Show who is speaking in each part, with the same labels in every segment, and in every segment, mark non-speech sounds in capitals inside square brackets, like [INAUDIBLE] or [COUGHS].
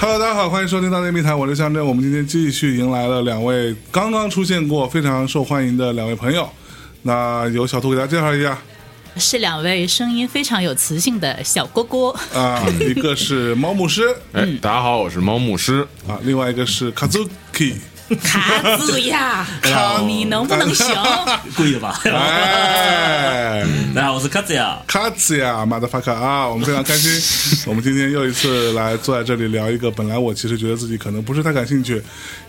Speaker 1: 大家好，欢迎收听《大内密谈》，我是向真。我们今天继续迎来了两位刚刚出现过、非常受欢迎的两位朋友。那由小兔给大家介绍一下
Speaker 2: 是两位声音非常有磁性的小蝈
Speaker 3: [LAUGHS]
Speaker 2: 蝈。
Speaker 1: 啊，一个是猫牧师
Speaker 3: 哎，大家好，我是猫牧师。
Speaker 1: 啊，另外一个是 Kazuki。
Speaker 2: 卡子
Speaker 3: [LAUGHS]
Speaker 2: 呀，
Speaker 3: 哎
Speaker 2: 你能不能行？
Speaker 3: 嗯
Speaker 4: 故意的
Speaker 1: [LAUGHS]
Speaker 4: 吧？
Speaker 1: 嗯哎，
Speaker 4: 大家好，我是卡子呀。
Speaker 1: 卡兹呀，马德法卡啊！我们非常开
Speaker 2: [LAUGHS]
Speaker 1: 心，我们今天又一次来坐在这里聊一个本来我其实觉得自己可能不是太感兴趣，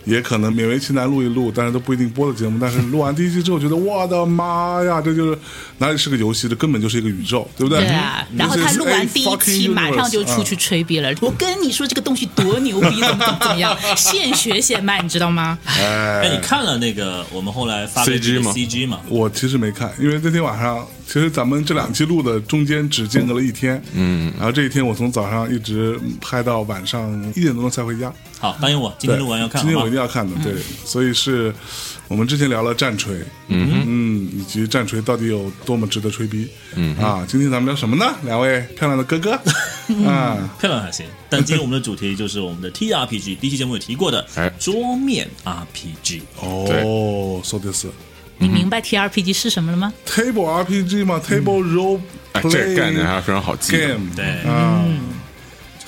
Speaker 1: 也可能勉为其难录一录，但是都不一定播的节目。但是录完第一期之后，觉得我的妈呀，这就是哪里是个游戏，这根本就是一个宇宙，对不嗯对？
Speaker 2: 对啊，
Speaker 3: 嗯
Speaker 2: 然后他录
Speaker 3: 哎
Speaker 2: 完第
Speaker 1: 哎
Speaker 2: 一期，马上就
Speaker 1: 啊
Speaker 2: 出去吹逼了。我跟你说这个东西多
Speaker 3: [LAUGHS]
Speaker 2: 牛逼，怎么怎么怎么样，现学现卖，你知道吗？
Speaker 3: 嗯
Speaker 4: 哎，你看了那个我们后来发给
Speaker 3: CG
Speaker 4: 你的
Speaker 3: 吗
Speaker 4: CG 吗？
Speaker 1: 我其实没看，因为那天晚上，其实咱们这两期录的中间只间隔了一天，嗯，然后这一天我从早上一直拍到晚上一点多钟才回家。
Speaker 4: 好，答应我，今
Speaker 1: 对，
Speaker 4: 天录完要看，
Speaker 1: 今天
Speaker 4: 好
Speaker 1: 我一
Speaker 4: 吗嗯
Speaker 1: 定？要看的，对，所以是我们之前聊了战锤，嗯嗯，以及战锤到底有多么值得吹逼，嗯啊，今天咱们聊什么呢？两位漂亮的哥
Speaker 4: [LAUGHS]
Speaker 1: 哥，啊，
Speaker 4: 漂亮
Speaker 1: [LAUGHS]
Speaker 4: 还行，但今天我们的主题就是我们的 TRPG，第一期节目有提过的
Speaker 3: 哎
Speaker 4: 桌面 RPG。
Speaker 1: 嗯哦，so this
Speaker 2: 你明白 TRPG 是什么了吗？
Speaker 3: 嗯
Speaker 1: table RPG 嘛，table role
Speaker 3: 哎，这个概念
Speaker 1: play
Speaker 3: 还是非常好记的。
Speaker 1: game，
Speaker 4: 对
Speaker 1: 啊，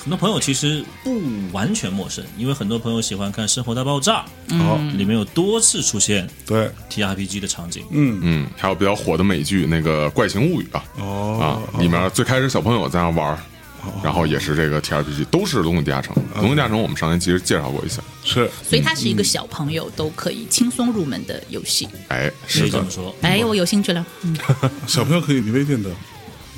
Speaker 4: 很多朋友其实不完全陌生，因为很多朋友喜欢看《生活大爆炸》，
Speaker 1: 好，
Speaker 4: 里面有多次出现
Speaker 1: 对，
Speaker 4: TRPG 的场景。
Speaker 1: 嗯，
Speaker 3: 嗯，还有比较火的美剧那个《怪情物语》啊，啊
Speaker 1: 哦，，
Speaker 3: 里面最开始小朋友在那玩儿，然后也是这个 TRPG，都是《龙与地下城》。
Speaker 1: 哦
Speaker 3: 《龙与地下城》我们上年其实介绍过一下，
Speaker 1: 是
Speaker 2: 所以它是一个小朋友都可以轻松入门的游戏。
Speaker 3: 哎，
Speaker 4: 可
Speaker 3: 是
Speaker 4: 以这
Speaker 3: 的
Speaker 4: 么，说，
Speaker 2: 哎，我有兴
Speaker 3: [LAUGHS]
Speaker 2: 趣了，嗯
Speaker 1: 小朋友可以，你未见得，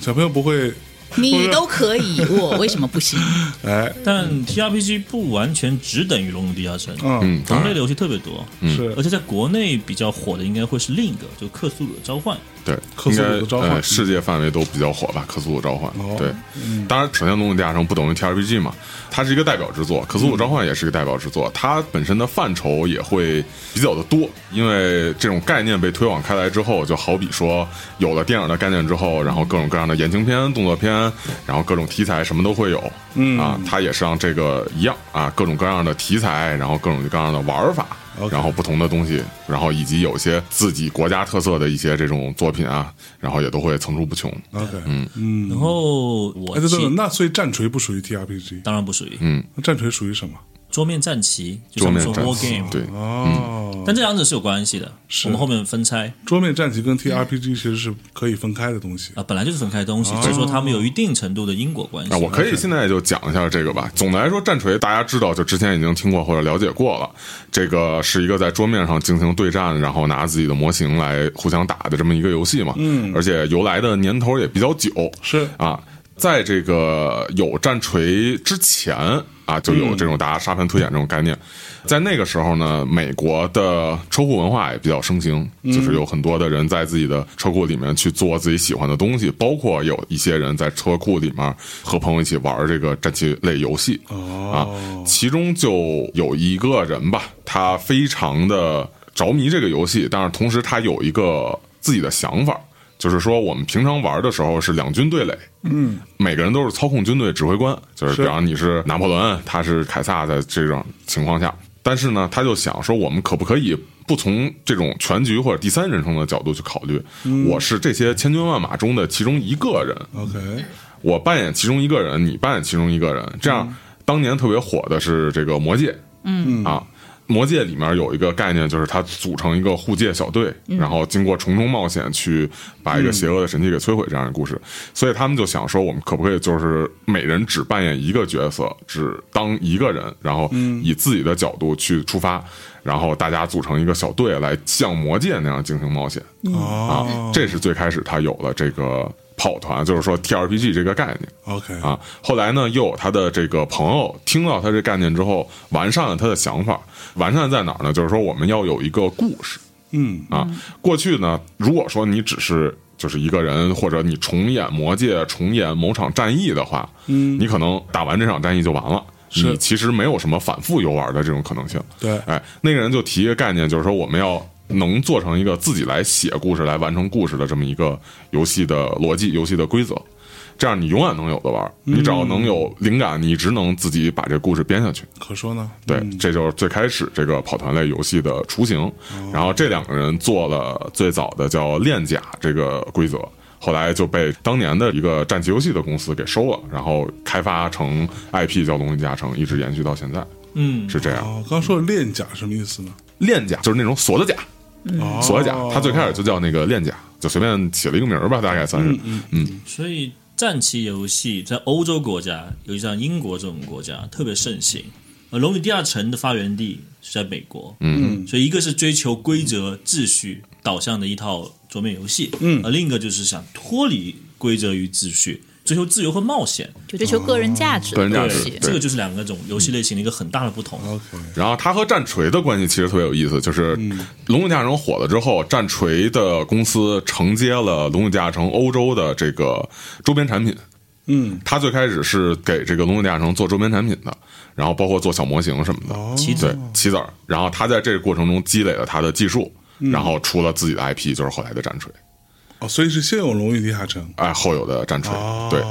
Speaker 1: 小朋友不会，
Speaker 2: 你都可以，我为什么不行？
Speaker 1: 哎，
Speaker 4: 但 TRPG 不完全只等于《龙与地下城》，
Speaker 1: 嗯，
Speaker 3: 嗯，当
Speaker 4: 同类
Speaker 3: 然
Speaker 4: 的游戏特别多，
Speaker 1: 是
Speaker 4: 而且在国内比较火的应该会是另一个，就《克苏鲁的召唤》。
Speaker 3: 对，
Speaker 1: 克
Speaker 3: 应
Speaker 1: 苏
Speaker 3: 该
Speaker 1: 鲁的召唤
Speaker 3: 呃世界范围都比较火吧，《克苏鲁召唤
Speaker 1: 哦》
Speaker 3: 对，
Speaker 4: 嗯
Speaker 3: 当然首先《龙与地下城》不等于 TRPG 嘛，它是一个代表之作，《克苏鲁召唤》也是一个代表之作，它本身的范畴也会比较的多，因为这种概念被推广开来之后，就好比说有了电影的概念之后，然后各种各样的言情片、动作片，然后各种题材什么都会有，嗯啊，它也是让这个一样啊，各种各样的题材，然后各种各样的玩法。
Speaker 1: OK
Speaker 3: 然后不同的东西，然后以及有些自己国家特色的一些这种作品啊，然后也都会层出不穷。
Speaker 1: ，OK，
Speaker 3: 嗯
Speaker 4: 然后我
Speaker 1: 嗯哎，等等
Speaker 4: 记
Speaker 1: 等，那所以战锤不属于 TRPG，
Speaker 4: 当然不属于
Speaker 1: 那战锤属于什么？
Speaker 4: 桌面战棋，就
Speaker 3: 嗯桌
Speaker 4: 像我
Speaker 3: 面
Speaker 4: 们说
Speaker 3: 战
Speaker 4: war
Speaker 3: 棋
Speaker 4: game，
Speaker 3: 对，嗯
Speaker 1: 哦，
Speaker 4: 但这两者是有关系的。我们后面分拆
Speaker 1: 桌面战棋跟 TRPG 其实是可以分开的东西。
Speaker 4: 啊，本来就是分开的东西，
Speaker 1: 哦
Speaker 4: 只是说他们有一定程度的因果关系
Speaker 3: 那。我可以现在就讲一下这个吧。总的来说，战锤大家知道，就之前已经听过或者了解过了。这个是一个在桌面上进行对战，然后拿自己的模型来互相打的这么一个游戏嘛。嗯，而且由来的年头也比较久。
Speaker 1: 是
Speaker 3: 啊，在这个有战锤之前啊，就有这种大家沙盘推演这种概念。在那个时候呢，美国的车库文化也比较盛行，就是有很多的人在自己的车库里面去做自己喜欢的东西，包括有一些人在车库里面和朋友一起玩这个战棋类游戏。啊，其中就有一个人吧，他非常的着迷这个游戏，但是同时他有一个自己的想法，就是说我们平常玩的时候是两军对垒，嗯，每个人都是操控军队指挥官，就是比方你是拿破仑，他是凯撒的这种情况下，但是呢，他就想说我们可不可以。不从这种全局或者第三人称的角度去考虑，我是这些千军万马中的其中一个人，
Speaker 1: OK，
Speaker 3: 我扮演其中一个人，你扮演其中一个人，这样、当年特别火的是这个《魔戒》，嗯啊，《魔戒》里面有一个概念，就是它组成一个护戒小队，然后经过重重冒险去把一个邪恶的神器给摧毁这样的故事，所以他们就想说，我们可不可以就是每人只扮演一个角色，只当一个人，然后以自己的角度去出发。然后大家组成一个小队来像魔戒那样进行冒险，啊
Speaker 1: 哦，
Speaker 3: 这是最开始他有了这个跑团，就是说 TRPG 这个概念。
Speaker 1: OK
Speaker 3: 啊，后来呢，又有他的这个朋友听到他这概念之后，完善了他的想法。完善在哪儿呢？就是说我们要有一个故事
Speaker 1: 嗯
Speaker 3: 啊。过去呢，如果说你只是就是一个人，或者你重演魔界、重演某场战役的话，嗯，你可能打完这场战役就完了。
Speaker 1: 是
Speaker 3: 你其实没有什么反复游玩的这种可能性。
Speaker 1: 对
Speaker 3: 哎，那个人就提一个概念，就是说我们要能做成一个自己来写故事、来完成故事的这么一个游戏的逻辑、游戏的规则。这样你永远能有的玩儿。你只要
Speaker 1: 嗯
Speaker 3: 能有灵感，你一直能自己把这故事编下去。
Speaker 1: 可说呢，
Speaker 3: 对，
Speaker 1: 嗯哦
Speaker 3: 这就是最开始这个跑团类游戏的雏形。然后这两个人做了最早的叫练甲这个规则，后来就被当年的一个战棋游戏的公司给收了，然后开发成 IP 叫《龙与地下城》，一直延续到现在，
Speaker 4: 嗯，
Speaker 3: 是这样。
Speaker 1: 哦，刚说的练甲什么意思呢？
Speaker 3: 练甲就是那种锁的甲，
Speaker 1: 哦
Speaker 3: 嗯锁的甲，它最开始就叫那个练甲，就随便起了一个名儿吧，大概算是。
Speaker 1: 嗯
Speaker 4: 所以战棋游戏在欧洲国家，尤其像英国这种国家特别盛行。而《龙与地下城》的发源地是在美国，嗯，所以一个是追求规则秩序导向的一套桌面游戏，嗯，而另一个就是想脱离规则与秩序，追求自由和冒险。
Speaker 2: 就追求个人价值
Speaker 3: 个
Speaker 2: 的
Speaker 3: 人价
Speaker 2: 东
Speaker 3: 值
Speaker 2: 西
Speaker 3: 对。
Speaker 4: 这个就是嗯两个种游戏类型的一个很大的不同。
Speaker 1: OK，
Speaker 3: 然后它和战锤的关系其实特别有意思，就是
Speaker 1: 嗯
Speaker 3: 《龙与地下城》火了之后，战锤的公司承接了《龙与地下城》欧洲的这个周边产品。
Speaker 1: 嗯，
Speaker 3: 它最开始是给这个《龙与地下城》做周边产品的，然后包括做小模型什么的。
Speaker 1: 哦，
Speaker 4: 棋子
Speaker 3: 对，棋子儿。然后他在这个过程中积累了他的技术，
Speaker 1: 嗯
Speaker 3: 然后出了自己的 IP，就是后来的战锤，
Speaker 1: 哦，所以是先有龙与地下城。
Speaker 3: 哎，后有的战锤。
Speaker 1: 哦，
Speaker 3: 对，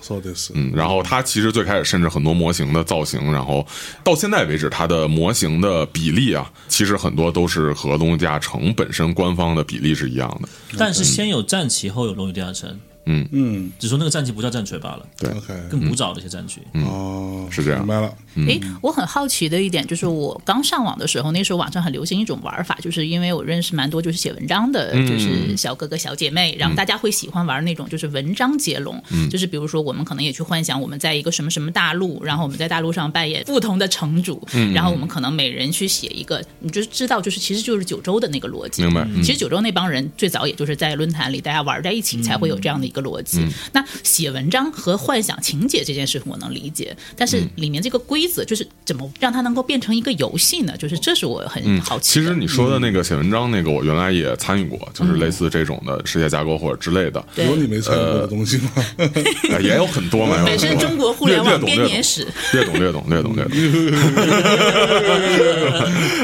Speaker 1: ，so this，
Speaker 3: 嗯，然后它其实最开始甚至很多模型的造型，然后到现在为止，它的模型的比例啊，其实很多都是和《龙与地下城》本身官方的比例是一样的。
Speaker 4: 但是先有战棋，后有龙与地下城，
Speaker 1: 嗯
Speaker 4: 只说那个战棋不叫战锤罢了，
Speaker 1: ，OK，
Speaker 4: 更古早的一些战局。
Speaker 1: 哦，
Speaker 3: 嗯是这样
Speaker 1: 明白了。
Speaker 3: 嗯
Speaker 2: 诶，我很好奇的一点就是，我刚上网的时候，那时候网上很流行一种玩法，就是因为我认识蛮多就是写文章的，
Speaker 3: 嗯
Speaker 2: 就是小哥哥小姐妹，然后大家会喜欢玩那种就是文章接龙，
Speaker 3: 嗯
Speaker 2: 就是比如说我们可能也去幻想我们在一个什么什么大陆，然后我们在大陆上扮演不同的城主，
Speaker 3: 嗯
Speaker 2: 然后我们可能每人去写一个，你就知道就是其实就是九州的那个逻辑，
Speaker 3: 明白嗯
Speaker 2: 其实九州那帮人最早也就是在论坛里大家玩在一起才会
Speaker 3: 嗯
Speaker 2: 有这样的一个逻辑。那写文章和幻想情节这件事情我能理解，但
Speaker 3: 嗯
Speaker 2: 是里面这个规则就是怎么让它能够变成一个游戏呢？就是这是我很好奇
Speaker 3: 嗯其
Speaker 2: 的。嗯
Speaker 3: 实你说的那个写文章那个，我原来也参与过，就是类似这种的世界架构或者之类的，
Speaker 2: 对
Speaker 1: 有你没参与过的东西吗？
Speaker 3: 哎也有很多嘛。有很多
Speaker 2: [LAUGHS] 本身中国互联
Speaker 3: 略略
Speaker 2: 网
Speaker 3: 懂
Speaker 2: 编
Speaker 3: 略
Speaker 2: 年
Speaker 3: 懂
Speaker 2: 史，
Speaker 3: 略懂略懂略懂略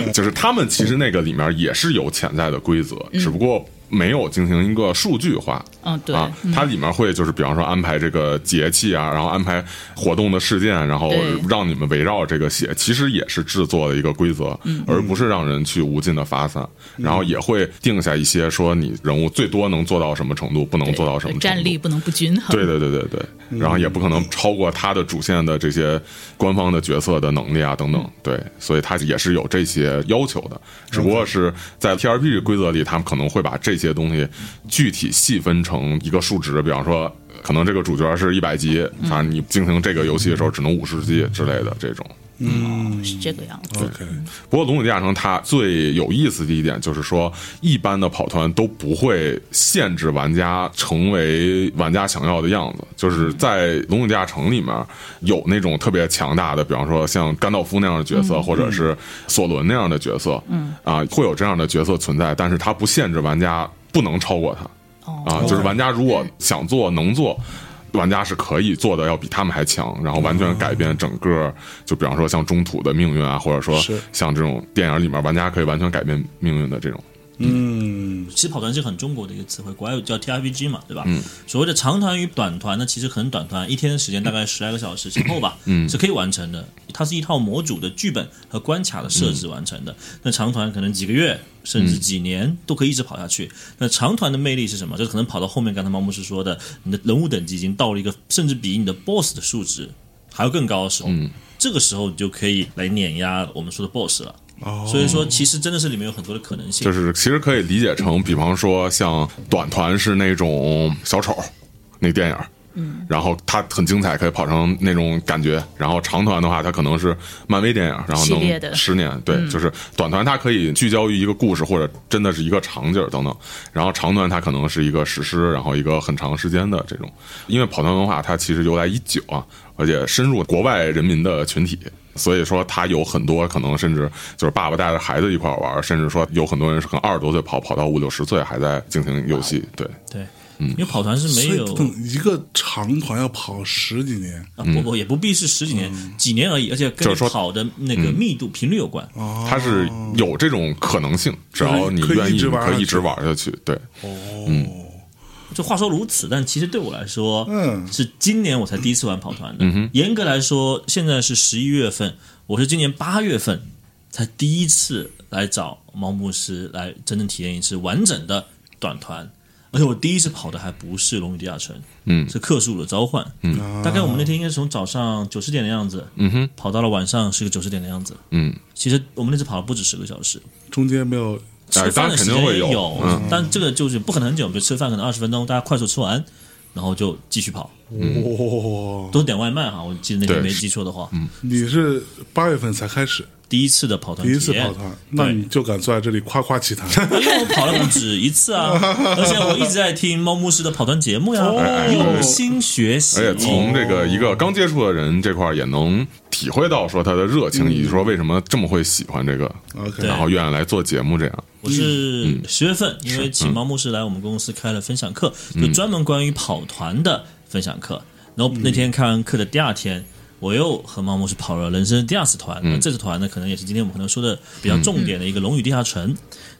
Speaker 3: 懂，就是他们其实那个里面也是有潜在的规则，只不过没有进行一个数据化。
Speaker 2: 嗯，对，
Speaker 3: 啊，它里面会就是比方说安排这个节气啊，然后安排活动的事件，然后
Speaker 2: 对
Speaker 3: 让你们围绕这个写，其实也是制作的一个规则，
Speaker 2: 嗯
Speaker 3: 而不是让人去无尽的发散，然后也会定下一些说你人物最多能做到什么程度，不能
Speaker 2: 对
Speaker 3: 做到什么程度，
Speaker 2: 战力不能不均衡。
Speaker 3: 对对对对对，然后也不可能超过他的主线的这些官方的角色的能力啊等等，对，所以他也是有这些要求的，只不过是在 T R P 规则里，他们可能会把这些东西具体细分成一个数值，比方说。可能这个主角是一百级，反正你进行这个游戏的时候只能五十级之类的这种。
Speaker 2: 是这个样
Speaker 3: 呃
Speaker 1: [LAUGHS]
Speaker 2: 子。
Speaker 1: OK，
Speaker 3: 不过《龙与地下城》它最有意思的一点就是说，一般的跑团都不会限制玩家成为玩家想要的样子。就是在《龙与地下城》里面，有那种特别强大的，比方说像甘道夫那样的角色，或者是索伦那样的角色，嗯啊，会有这样的角色存在，但是它不限制玩家不能超过他。啊，就是玩家如果想做能做，玩家是可以做的，要比他们还强，然后完全改变整个，就比方说像中土的命运啊，或者说
Speaker 1: 是
Speaker 3: 像这种电影里面玩家可以完全改变命运的这种，
Speaker 1: 嗯，
Speaker 4: 其实跑团是很中国的一个词汇，国外有叫 T R P G 嘛，对吧？所谓的长团与短团呢，其实很短团，一天的时间大概十来个小时前后吧，是可以完成的。它是一套模组的剧本和关卡的设置完成的。那长团可能几个月甚至几年都可以一直跑下去。那长团的魅力是什么？就是可能跑到后面，刚才毛牧师说的，你的人物等级已经到了一个甚至比你的 BOSS 的数值还要更高的时候，这个时候你就可以来碾压我们说的 BOSS 了。
Speaker 1: 哦
Speaker 4: 所以说，其实真的是里面有很多的可能性。
Speaker 3: 就是其实可以理解成，比方说像短团是那种小丑那电影。嗯，然后它很精彩，可以跑成那种感觉。然后长团的话，它可能是漫威电影，然后
Speaker 2: 系列的嗯
Speaker 3: 能十年。对，就是短团它可以聚焦于一个故事，或者真的是一个场景等等。然后长团它可能是一个史诗，然后一个很长时间的这种。因为跑团文化它其实由来已久啊，而且深入国外人民的群体。所以说，它有很多可能，甚至就是爸爸带着孩子一块儿玩儿，甚至说有很多人是可能二十多岁跑跑到五六十岁还在进行游戏。对，
Speaker 4: 对，
Speaker 3: 嗯
Speaker 4: 因为跑团是
Speaker 1: 所
Speaker 4: 没
Speaker 1: 以
Speaker 4: 有
Speaker 1: 等一个长团要跑十几年，
Speaker 4: 啊，不不也不必是十几年、
Speaker 1: 嗯
Speaker 4: 几年而已，而且跟
Speaker 3: 就是说
Speaker 4: 你
Speaker 3: 嗯
Speaker 4: 跑的那个密度、频率有
Speaker 1: 哦
Speaker 4: 关。
Speaker 3: 它是有这种可能性，只要你
Speaker 1: 可以
Speaker 3: 愿
Speaker 1: 一
Speaker 3: 意，
Speaker 1: 直
Speaker 3: 你
Speaker 1: 玩
Speaker 3: 可以
Speaker 1: 下
Speaker 3: 一
Speaker 1: 去
Speaker 3: 直玩下去。对，
Speaker 1: 哦，
Speaker 4: 就话说如此，但其实对我来说，
Speaker 1: 嗯
Speaker 4: 是今年我才第一次玩跑团的。
Speaker 3: 嗯
Speaker 4: 严格来说，现在是十一月份，我是今年八月份才第一次来找毛牧师来真正体验一次完整的短团，而且我第一次跑的还不是龙与地下城，
Speaker 3: 嗯
Speaker 4: 是克苏鲁的召唤。
Speaker 1: 啊
Speaker 4: 大概我们那天应该是从早上九十点的样子，
Speaker 3: 嗯哼，
Speaker 4: 跑到了晚上是个九十点的样子。
Speaker 3: 嗯，
Speaker 4: 其实我们那次跑了不止十个小时，
Speaker 1: 中间没有
Speaker 4: 吃饭的时间
Speaker 3: 当然肯定会
Speaker 4: 也
Speaker 3: 有嗯
Speaker 4: 但这个就是不可能很久，比如吃饭可能二十分钟，大家快速吃完，然后就继续跑，
Speaker 3: 嗯
Speaker 1: 哇，
Speaker 4: 都是点外卖哈。我记得那天
Speaker 3: 对嗯
Speaker 4: 没记错的话，
Speaker 1: 你是八月份才开始
Speaker 4: 第一次的跑团
Speaker 1: 第
Speaker 4: 体
Speaker 1: 一
Speaker 4: 验，
Speaker 1: 次跑团，那你就敢坐在这里夸夸其谈？
Speaker 4: 因为我哎跑了不止一次
Speaker 1: [LAUGHS]
Speaker 4: 啊，而且我一直在听猫牧师的跑团节目呀，
Speaker 1: 哦
Speaker 4: 用心学习。
Speaker 3: 而且哎从这个一个刚接触的人这块儿也能体会到说他的热
Speaker 1: 嗯
Speaker 3: 情，以及说为什么这么会喜欢这个，
Speaker 1: OK
Speaker 3: 然后愿意来做节目这样。
Speaker 4: 我是十月份，因为请毛牧师来我们公司开了分享课，就专门关于跑团的分享课。然后那天开完课的第二天，我又和毛牧师跑了人生的第二次团。那这次团呢，可能也是今天我们可能说的比较重点的一个《龙与地下城》。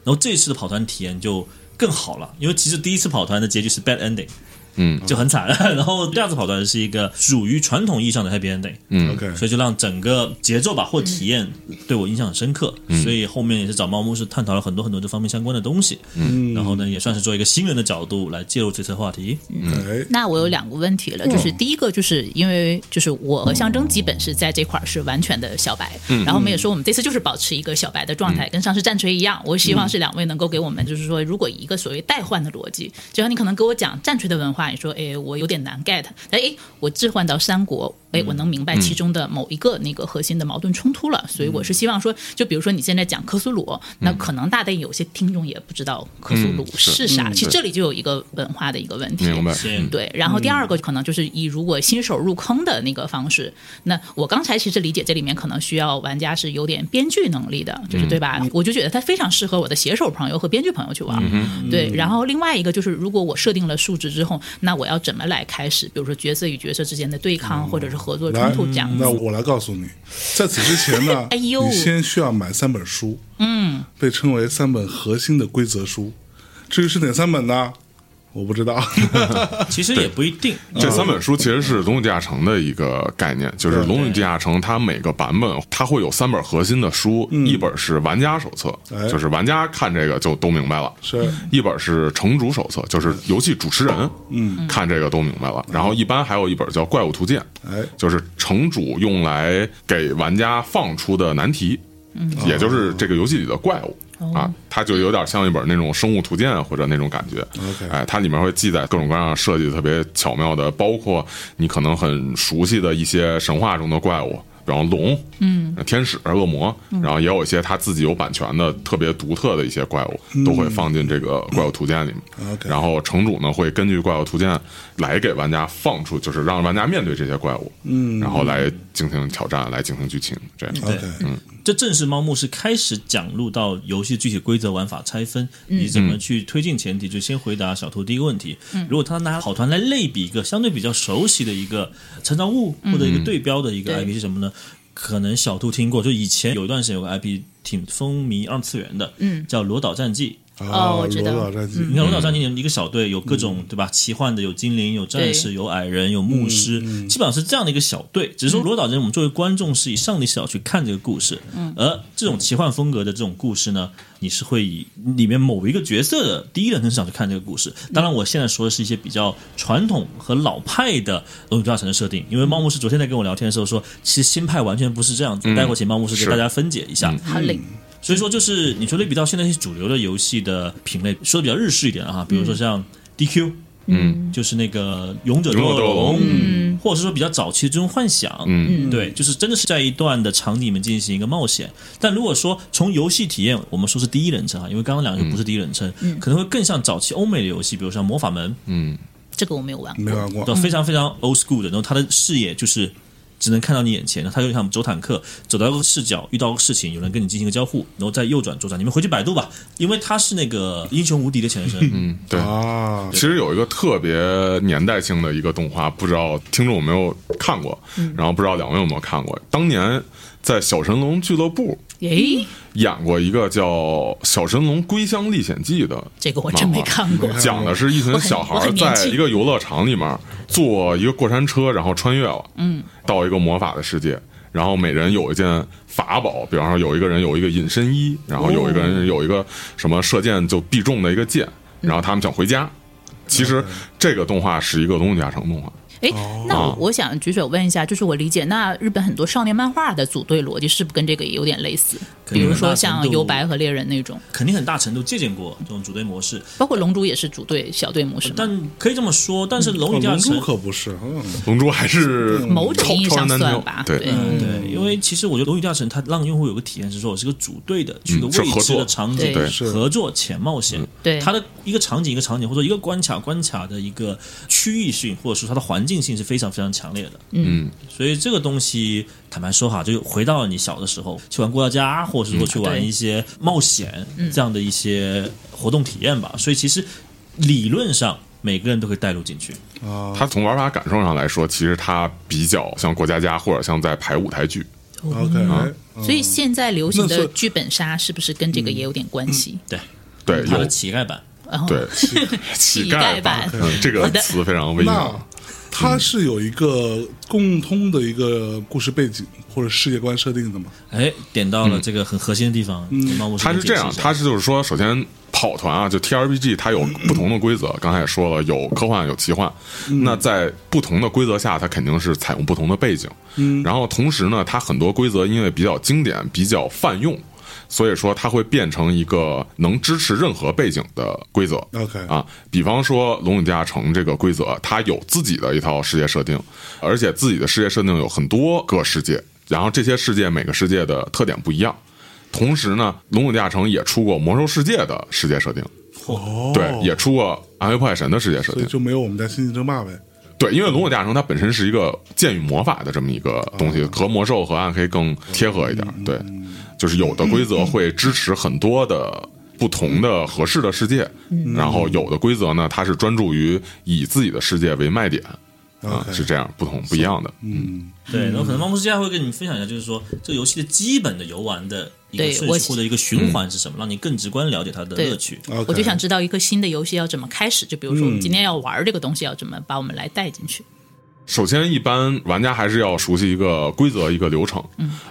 Speaker 4: 然后这次的跑团体验就更好了，因为其实第一次跑团的结局是 bad ending，
Speaker 3: 嗯，
Speaker 4: 就很惨。 [LAUGHS] 然后第二次跑团是一个属于传统意义上的 happy ending。
Speaker 1: OK，
Speaker 4: 所以就让整个节奏吧或体验对我印象很深刻，所以后面也是找猫牧师探讨了很多很多这方面相关的东西，嗯，然后呢也算是做一个新人的角度来介入这次话题，
Speaker 1: 哎，
Speaker 2: 那我有两个问题了，就是第一个，就是因为就是我和象征基本是在这块儿是完全的小白，
Speaker 3: 嗯
Speaker 2: 然后我们也说我们这次就是保持一个小白的状态，跟上次战锤一样。我希望是两位能够给我们就是说，如果一个所谓代换的逻辑，就像你可能给我讲战锤的文化，你说哎我有点难 get，但哎我置换到三国，哎我能
Speaker 3: 嗯
Speaker 2: 明白其中的某一个那个核心的矛盾冲突了，所以我是希望说，就比如说你现在讲科苏鲁，那可能大概有些听众也不知道科苏鲁
Speaker 3: 嗯是
Speaker 2: 是啥，其实
Speaker 3: 对
Speaker 2: 这里就有一个文化的一个问题，
Speaker 3: 明白。
Speaker 4: 先
Speaker 2: 对，然后第二个可能就是以如果新手入坑的那个方式，那我刚才其实理解这里面可能需要玩家是有点编剧能力的，就是对吧？我就觉得它非常适合我的写手朋友和编剧朋友去玩。对，然后另外一个就是如果我设定了数值之后，那我要怎么来开始？比如说角色与角色之间的对抗，或者是合作冲
Speaker 1: 来
Speaker 2: 突这样，子
Speaker 1: 那。我来告诉你，在此之前呢，
Speaker 2: [LAUGHS] 哎呦
Speaker 1: 你先需要买三本书，嗯，被称为三本核心的规则书。至于是哪三本呢？我不知道。
Speaker 4: 其实也不一定，
Speaker 3: 这三本书其实是《龙与地下城》的一个概念，就是《龙与地下城》它每个版本它会有三本核心的书，一本是玩家手册
Speaker 1: 嗯哎，
Speaker 3: 就是玩家看这个就都明白了。
Speaker 1: 是
Speaker 3: 一本是城主手册，就是游戏主持人，嗯，看这个都明白了。然后一般还有一本叫《怪物图鉴》，
Speaker 1: 哎
Speaker 3: 就是城主用来给玩家放出的难题，也就是这个游戏里的怪物。啊，它就有点像一本那种生物图鉴或者那种感觉。
Speaker 1: OK
Speaker 3: 哎，它里面会记载各种各样设计特别巧妙的，包括你可能很熟悉的一些神话中的怪物，比方龙、嗯、天使、恶魔，然后也有一些它自己有版权的特别独特的一些怪物，都会放进这个怪物图鉴里面。
Speaker 1: 嗯 OK
Speaker 3: 然后城主呢会根据怪物图鉴来给玩家放出，就是让玩家面对这些怪物，嗯，然后来进行挑战，来进行剧情，这样。
Speaker 4: 对
Speaker 1: OK，
Speaker 4: 这正是猫牧师开始讲入到游戏具体规则、玩法拆分
Speaker 2: 嗯
Speaker 4: 以及怎么去推进前提，就先回答小图第一个问题。
Speaker 2: 嗯
Speaker 4: 如果他拿跑团来类比一个相对比较熟悉的一个成长物或者一个对标的一个
Speaker 2: 嗯对
Speaker 4: IP 是什么呢？可能小兔听过，就以前有一段时间有个 IP 挺风靡二次元的，
Speaker 2: 嗯
Speaker 4: 叫《罗岛战记》。
Speaker 1: 啊
Speaker 2: 哦我知道嗯
Speaker 1: 罗老战记
Speaker 4: 你看《罗岛战记》一个小队有各种对吧？奇幻的，有精灵，有战士，
Speaker 2: 对
Speaker 4: 有矮人，有牧师，基本上是这样的一个小队。只是说《罗岛战记》，我们作为观众是以上帝视角去看这个故事，而这种奇幻风格的这种故事呢，你是会以里面某一个角色的第一人称视角去看这个故事。当然，我现在说的是一些比较传统和老派的《龙与地下城》的设定，因为猫牧师昨天在跟我聊天的时候说，其实新派完全不是这样子。待会儿请猫牧师
Speaker 3: 是
Speaker 4: 给大家分解一下。
Speaker 2: 好嘞，
Speaker 4: 所以说，就是你说类比到现在一些主流的游戏的品类，说的比较日式一点啊，比如说像 DQ，嗯，就是那个勇者斗
Speaker 3: 勇者斗
Speaker 4: 恶
Speaker 3: 恶龙
Speaker 4: 龙，嗯或者是说比较早期的最终幻想，
Speaker 3: 嗯
Speaker 4: 对，就是真的是在一段的场景里面进行一个冒险。但如果说从游戏体验，我们说是第一人称啊，因为刚刚两个就不是第一人称，可能会更像早期欧美的游戏，比如像魔法门，
Speaker 2: 这个我没有玩过。
Speaker 1: 没玩过
Speaker 4: 对，非常非常 old school 的，然后他的视野就是只能看到你眼前，然后他就像走坦克，走到一个视角，遇到个事情，有人跟你进行一个交互，然后再右转左转，你们回去百度吧，因为他是那个英雄无敌的前
Speaker 1: [LAUGHS]
Speaker 4: 身，嗯，
Speaker 3: 对，
Speaker 1: 啊
Speaker 3: 其实有一个特别年代性的一个动画，不知道听众有没有看过，然后不知道两位有没有看过。当年在小神龙俱乐部
Speaker 2: 诶，
Speaker 3: 演过一个叫《小神龙归乡历险记》的，
Speaker 2: 这个我真没看过。
Speaker 3: 讲的是一群
Speaker 2: 我很
Speaker 3: 小孩
Speaker 2: 我
Speaker 3: 儿
Speaker 2: 很年
Speaker 3: 在
Speaker 2: 轻
Speaker 3: 一个游乐场里面坐一个过山车，然后穿越了，嗯，到一个魔法的世界，然后每人有一件法宝，比方说有一个人有一个隐身衣，然后有一个
Speaker 2: 哦
Speaker 3: 人有一个什么射箭就必中的一个箭，
Speaker 2: 嗯
Speaker 3: 然后他们想回家。其实这个动画是一个东西加成动画，
Speaker 2: 哎，那我我想举手问一下，就是我理解，那日本很多少年漫画的组队逻辑是不是跟这个也有点类似？
Speaker 4: 肯
Speaker 2: 比
Speaker 4: 定
Speaker 2: 如
Speaker 4: 很大
Speaker 2: 说
Speaker 4: 程
Speaker 2: 像
Speaker 4: 度
Speaker 2: 游白和猎人那种，
Speaker 4: 肯定很大程度借鉴过这种组队模式，
Speaker 2: 包括龙珠也是组队小队模式嘛。
Speaker 4: 但可以这么说，但是龙
Speaker 1: 哦
Speaker 4: 与地下
Speaker 1: 龙
Speaker 4: 城
Speaker 1: 珠可不是，嗯，
Speaker 3: 龙珠还是
Speaker 2: 嗯某种意义
Speaker 3: 超超
Speaker 2: 上
Speaker 3: 男男
Speaker 2: 算
Speaker 3: 优
Speaker 2: 吧，
Speaker 3: 对
Speaker 4: 嗯，对，因为其实我觉得《龙与地下城》它让用户有个体验是说，我是个组队的，去一个
Speaker 3: 是合
Speaker 4: 未知
Speaker 3: 作
Speaker 4: 的场景
Speaker 2: 对
Speaker 1: 是
Speaker 4: 合作且冒险。
Speaker 2: 对
Speaker 4: 它的一个场景一个场景，或者一个关卡关卡的一个区域性，或者说它的环境性是非常非常强烈的。
Speaker 2: 嗯，
Speaker 4: 所以这个东西坦白说哈，就回到了你小的时候去玩过家家，或者是说去玩
Speaker 2: 对
Speaker 4: 一些冒险这样的一些活动体验吧。所以其实理论上每个人都可以带入进去。
Speaker 3: 它从玩法感受上来说，其实它比较像过家家或者像在排舞台剧。
Speaker 1: OK，嗯
Speaker 2: 所以现在流行
Speaker 1: 那所
Speaker 2: 的
Speaker 1: 以
Speaker 2: 剧本杀是不是跟这个也有点关系？
Speaker 4: 对，
Speaker 3: 对，
Speaker 2: 嗯
Speaker 4: 它
Speaker 3: 有
Speaker 4: 的
Speaker 2: 哦
Speaker 4: 乞丐版。
Speaker 2: 然后
Speaker 3: 对
Speaker 2: 乞
Speaker 3: 乞
Speaker 2: 丐
Speaker 3: 丐
Speaker 2: 版
Speaker 3: [LAUGHS] 嗯，这个
Speaker 2: 好的
Speaker 3: 词非常微
Speaker 1: 那
Speaker 3: 妙。
Speaker 1: 它是有一个共通的一个故事背景或者世界观设定的吗？
Speaker 4: 哎，点到了这个很核心的地方。嗯
Speaker 3: 嗯它是这样，它是就是说，首先跑团啊，就 T R P G，它有不同的规则。刚才也说了，有科幻，有奇幻。那在不同的规则下，它肯定是采用不同的背景。嗯，然后同时呢，它很多规则因为比较经典，比较泛用。所以说，它会变成一个能支持任何背景的规则。
Speaker 1: OK
Speaker 3: 啊，比方说《龙与地下城》这个规则，它有自己的一套世界设定，而且自己的世界设定有很多个世界，然后这些世界每个世界的特点不一样。同时呢，《龙与地下城》也出过《魔兽世界》的世界设定，
Speaker 1: 哦
Speaker 3: 对，也出过《暗黑破坏神》的世界设
Speaker 1: 所以
Speaker 3: 定，
Speaker 1: 就没有我们家《星际争霸》呗。
Speaker 3: 对，因为《龙与地下城》它本身是一个剑与魔法的这么一个东西，和魔兽和暗黑更贴合一点，对，就是有的规则会支持很多的。不同的合适的世界，然后有的规则呢，它是专注于以自己的世界为卖点啊，
Speaker 1: OK 嗯
Speaker 3: 是嗯这样，不同不一样的。
Speaker 4: 对，然后可能猫牧之家会跟你们分享一下，就是说这个游戏的基本的游玩的一个
Speaker 2: 对
Speaker 4: 顺
Speaker 2: 我
Speaker 4: 序或者一个循
Speaker 3: 嗯
Speaker 4: 环是什么，让你更直观了解它的乐趣。
Speaker 1: OK
Speaker 2: 我就想知道一个新的游戏要怎么开始，就比如说我们今天要玩这个东西，要怎么把我们来带进去？
Speaker 3: 首先，一般玩家还是要熟悉一个规则，一个流程。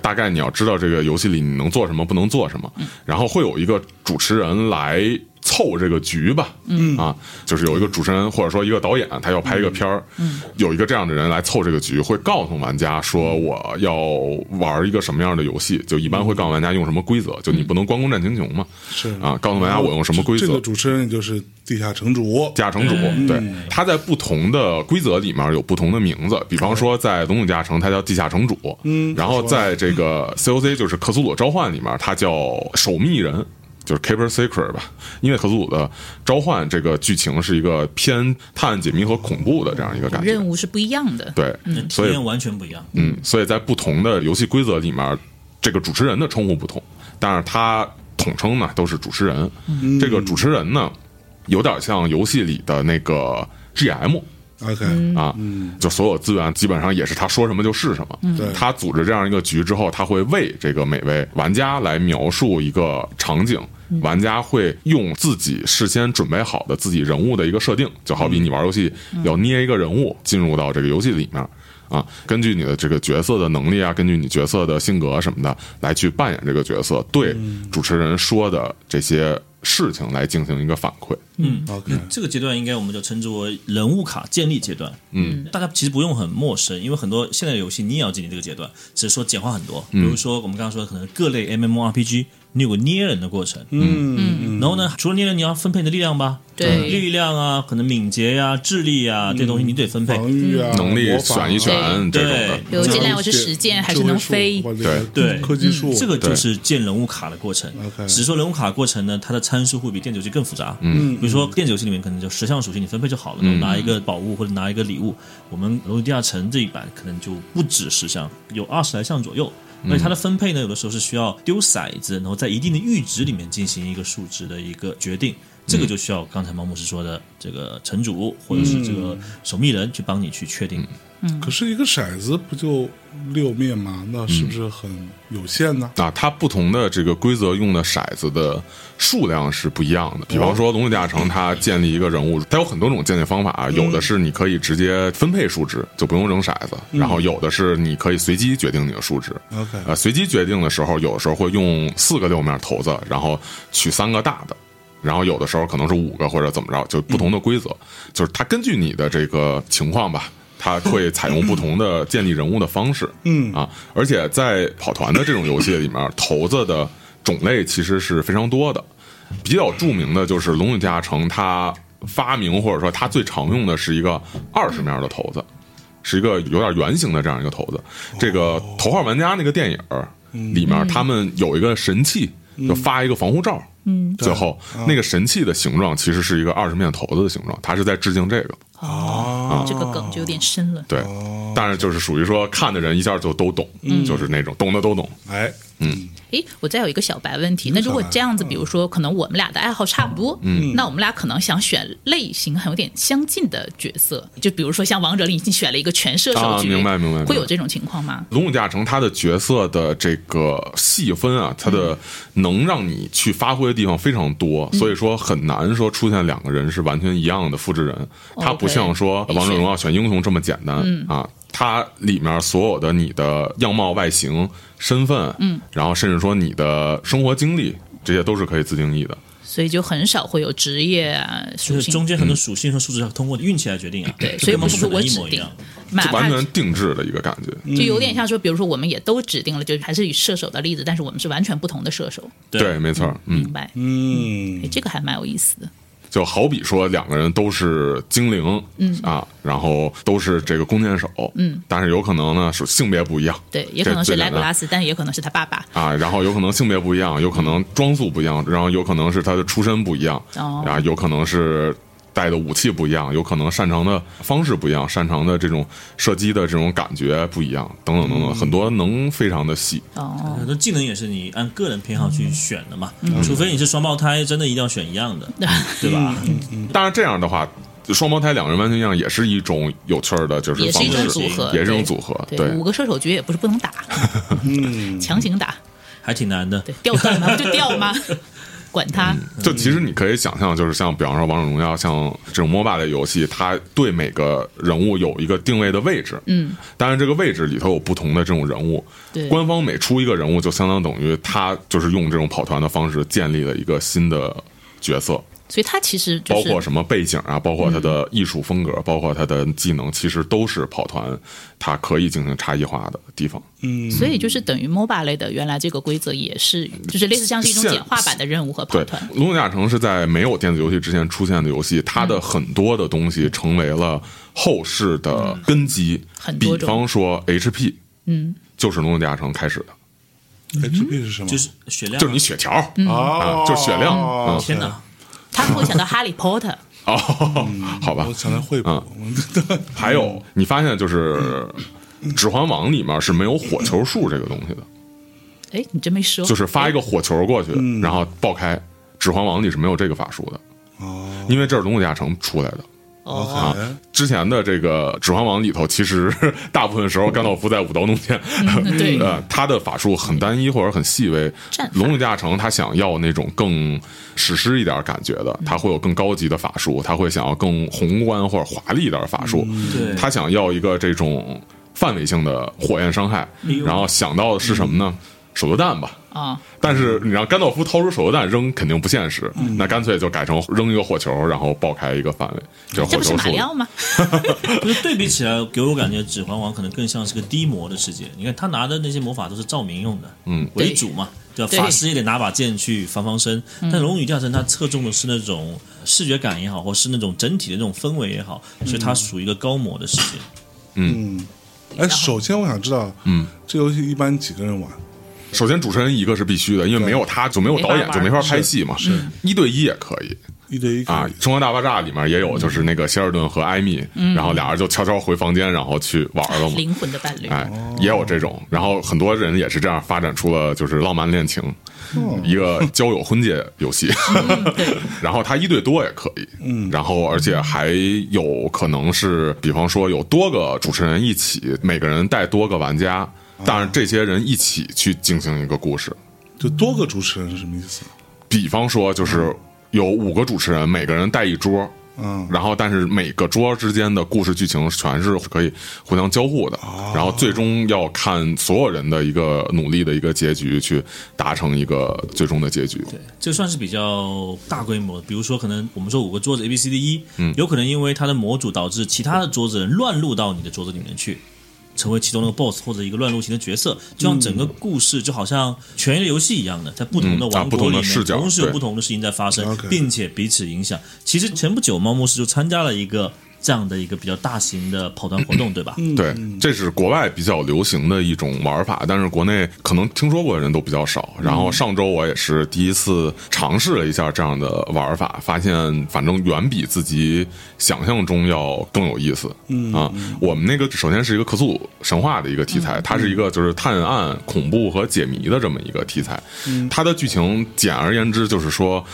Speaker 3: 大概你要知道这个游戏里你能做什么，不能做什么。然后会有一个主持人来凑这个局吧。嗯啊，就是有一个主持人或者说一个导演，他要拍一个片儿，有一个这样的人来凑这个局，会告诉玩家说我要玩一个什么样的游戏，就一般会告诉玩家用什么规则，就你不能关公战秦琼嘛。
Speaker 1: 是
Speaker 3: 啊，告诉玩家我用什么规则。
Speaker 1: 这个主持人也就是地下城主。
Speaker 3: 地下城主，对，他在不同的规则里面有不同的名字，比方说在《龙与地下城》，它叫地下城主，嗯，然后在这个 COC 就是克苏鲁召唤里面，它叫守密人。就是 Keeper Secret 吧，因为克苏鲁的召唤这个剧情是一个偏探案解谜和恐怖的这样一个感觉
Speaker 2: 任，务是不一样的。
Speaker 3: 对，
Speaker 4: 体
Speaker 3: 所以
Speaker 4: 验完全不一样。
Speaker 3: 嗯，所以在不同的游戏规则里面，这个主持人的称呼不同，但是他统称呢都是主持人。这个主持人呢，有点像游戏里的那个 GM。
Speaker 2: 嗯
Speaker 1: OK，
Speaker 3: 啊，就所有资源基本上也是他说什么就是什么。
Speaker 1: 嗯对
Speaker 3: 他组织这样一个局之后，他会为这个每位玩家来描述一个场景，
Speaker 1: 嗯
Speaker 3: 玩家会用自己事先准备好的自己人物的一个设定，就好
Speaker 1: 嗯
Speaker 3: 比你玩游戏要捏一个人物进入到这个游戏里面。啊，根据你的这个角色的能力啊，根据你角色的性格什么的，来去扮演这个角色，对
Speaker 1: 嗯
Speaker 3: 主持人说的这些事情来进行一个反馈。
Speaker 4: 嗯
Speaker 1: OK
Speaker 4: 那这个阶段应该我们就称之为人物卡建立阶段。嗯，大家其实不用很陌生，因为很多现在的游戏你也要经历这个阶段，只是说简化很多。
Speaker 3: 嗯
Speaker 4: 比如说我们刚刚说的可能各类 MMORPG，你有个捏人的过程，
Speaker 1: 嗯，
Speaker 4: 然后呢，除了捏人，你要分配你的力量吧？
Speaker 2: 对
Speaker 4: 力量啊，可能敏捷呀、智力啊，这些东西你得分配。
Speaker 1: 防御啊，
Speaker 3: 能力
Speaker 1: 魔法啊
Speaker 3: 选一选这种的
Speaker 4: 对，
Speaker 2: 嗯比如进来
Speaker 1: 然后
Speaker 2: 我是
Speaker 1: 写
Speaker 2: 实践还是
Speaker 1: 智慧
Speaker 2: 能
Speaker 1: 树
Speaker 2: 飞嗯
Speaker 1: 或者
Speaker 4: 对
Speaker 1: 科技树
Speaker 4: 这个就是建人物卡的过程
Speaker 1: OK。
Speaker 4: 只是说人物卡的过程呢，它的参数会比电子游戏更复杂。嗯，比如说电子游戏里面可能就十项属性你分配就好了，
Speaker 2: 嗯
Speaker 4: 拿一个宝物或者拿一个礼物。我们《龙与地下城》这一版可能就不止十项，有二十来项左右。
Speaker 2: 嗯
Speaker 4: 而且它的分配呢，有的时候是需要丢骰子，然后在一定的阈值里面进行一个数值的一个决定。这
Speaker 2: 嗯
Speaker 4: 个就
Speaker 2: 嗯
Speaker 4: 需要刚才毛姆斯说的这个城主或者是这个守密人去帮你去确定
Speaker 1: 可是一个骰子不就六面吗？那是不是很有限呢？
Speaker 3: 啊，它不同的这个规则用的骰子的数量是不一样的。比方说《龙与地下城》，它建立一个人物，它有很多种建立方法啊，有的是你可以直接分配数值，就不用扔骰子；然后有的是你可以随机决定你的数值。
Speaker 1: OK
Speaker 3: 呃，随机决定的时候，有的时候会用四个六面骰子，然后取三个大的。然后有的时候可能是五个或者怎么着，就不同的规则，就是它根据你的这个情况吧，它会采用不同的建立人物的方式。嗯啊，而且在跑团的这种游戏里面，骰子的种类其实是非常多的。比较著名的就是《龙与地下城》，它发明或者说它最常用的是一个二十面的骰子，是一个有点圆形的这样一个骰子。这个《头号玩家》那个电影儿里面，他们有一个神器，就发一个防护罩。嗯，最后那个神器的形状其实是一个二十面骰子的形状，它是在致敬这个。
Speaker 1: 哦
Speaker 2: 这个梗就有点深了。
Speaker 3: 对，但是就是属于说看的人一下就都懂，就是那种懂的都懂。
Speaker 1: 哎，
Speaker 2: 诶，我再有一个小白问
Speaker 3: 嗯
Speaker 2: 题，那如果这样子，比如说，可能我们俩的爱好差不多，嗯，那我们俩可能想选类型很有点相近的角色，就比如说像王者里已经选了一个全射手
Speaker 3: 啊
Speaker 2: 局，
Speaker 3: 明白明白明白
Speaker 2: 会有这种情况吗？
Speaker 3: 龙武地下城它的角色的这个细分啊，它的能让你去发挥的地方非常多，所以说很难说出现两个人是完全一样的复制人，它不
Speaker 2: OK
Speaker 3: 像说
Speaker 2: 的确
Speaker 3: 王者荣耀选英雄这么简单啊。它里面所有的你的样貌、外形、身份，嗯，然后甚至说你的生活经历，这些都是可以自定义的。
Speaker 2: 所以就很少会有职业啊
Speaker 4: 就
Speaker 2: 属
Speaker 4: 是
Speaker 2: 性
Speaker 4: 中间很多属性和数值要通过运气来决定啊，
Speaker 2: 对，
Speaker 4: 就
Speaker 2: 所以
Speaker 4: 根本
Speaker 2: 不是
Speaker 4: 不可
Speaker 2: 我
Speaker 4: 能一
Speaker 2: 指
Speaker 4: 模一
Speaker 2: 定
Speaker 4: 样。，
Speaker 2: 哪
Speaker 3: 就完
Speaker 2: 怕
Speaker 3: 全嗯定制的一个感觉。
Speaker 2: 就有点像说，比如说我们也都指定了，就还是以射手的例子，但是我们是完全不同的射手，
Speaker 3: 对，没错儿，嗯，
Speaker 2: 明白？
Speaker 1: 嗯
Speaker 2: 诶，这个还蛮有意思的。
Speaker 3: 就好比说两个人都是精灵，嗯啊，然后都是这个弓箭手，嗯，但是有可能呢是性别不一样，
Speaker 2: 对，也可能
Speaker 3: 这最
Speaker 2: 是莱嗯
Speaker 3: 简
Speaker 2: 普
Speaker 3: 单
Speaker 2: 拉斯，但也可能是他爸爸。
Speaker 3: 啊，然后有可能性别不一样，有可能装束不一样，然后有可能是他的出身不一样，
Speaker 2: 哦
Speaker 3: 啊，有可能是带的武器不一样，有可能擅长的方式不一样，擅长的这种射击的这种感觉不一样，等等等
Speaker 2: 嗯
Speaker 3: 等，很多能非常的细，
Speaker 2: 哦，
Speaker 4: 很多技能也是你按个人偏好
Speaker 2: 嗯
Speaker 4: 去选的嘛，除非你是双胞胎，真的一定要选一样的，
Speaker 2: 嗯
Speaker 4: [LAUGHS] 对吧？
Speaker 3: 当然这样的话。双胞胎两个人完全一样，也是一种有趣儿的，就是
Speaker 2: 也是
Speaker 3: 方
Speaker 2: 一
Speaker 3: 式，
Speaker 2: 种组合，
Speaker 3: 也是一种
Speaker 2: 对
Speaker 3: 组合。
Speaker 2: 对，五个射手局也不是不能打，
Speaker 1: 嗯，
Speaker 2: 强行打，
Speaker 4: 还挺难的。
Speaker 2: 对，掉段吗？不就掉
Speaker 3: [LAUGHS]
Speaker 2: 吗？管他，
Speaker 3: 就其实你可以想象，就是像比方说《王者荣耀》像这种 MOBA 类游戏，它对每个人物有一个定位的位置。
Speaker 2: 嗯，
Speaker 3: 当然这个位置里头有不同的这种人物。
Speaker 2: 对，
Speaker 3: 官方每出一个人物，就相当等于他就是用这种跑团的方式建立了一个新的角色，
Speaker 2: 所以他其实就
Speaker 3: 包
Speaker 2: 是嗯
Speaker 3: 括什么背景啊，包括他的艺术风格，包括他的技能，其实都是跑团它可以进行差异化的地方。
Speaker 2: 所以就是等于 MOBA 类的，原来这个规则也是，就是类似像是一种
Speaker 3: 现
Speaker 2: 简化版的任务和跑
Speaker 3: 对，《
Speaker 2: 团。
Speaker 3: 龙与地下城》是在没有电子游戏之前出现的游戏，它的很多的东西成为了后世的根基。
Speaker 2: 很
Speaker 3: 比
Speaker 2: 多种
Speaker 3: 方说 HP，
Speaker 2: 嗯，
Speaker 3: 就是《龙与地下城》开始的，
Speaker 1: HP 是什么？
Speaker 4: 就是血量，
Speaker 3: 就是你血条。啊，
Speaker 1: 哦
Speaker 3: 就是雪亮嗯
Speaker 4: 天哪！
Speaker 2: 他们会想到哈利
Speaker 3: [LAUGHS]
Speaker 2: 波特，
Speaker 3: 哦，好吧
Speaker 1: 我。想到惠普，
Speaker 3: 嗯还有，你发现就是《指环王》里面是没有火球术这个东西的，
Speaker 2: 哎，你真没说，
Speaker 3: 就是发一个火球过去，然后爆开。《指环王》里是没有这个法术的，
Speaker 1: 哦
Speaker 3: 因为这是《龙与地下城》出来的。
Speaker 2: 哦，
Speaker 1: [LAUGHS] ，OK，哎
Speaker 3: 之前的这个《指环王》里头，其实 [LAUGHS] 大部分时候甘道夫在舞刀弄剑，[LAUGHS]
Speaker 4: 嗯
Speaker 2: 对
Speaker 3: 呃，他的法术很单一或者很细微。
Speaker 2: 战法
Speaker 3: 龙与地下城他想要那种更史诗一点感觉
Speaker 4: 嗯
Speaker 3: 的，他会有更高级的法术，他会想要更宏观或者华丽一点的法术，
Speaker 4: 嗯对
Speaker 3: 他想要一个这种范围性的火焰伤害
Speaker 4: 哎，呦嗯
Speaker 3: 然后想到的是什么呢？手榴弹吧。
Speaker 2: 啊，
Speaker 3: 但是你让甘道夫掏出手榴弹扔，肯定不现实，
Speaker 4: 嗯
Speaker 3: 那干脆就改成扔一个火球，然后爆开一个范围，这
Speaker 2: 这
Speaker 3: 火
Speaker 2: 不是
Speaker 3: 球
Speaker 2: 马
Speaker 3: 术
Speaker 2: 里。
Speaker 3: [LAUGHS]
Speaker 2: 奥吗？
Speaker 4: 不是对比起来，给我感觉《指环王》可能更像是个低魔的世界。你看他拿的那些魔法都是照明用的，嗯，为主嘛，对吧？
Speaker 2: 对嗯
Speaker 4: 法师也得拿把剑去防防身，但《龙与地下城》它侧重的是那种视觉感也好，或是那种整体的那种氛围也好，
Speaker 2: 嗯
Speaker 4: 所以它属于一个高魔的世界。
Speaker 1: 哎，
Speaker 2: 后
Speaker 1: 首先我想知道，嗯，这游戏一般几个人玩？
Speaker 3: 首先，主持人一个是必须的，因为没有他就没有导演，
Speaker 2: 没法玩
Speaker 3: 就没法拍戏嘛。是一对一也可以，
Speaker 1: 一对一可以
Speaker 3: 啊，《生活大爆炸》里面也有，就是那个希尔顿和艾米，然后俩人就悄悄回房间，然后去玩了嘛。
Speaker 2: 灵魂的伴侣。
Speaker 3: 哎，也有这种，然后很多人也是这样发展出了就是浪漫恋情，一个交友婚介游戏， [LAUGHS] 然后它一哦嗯对多也可以，嗯，然后而且还有可能是，比方说有多个主持人一起，每个人带多个玩家，但是这些人一起去进行一个故事，
Speaker 1: 就多个主持人是什么意思？
Speaker 3: 比方说就是有五个主持人，每个人带一桌。
Speaker 1: 嗯，
Speaker 3: 然后，但是每个桌之间的故事剧情全是可以互相交互的，然后最终要看所有人的一个努力的一个结局，去达成一个最终的结局。
Speaker 4: 这算是比较大规模的，比如说可能我们说五个桌子 A B C D E，嗯，有可能因为它的模组导致其他的桌子人乱入到你的桌子里面去，成为其中那个 BOSS 或者一个乱入型的角色，就像整个故事就好像权力游戏一样的，在不同的
Speaker 3: 嗯啊
Speaker 4: 王
Speaker 3: 不同
Speaker 4: 国
Speaker 3: 的
Speaker 4: 里面，
Speaker 3: 视角
Speaker 4: 同时有
Speaker 3: 对
Speaker 4: 不同的事情在发生
Speaker 1: OK，
Speaker 4: 并且彼此影响。其实前不久猫牧师就参加了一个这样的一个比较大型的跑团活动，对吧？
Speaker 3: 对，这是国外比较流行的一种玩法，但是国内可能听说过的人都比较少。然后上周我也是第一次尝试了一下这样的玩法，发现反正远比自己想象中要更有意思。嗯嗯啊，我们那个首先是一个克苏鲁神话的一个题材，它是一个就是探案、恐怖和解谜的这么一个题材。它的剧情简而言之就是说，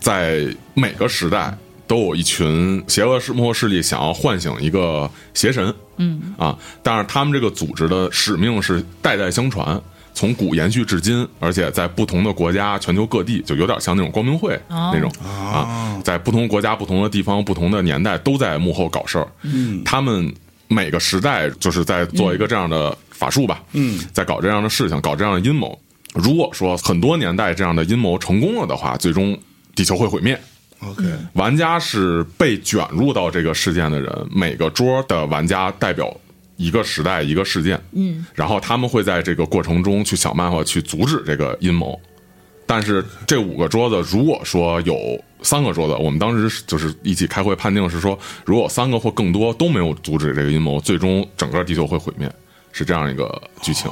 Speaker 3: 在每个时代都有一群邪恶势幕后势力想要唤醒一个邪神，嗯啊，但是他们这个组织的使命是代代相传。从古延续至今，而且在不同的国家、全球各地，就有点像那种光明会、
Speaker 2: 哦
Speaker 3: 那种啊，在不同国家、不同的地方、不同的年代，都在幕后搞事儿。嗯，他们每个时代就是在做一个这样的法术吧，嗯，在搞这样的事情，搞这样的阴谋。如果说很多年代这样的阴谋成功了的话，最终地球会毁灭。
Speaker 1: OK，
Speaker 2: 嗯
Speaker 3: 玩家是被卷入到这个事件的人，每个桌的玩家代表一个时代、一个事件，嗯，然后他们会在这个过程中去想办法去阻止这个阴谋。但是这五个桌子，如果说有三个桌子，我们当时是就是一起开会判定是说，如果有三个或更多都没有阻止这个阴谋，最终整个地球会毁灭，是这样一个剧
Speaker 2: 哦
Speaker 3: 情。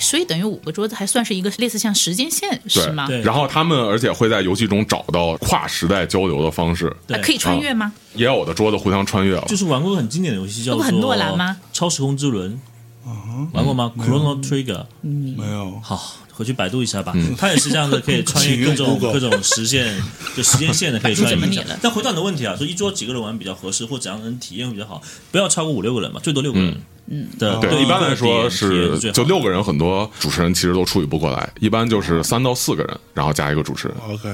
Speaker 2: 所以等于五个桌子还算是一个类似像时间线
Speaker 3: 对
Speaker 2: 是吗？啊
Speaker 4: 对
Speaker 3: 然后他们而且会在游戏中找到跨时代交流的方式，
Speaker 4: 对，
Speaker 2: 啊可以穿越吗？
Speaker 3: 也有的桌子互相穿越了。
Speaker 4: 就是玩过一个很经典的游戏叫
Speaker 2: 不
Speaker 4: 做
Speaker 2: 很诺兰吗？
Speaker 4: 超时空之轮，
Speaker 3: 啊
Speaker 4: 玩过吗？Chrono
Speaker 3: 嗯
Speaker 4: Trigger。
Speaker 1: 没有，
Speaker 4: 好，回去百度一下吧。
Speaker 3: 嗯
Speaker 4: 它也是这样的，可以穿
Speaker 3: [LAUGHS]
Speaker 4: 越各
Speaker 1: 请用
Speaker 4: 种
Speaker 1: Google
Speaker 4: 各种时间，就时间线的 [LAUGHS] 可以穿
Speaker 2: 百度怎
Speaker 4: 越
Speaker 2: 么
Speaker 4: 一
Speaker 2: 拟
Speaker 4: 下
Speaker 2: 了。
Speaker 4: 但回到你的问题啊，说一桌几个人玩比较合适，或怎样的人体验会比较好？不要超过五六个人嘛，最多六个人。嗯，的
Speaker 3: 对，一般来
Speaker 4: 个
Speaker 3: 说
Speaker 4: 点体验
Speaker 3: 哦是
Speaker 4: 最好
Speaker 3: 就六个人，很多主持人其实都处理不过来，一般就是三到四个人，然后加一个主持人。嗯
Speaker 1: OK，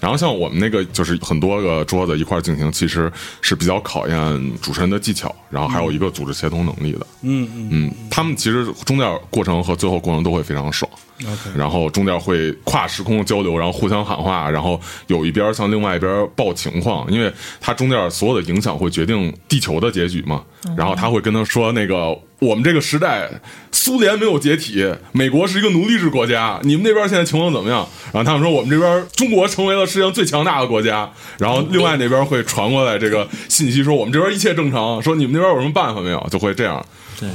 Speaker 3: 然后像我们那个就是很多个桌子一块儿进行，其实是比较考验主持人的技巧，然后还有一个组织协同能力的。
Speaker 1: 嗯嗯
Speaker 3: 嗯，他们其实中间过程和最后过程都会非常爽。
Speaker 1: ，OK，
Speaker 3: 然后中间会跨时空的交流，然后互相喊话，然后有一边向另外一边报情况，因为它中间所有的影响会决定地球的结局嘛。然后他会跟他说那个。我们这个时代，苏联没有解体，美国是一个奴隶制国家。你们那边现在情况怎么样？然后他们说，我们这边中国成为了世界上最强大的国家。然后另外那边会传过来这个信息，说我们这边一切正常。说你们那边有什么办法没有？就会这样。
Speaker 4: 对，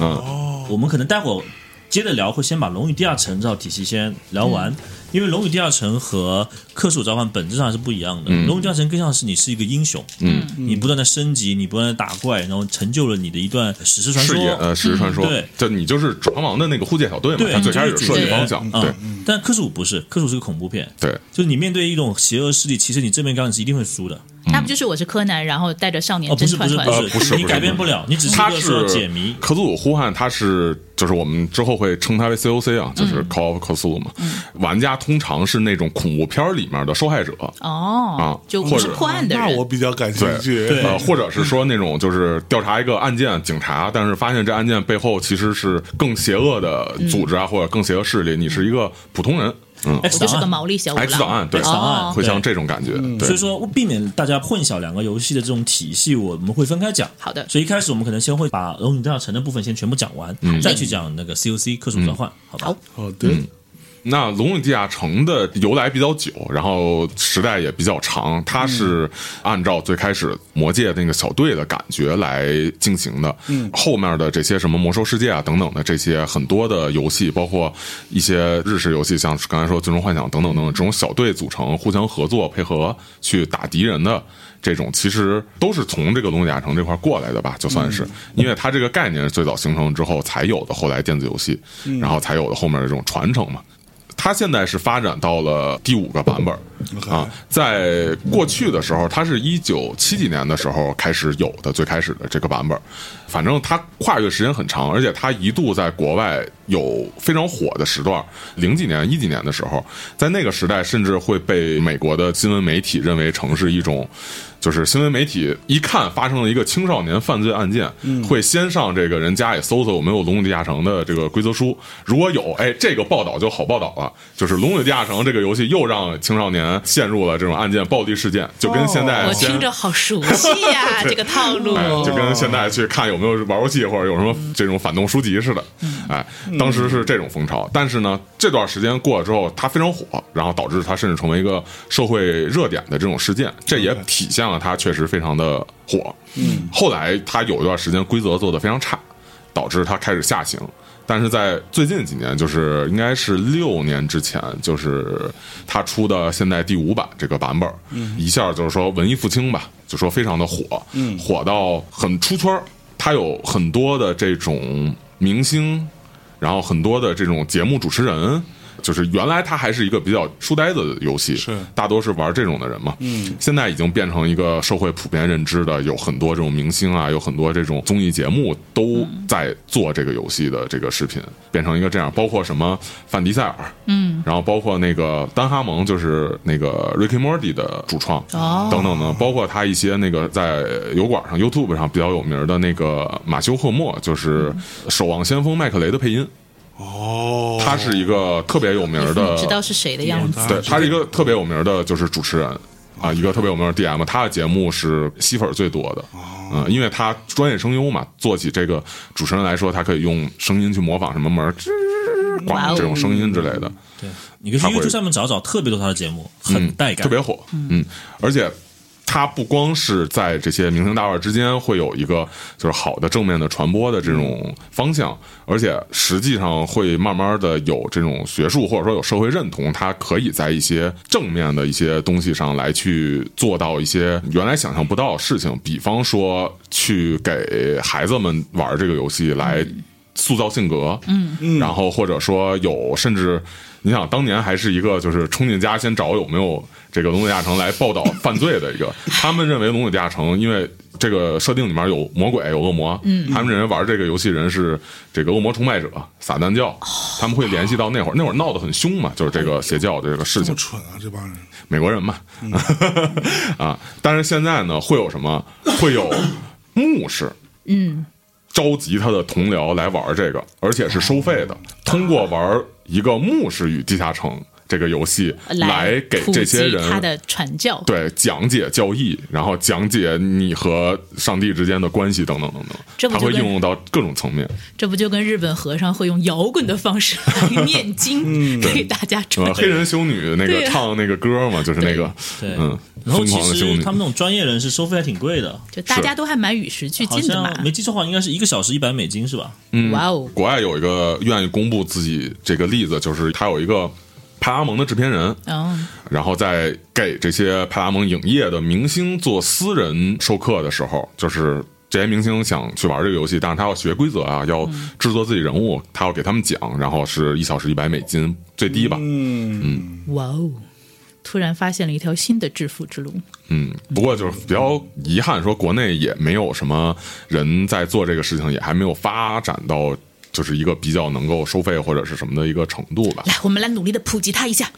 Speaker 4: 我们可能待会儿接着聊，会先把《龙与地下城》这套体系先聊完，因为《龙与地下城》和《克苏鲁召唤》本质上是不一样
Speaker 3: 嗯
Speaker 4: 的，龙与地下城》更像是你是一个英雄，嗯，你不断的升级，你不断的打怪，然后成就了你的一段史诗传说
Speaker 3: 视。野呃，史实传说，
Speaker 4: 嗯对
Speaker 3: 就你就是指环王的那个护戒小队嘛，
Speaker 4: 对，
Speaker 3: 他最开始
Speaker 4: 就是
Speaker 3: 设计
Speaker 4: 主角
Speaker 3: 方向，对
Speaker 4: 啊，但克苏鲁不是，克苏鲁是个恐怖片，
Speaker 3: 对，
Speaker 4: 就是你面对一种邪恶势力，其实你正面刚你是一定会输的。
Speaker 3: 嗯
Speaker 2: 那不就是我是柯南，然后带着少年
Speaker 4: 哦，不
Speaker 2: 侦
Speaker 4: 是不
Speaker 2: 团
Speaker 4: 是
Speaker 2: 哎团？
Speaker 3: 呃不是
Speaker 4: 你
Speaker 3: 不是
Speaker 4: 改变不了，你只是一
Speaker 3: 他
Speaker 4: 个
Speaker 3: 是
Speaker 4: 说解谜。
Speaker 3: 克苏鲁呼唤，他是就是我们之后会称他为 COC 啊，就是
Speaker 4: 嗯
Speaker 3: Call of Cthulhu 嘛。玩家通常是那种恐怖片里面的受害者，
Speaker 2: 哦
Speaker 3: 啊，
Speaker 2: 就
Speaker 3: 或
Speaker 2: 不
Speaker 3: 者
Speaker 2: 是破案的
Speaker 1: 那我
Speaker 2: 人。
Speaker 1: 比较感兴趣，哦
Speaker 4: 对
Speaker 3: 呃，或者是说那种就是调查一个案件，警察，但是发现这案件背后其实是更邪恶的
Speaker 4: 嗯
Speaker 3: 组织啊，或者更邪恶势力，你是一个普通人，嗯
Speaker 4: X
Speaker 2: 就是个
Speaker 4: 档案
Speaker 2: 毛利小五郎。哦
Speaker 3: ，X 档案，哎对，
Speaker 4: 哎 X 档案
Speaker 3: 会像
Speaker 4: 对
Speaker 3: 这种感觉，
Speaker 4: 所
Speaker 3: 对
Speaker 4: 以。说，避免大家混淆两个游戏的这种体系，我们会分开讲。
Speaker 2: 好的
Speaker 4: 所以一开始我们可能先会把《
Speaker 3: 嗯
Speaker 4: 龙与地下城》的部分先全部讲完，再去讲那个 COC 克数转换，好吧？
Speaker 2: 好
Speaker 1: 好的，
Speaker 3: 那《龙与地下城》的由来比较久，然后时代也比较长，它是按照最开始魔界那个小队的感觉来进行的。嗯，后面的这些什么魔兽世界啊等等的这些很多的游戏，包括一些日式游戏，像刚才说《最终幻想》等等等等，这种小队组成互相合作配合去打敌人的。这种其实都是从这个龙甲城这块过来的吧，就算是，因为它这个概念是最早形成之后才有的，后来电子游戏，然后才有的后面的这种传承嘛。它现在是发展到了第五个版本啊，在过去的时候，它是一九七几年的时候开始有的最开始的这个版本，反正它跨越时间很长，而且它一度在国外有非常火的时段，零几年、一几年的时候，在那个时代甚至会被美国的新闻媒体认为成是一种。就是新闻媒体一看发生了一个青少年犯罪案件，会先上这个人家里搜搜有没有《龙与地下城》的这个规则书，如果有，哎，这个报道就好报道了。就是《龙与地下城》这个游戏又让青少年陷入了这种案件暴力事件，就跟现在
Speaker 2: 哦我
Speaker 3: 先
Speaker 2: 听着好熟悉呀、这个套
Speaker 3: [LAUGHS]
Speaker 2: 路。
Speaker 3: 哎，就跟现在去看有没有玩游戏或者有什么这种反动书籍似的，哎，当时是这种风潮。但是呢，这段时间过了之后，它非常火，然后导致它甚至成为一个社会热点的这种事件，这也体现了它确实非常的火。嗯，后来它有一段时间规则做得非常差，导致它开始下行。但是在最近几年，就是应该是六年之前，就是他出的现在第五版这个版本，一下就是说文艺复兴吧，就说非常的火，火到很出圈儿。他有很多的这种明星，然后很多的这种节目主持人。就是原来它还是一个比较书呆子的游戏，
Speaker 1: 是
Speaker 3: 大多是玩这种的人嘛。嗯，现在已经变成一个社会普遍认知的，有很多这种明星啊，有很多这种综艺节目都在做这个游戏的这个视频，变成一个这样。包括什么范迪塞尔，嗯，然后包括那个丹哈蒙，就是那个 Ricky Morty 的主创，
Speaker 2: 哦
Speaker 3: 等等的，包括他一些那个在油管上、YouTube 上比较有名的那个马修·赫默，就是《守望先锋》麦克雷的配音，
Speaker 1: 哦，
Speaker 3: 他是一个特别有名的，
Speaker 2: 嗯哦知道是谁的样子，
Speaker 1: 啊
Speaker 3: 对，
Speaker 1: 是
Speaker 3: 他是一个特别有名的，就是主持人
Speaker 2: 哦
Speaker 3: 啊，一个特别有名的 DM，他的节目是吸粉最多的，
Speaker 2: 哦
Speaker 3: 嗯，因为他专业声优嘛，做起这个主持人来说，他可以用声音去模仿什么门儿吱
Speaker 2: 哇
Speaker 3: 广
Speaker 2: 哦
Speaker 3: 这种声音之类的，
Speaker 4: 对，你可以去
Speaker 3: 他会
Speaker 4: YouTube 上面找找，特别多他的节目，很带感，
Speaker 3: 特别火，嗯，而且。它不光是在这些明星大腕之间会有一个就是好的正面的传播的这种方向，而且实际上会慢慢的有这种学术或者说有社会认同，它可以在一些正面的一些东西上来去做到一些原来想象不到的事情，比方说去给孩子们玩这个游戏来塑造性格，嗯，然后或者说有甚至，你想当年还是一个就是冲进家先找有没有这个龙井地下城来报道犯罪的一 [LAUGHS] 个，他们认为龙井地下城因为这个设定里面有魔鬼有恶魔，嗯，他们认为玩这个游戏人是这个恶魔崇拜者撒旦教，他们会联系到那会儿那会儿闹得很凶嘛，就是这个邪教的这个事情
Speaker 1: 这么，蠢啊，这帮人
Speaker 3: 美国人嘛，
Speaker 2: 嗯
Speaker 3: [LAUGHS] 啊，但是现在呢，会有什么？会有牧师，嗯，召集他的同僚来玩这个，而且是收费
Speaker 2: 哦
Speaker 3: 的，通过玩一个《牧师与地下城》这个游戏来给
Speaker 2: 普
Speaker 3: 这些
Speaker 2: 及
Speaker 3: 人
Speaker 2: 他的传教。
Speaker 3: 对讲解教义，然后讲解你和上帝之间的关系等等等
Speaker 2: 这
Speaker 3: 等，
Speaker 2: 不
Speaker 3: 它
Speaker 2: 就
Speaker 3: 会
Speaker 2: 跟
Speaker 3: 应用到各种层面。
Speaker 2: 这不就跟日本和尚会用摇滚的方式来念经，
Speaker 3: 嗯
Speaker 2: 给大家
Speaker 3: 什么
Speaker 2: 传
Speaker 3: 呃黑人修女那
Speaker 2: 对
Speaker 3: 个
Speaker 2: 呀
Speaker 3: 唱那个歌嘛，就是那个，
Speaker 4: 对
Speaker 3: 嗯，
Speaker 4: 然后
Speaker 3: 疯
Speaker 4: 其
Speaker 3: 狂的修
Speaker 4: 实
Speaker 3: 女
Speaker 4: 他，们那种专业人士收费还挺贵的，
Speaker 2: 就大家都还蛮与时俱
Speaker 4: 好
Speaker 2: 进的嘛
Speaker 4: 像。没记错的话，应该是一个小时一百美金是吧？
Speaker 3: 嗯
Speaker 2: 哇哦，
Speaker 3: 国外有一个愿意公布自己这个例子，就是他有一个派拉蒙的制片人，
Speaker 2: 嗯，
Speaker 3: 然后在给这些派拉蒙影业的明星做私人授课的时候，就是这些明星想去玩这个游戏，但是他要学规则啊，要制作自己人物，他要给他们讲，然后是一小时一百美金最低吧，
Speaker 2: 哇哦，突然发现了一条新的致富之路。
Speaker 3: 嗯，不过就是比较遗憾，说国内也没有什么人在做这个事情，也还没有发展到就是一个比较能够收费或者是什么的一个程度吧。
Speaker 2: 来，我们来努力的普及它一
Speaker 4: [LAUGHS]
Speaker 2: 下。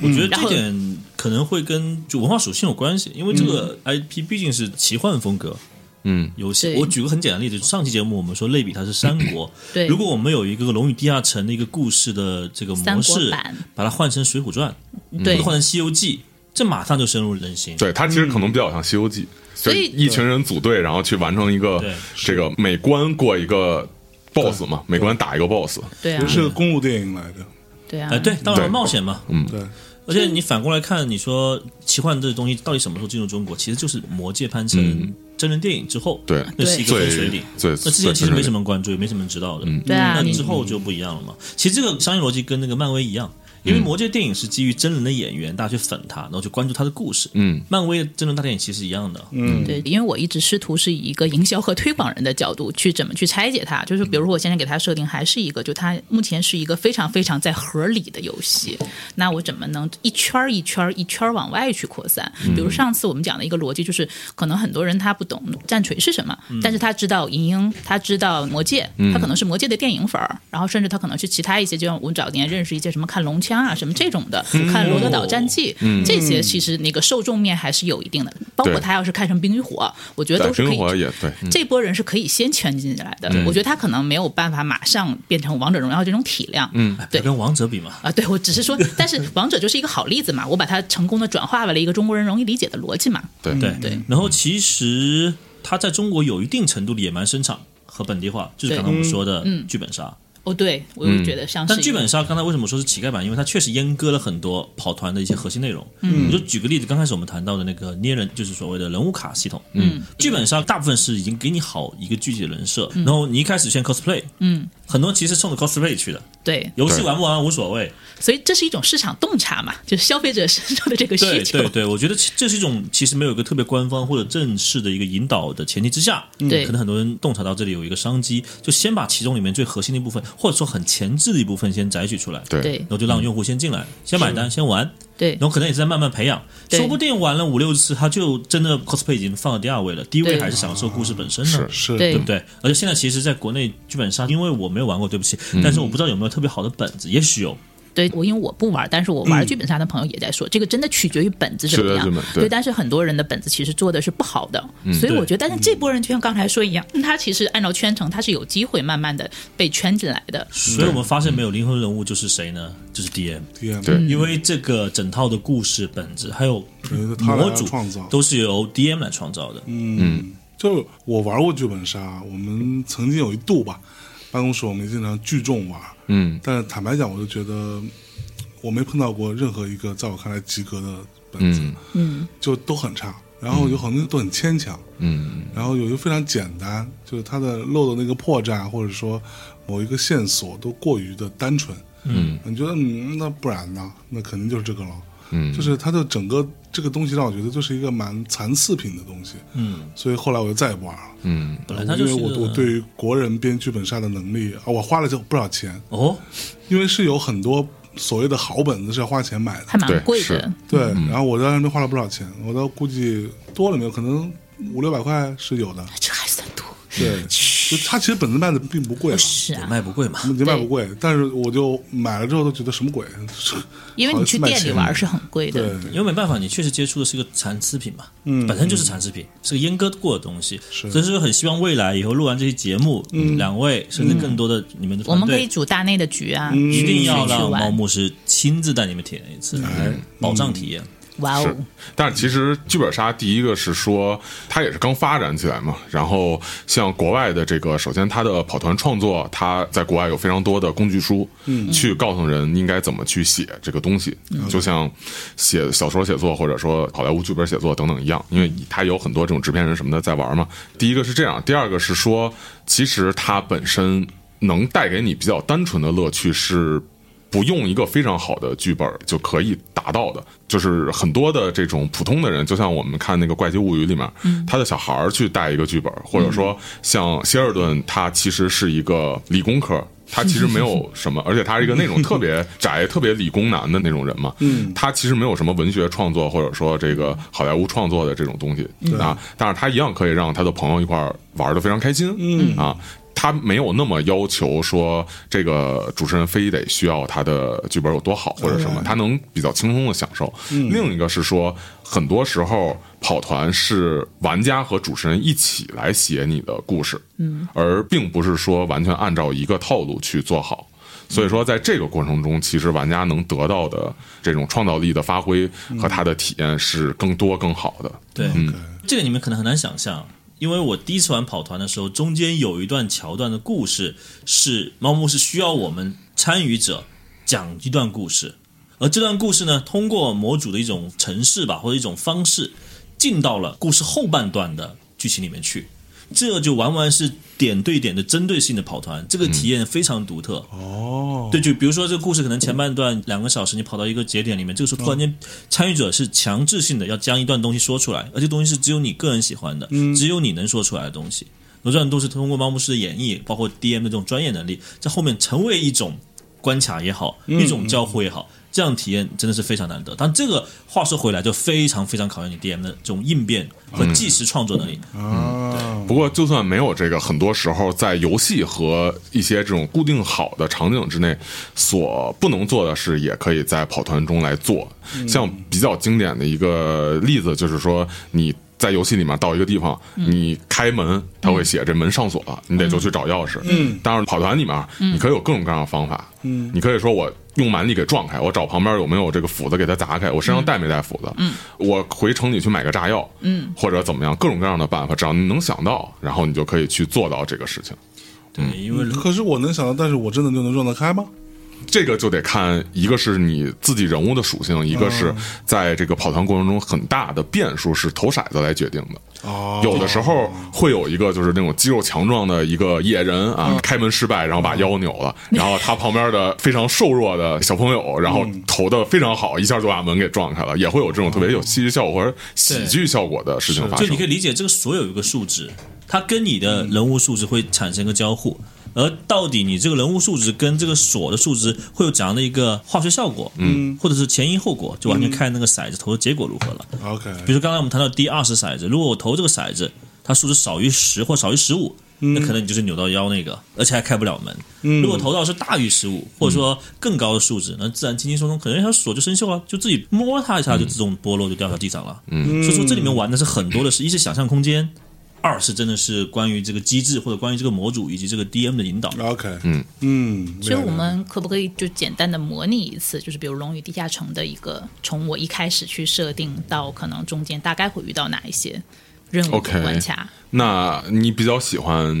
Speaker 4: 我觉
Speaker 2: 嗯
Speaker 4: 得
Speaker 2: 然
Speaker 4: 这
Speaker 2: 后嗯
Speaker 4: 点可能会跟就文化属性有关系，因为这个 IP 毕竟是奇幻风格。
Speaker 3: 嗯，
Speaker 4: 游戏
Speaker 2: 对
Speaker 4: 我举个很简单的例子，上期节目我们说类比它是三国，
Speaker 2: [COUGHS] 对
Speaker 4: 如果我们有一个《龙与地下城》的一个故事的这个模
Speaker 2: 三国
Speaker 4: 式
Speaker 2: 版，嗯
Speaker 4: 把它换成《水浒传》，或
Speaker 2: 对
Speaker 4: 者，换成《西游记》，这马上就深入人心。
Speaker 3: 对，它其实可能比较像《西游记》所
Speaker 2: 以
Speaker 3: 一群人组队，然后去完成一个
Speaker 4: 对
Speaker 3: 这个每关过一个 BOSS 嘛，每关打一个 BOSS。
Speaker 2: 对啊
Speaker 1: 也，是个公路电影来的，
Speaker 2: 对啊，
Speaker 4: 哎，对，当
Speaker 3: 对
Speaker 4: 然冒险嘛，嗯，
Speaker 1: 对，
Speaker 4: 而且你反过来看，你说奇幻这东西到底什么时候进入中国？其实就是《魔戒》拍成真人电影之后，
Speaker 3: 嗯对
Speaker 4: 那是一个分水岭。
Speaker 3: 最
Speaker 4: 那
Speaker 3: 最
Speaker 4: 之前其实没什
Speaker 3: 么，
Speaker 4: 么人关注，也没什么人知道的。
Speaker 2: 对啊，
Speaker 4: 那
Speaker 2: 你
Speaker 4: 之后就不一样了嘛。其实这个商业逻辑跟那个漫威一样，因为《魔戒》电影是基于真人的演员，大家去粉他，然后去关注他的故事。
Speaker 3: 嗯，
Speaker 4: 漫威的真人大电影其实一样的，哎
Speaker 1: 嗯，
Speaker 2: 对，因为我一直试图是以一个营销和推广人的角度去怎么去拆解它，就是比如说我现在给它设定还是一个，就它目前是一个非常非常在盒里的游戏，那我怎么能一圈儿一圈儿一圈儿往外去扩散？比如上次我们讲的一个逻辑就是，可能很多人他不懂战锤是什么，
Speaker 4: 嗯
Speaker 2: 但是他知道银鹰，他知道魔戒，
Speaker 3: 嗯
Speaker 2: 他可能是魔戒的电影粉儿，然后甚至他可能是其他一些，就像我们早年认识一些什么看龙枪啊什么这种的，
Speaker 3: 嗯
Speaker 2: 看罗德
Speaker 3: 哦
Speaker 2: 岛战记，这些其实那个受众面还是有一定的，包括
Speaker 3: 对
Speaker 2: 他要是看成《冰与火》，我觉得
Speaker 3: 对，
Speaker 2: 都是可
Speaker 3: 冰
Speaker 2: 以。
Speaker 3: 火也嗯对，
Speaker 2: 这波人是可以先圈进来的，我觉得他可能没有办法马上变成王者荣耀这种体量，嗯，对
Speaker 4: 别跟王者比嘛。
Speaker 2: 啊，对我只是说，但是王者就是一个好例子嘛，我把它成功的转化为了一个中国人容易理解的逻辑嘛，
Speaker 3: 对
Speaker 4: 对
Speaker 2: 嗯对，
Speaker 4: 然后其实它在中国有一定程度的野蛮生产和本地化，就是刚刚我
Speaker 2: 嗯
Speaker 4: 们说的剧本杀。
Speaker 2: 哦，对我
Speaker 3: 嗯
Speaker 2: 就觉得像是一
Speaker 4: 但
Speaker 2: 个
Speaker 4: 剧本杀刚才为什么说是乞丐版？因为它确实阉割了很多跑团的一些核心内容。嗯，我就举个例子，刚开始我们谈到的那个捏人，就是所谓的人物卡系统。嗯，剧本杀大部分是已经给你好一个具体的人设，然后你一开始先 cosplay。嗯，很多人其实冲着 cosplay 去的，
Speaker 2: 对，
Speaker 4: 游戏
Speaker 3: 对
Speaker 4: 玩不玩无所谓。
Speaker 2: 所以这是一种市场洞察嘛，就是消费者身上的这个需
Speaker 4: 对
Speaker 2: 求，
Speaker 4: 对对，我觉得其这是一种其实没有一个特别官方或者正式的一个引导的前提之下，
Speaker 2: 对
Speaker 4: 可能很多人洞察到这里有一个商机，就先把其中里面最核心的一部分，或者说很前置的一部分先摘取出来，
Speaker 3: 对
Speaker 2: 对
Speaker 4: 然后就让用户先进来，先买单，先玩，
Speaker 2: 对
Speaker 3: 嗯
Speaker 4: 然后可能也是在慢慢培养，
Speaker 2: 对
Speaker 4: 说不定玩了五六次，他就真的 cosplay 已经放到第二位了，第一位
Speaker 2: 对
Speaker 4: 还是享受故事本身呢。
Speaker 1: 是，
Speaker 2: 对
Speaker 4: 对不对？而且现在其实，在国内剧本杀，因为我没有玩过，对不起，
Speaker 1: 嗯
Speaker 4: 但是我不知道有没有特别好的本子，也许有，
Speaker 2: 对我，因为我不玩，但是我玩剧本杀的朋友也在说，这个真的取决于本子怎
Speaker 3: 嗯
Speaker 2: 么
Speaker 3: 取决于
Speaker 2: 样
Speaker 3: 本。对嗯
Speaker 2: 但是很多人的本子其实做的是不好的，所以我觉得，但是这波人就像刚才说一样，嗯他其实按照圈层，他是有机会慢慢的被圈进来的。
Speaker 4: 所以我们发现没有灵魂人物就是谁呢？就是 DM。
Speaker 1: 天
Speaker 3: 对
Speaker 2: 嗯
Speaker 4: 因为这个整套的故事本质还有
Speaker 1: 由他来
Speaker 4: 模组
Speaker 1: 创造
Speaker 4: 都是由 DM 来创造的。
Speaker 1: 嗯，就我玩过剧本杀，我们曾经有一度吧，办公室我们经常聚众玩，
Speaker 3: 嗯，
Speaker 1: 但是坦白讲，我就觉得我没碰到过任何一个在我看来及格的本子，嗯，就都很差，然后有很多都很牵强，嗯，然后有些非常简单，就是它的漏的那个破绽，或者说某一个线索都过于的单纯，嗯，你觉得嗯，那不然呢？那肯定就是这个了。嗯，就是它的整个这个东西让我觉得就是一个蛮残次品的东西，
Speaker 4: 嗯，
Speaker 1: 所以后来我就再也不玩了。
Speaker 3: 嗯，
Speaker 4: 本来它就是
Speaker 1: 因为我我对于国人编剧本杀的能力啊，我花了就不少钱，
Speaker 4: 哦，
Speaker 1: 因为是有很多所谓的好本子是要花钱买的，
Speaker 2: 还蛮贵
Speaker 3: 对是
Speaker 2: 的，
Speaker 1: 对。然后我当时没花了不少钱，我倒估计多了没有，可能五六百块是有的。
Speaker 2: 这还算多。
Speaker 1: 对，就它其实本子卖的并不贵啊，
Speaker 2: 是
Speaker 4: 也
Speaker 2: 啊，
Speaker 4: 卖不贵嘛。
Speaker 1: 也卖不贵，但是我就买了之后都觉得什么鬼，
Speaker 2: 因为你去店里玩是很贵
Speaker 1: 对
Speaker 2: 的。，
Speaker 4: 因为没办法，你确实接触的是一个残次品嘛，嗯，本身就是残次品，是个阉割过的东西，
Speaker 1: 是
Speaker 4: 所以说很希望未来以后录完这些节目，两位甚至更多的你们的
Speaker 2: 嗯我
Speaker 4: 团
Speaker 2: 们可以
Speaker 4: 队，
Speaker 2: 组大内的局啊，
Speaker 4: 啊嗯一定要
Speaker 2: 去
Speaker 4: 让猫
Speaker 2: 玩。
Speaker 4: 牧师亲自带你们体验一次，保障体验。
Speaker 2: 哇
Speaker 3: 是
Speaker 2: 哦，，
Speaker 3: 但是其实剧本杀第一个是说它也是刚发展起来嘛，然后像国外的这个，首先它的跑团创作，它在国外有非常多的工具书，嗯，去告诉人应该怎么去写这个东西，
Speaker 2: 嗯
Speaker 3: 就像写小说写作或者说好莱坞剧本写作等等一样，因为它有很多这种制片人什么的在玩嘛。第一个是这样，第二个是说，其实它本身能带给你比较单纯的乐趣是不用一个非常好的剧本就可以达到的，就是很多的这种普通的人，就像我们看那个《怪奇物语》里面，他的小孩儿去带一个剧本，或者说像希尔顿，他其实是一个理工科，他其实没有什 [LAUGHS] 么，而且他是一个那种特别宅、特别理工男的那种人嘛，嗯，他其实没有什么文学创作或者说这个好莱坞创作的这种东西啊，但是他一样可以让他的朋友一块儿玩的非常开心，嗯啊，他没有那么要求说这个主持人非得需要他的剧本有多好或者什么，他能比较轻松的享受。另一个是说，很多时候跑团是玩家和主持人一起来写你的故事，嗯，而并不是说完全按照一个套路去做好。所以说，在这个过程中，其实玩家能得到的这种创造力的发挥和他的体验是更多更好的。
Speaker 4: 对，这个你们可能很难想象，因为我第一次玩跑团的时候，中间有一段桥段的故事是猫牧是需要我们参与者讲一段故事，而这段故事呢，通过模组的一种程式吧，或者一种方式，进到了故事后半段的剧情里面去。这就完完是点对点的针对性的跑团，这个体验非常独特。
Speaker 1: 哦，
Speaker 4: 对，就比如说这个故事可能前半段两个小时，你跑到一个节点里面，这个时候突然间参与者是强制性的要将一段东西说出来，而这东西是只有你个人喜欢的，只有你能说出来的东西。而这段都是通过猫牧师的演绎，包括 DM 的这种专业能力，在后面成为一种关卡也好，一种交互也好，这样体验真的是非常难得。但这个话说回来，就非常非常考验你 DM 的这种应变和即时创作能力。
Speaker 1: 啊，
Speaker 3: 不过，就算没有这个，很多时候在游戏和一些这种固定好的场景之内，所不能做的事，也可以在跑团中来做。像比较经典的一个例子，就是说你。在游戏里面到一个地方，你开门，他会写这门上锁了，你得就去找钥匙。嗯，当然跑团里面，你可以有各种各样的方法。嗯，你可以说我用蛮力给撞开，我找旁边有没有这个斧子给它砸开，我身上带没带斧子？嗯，我回城里去买个炸药。嗯，或者怎么样，各种各样的办法，只要你能想到，然后你就可以去做到这个事情。
Speaker 4: 对，因为
Speaker 1: 嗯可是我能想到，但是我真的就能撞得开吗？
Speaker 3: 这个就得看，一个是你自己人物的属性，一个是在这个跑团过程中很大的变数是投骰子来决定的。
Speaker 1: 哦，
Speaker 3: 有的时候会有一个就是那种肌肉强壮的一个野人啊，
Speaker 2: 嗯
Speaker 3: 开门失败，然后把腰扭了，然后他旁边的非常瘦弱的小朋友，然后
Speaker 2: 嗯
Speaker 3: 投的非常好，一下就把门给撞开了，也会有这种特别
Speaker 2: 哦
Speaker 3: 有戏剧效果或者喜剧效果的事情发
Speaker 4: 就
Speaker 3: 生
Speaker 4: 你。可以理解，这个所有一个数值，它跟你的人物数值会产生一个交互，而到底你这个人物数值跟这个锁的数值会有怎样的一个化学效果，嗯，或者是前因后果，就完全看那个骰子投的结果如何了。
Speaker 1: OK，
Speaker 4: 比如说刚才我们谈到第二十骰子，如果我投这个骰子，它数值少于十或少于十五，那可能你就是扭到腰那个，而且还开不了门。如果投到是大于十五，或者说更高的数值，那自然轻轻松松，可能一条锁就生锈了，就自己摸它一下就自动剥落就掉到地上了。嗯，所以说这里面玩的是很多的是，一是想象空间，二是真的是关于这个机制或者关于这个模组以及这个 DM 的引导。
Speaker 1: OK，嗯嗯，
Speaker 2: 所以我们可不可以就简单的模拟一次？就是比如《龙与地下城》的一个，从我一开始去设定到可能中间大概会遇到哪一些任务和
Speaker 3: OK
Speaker 2: 关卡
Speaker 3: 那你比较喜欢，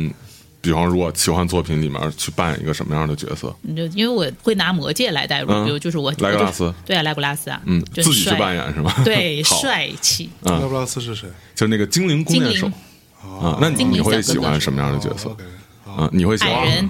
Speaker 3: 比方说奇幻作品里面去扮演一个什么样的角色？
Speaker 2: 你就嗯因为我会拿魔戒来代入，
Speaker 3: 嗯
Speaker 2: 比如就是我
Speaker 3: 莱格拉斯
Speaker 2: 我就对啊，莱古拉斯啊，
Speaker 3: 嗯，
Speaker 2: 就
Speaker 3: 自己去
Speaker 2: 帅
Speaker 3: 扮演是吧？
Speaker 2: 对
Speaker 3: [LAUGHS] 好，
Speaker 2: 帅气，
Speaker 1: 拉布拉斯是谁？
Speaker 3: 就是那个精灵弓箭手
Speaker 2: 精
Speaker 3: 啊。那你
Speaker 2: 精灵
Speaker 3: 你会
Speaker 2: 小
Speaker 3: 喜
Speaker 2: 哥哥
Speaker 3: 欢什么样的角色
Speaker 1: 哦？OK，
Speaker 3: 啊？你会喜
Speaker 2: 矮人
Speaker 3: 欢、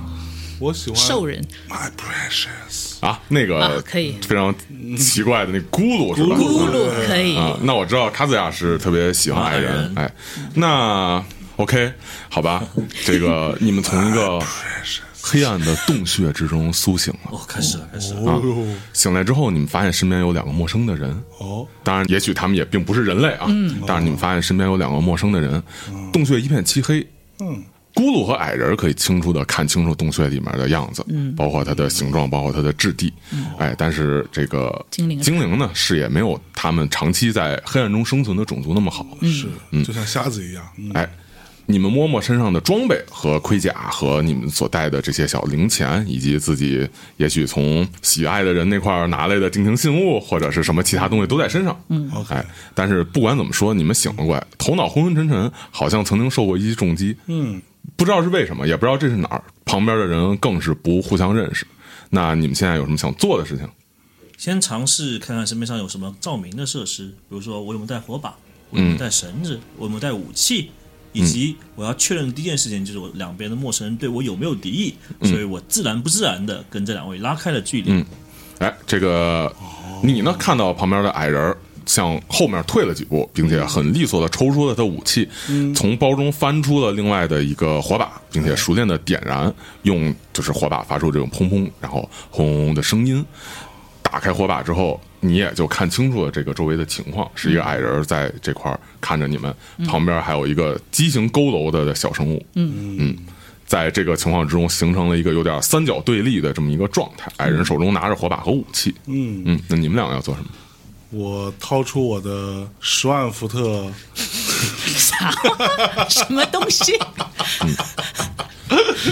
Speaker 1: 我喜欢
Speaker 2: 兽人，
Speaker 1: My Precious，
Speaker 3: 啊？那
Speaker 2: 啊
Speaker 3: 个
Speaker 2: 可以
Speaker 3: 非常奇怪的那咕噜是吧？
Speaker 2: 咕噜可以，
Speaker 3: 啊，那我知道卡兹亚是特别喜欢矮
Speaker 4: 矮
Speaker 3: 人
Speaker 4: 人，
Speaker 3: 哎，那 OK，好
Speaker 2: [LAUGHS]
Speaker 3: 吧，这个你们从一
Speaker 1: 哦
Speaker 2: 哎
Speaker 3: 个黑暗的洞穴之中苏醒了，
Speaker 4: 哦，开始了，开始了。
Speaker 1: 哦呦，
Speaker 3: 醒来之后，你们发现身边有两个陌生的人，
Speaker 1: 哦，
Speaker 3: 当然，也许他们也并不是人类啊。但是你们发现身边有两个陌生的人，洞穴一片漆黑。
Speaker 1: 嗯，
Speaker 3: 咕噜和矮人可以清楚的看清楚洞穴里面的样子，嗯，包括它的形状，包括它的质地。哎，但是这个
Speaker 2: 精灵
Speaker 3: 精灵呢，视野没有他们长期在黑暗中生存的种族那么好。
Speaker 2: 嗯
Speaker 1: 是，就像瞎子一样，嗯
Speaker 3: 哎，你们摸摸身上的装备和盔甲，和你们所带的这些小零钱，以及自己也许从喜爱的人那块儿拿来的定情信物，或者是什么其他东西都在身上。嗯
Speaker 1: ，OK
Speaker 3: 哎，但是不管怎么说，你们醒了过来，头脑昏昏沉沉，好像曾经受过一击重击。嗯，不知道是为什么，也不知道这是哪儿。旁边的人更是不互相认识。那你们现在有什么想做的事情？
Speaker 4: 先尝试看看身边上有什么照明的设施，比如说我有没有带火把，
Speaker 3: 嗯
Speaker 4: 我有没有带绳子，我有没有带武器，以及我要确认第一件事情就是我两边的陌生人对我有没有敌意，
Speaker 3: 嗯
Speaker 4: 所以我自然不自然的跟这两位拉开了距离。
Speaker 3: 哎，这个你呢？看到旁边的矮人儿向后面退了几步，并且很利索的抽出了他的武器，从包中翻出了另外的一个火把，并且熟练的点燃，用就是火把发出这种砰砰，然后轰轰轰的声音。打开火把之后，你也就看清楚了这个周围的情况，是一个矮人儿在这块儿看着你们，旁边还有一个畸形佝偻的小生物。在这个情况之中形成了一个有点三角对立的这么一个状态。矮人手中拿着火把和武器，嗯嗯，那你们两个要做什么？
Speaker 1: 我掏出我的十万伏特，
Speaker 2: [LAUGHS] 啥什么东西？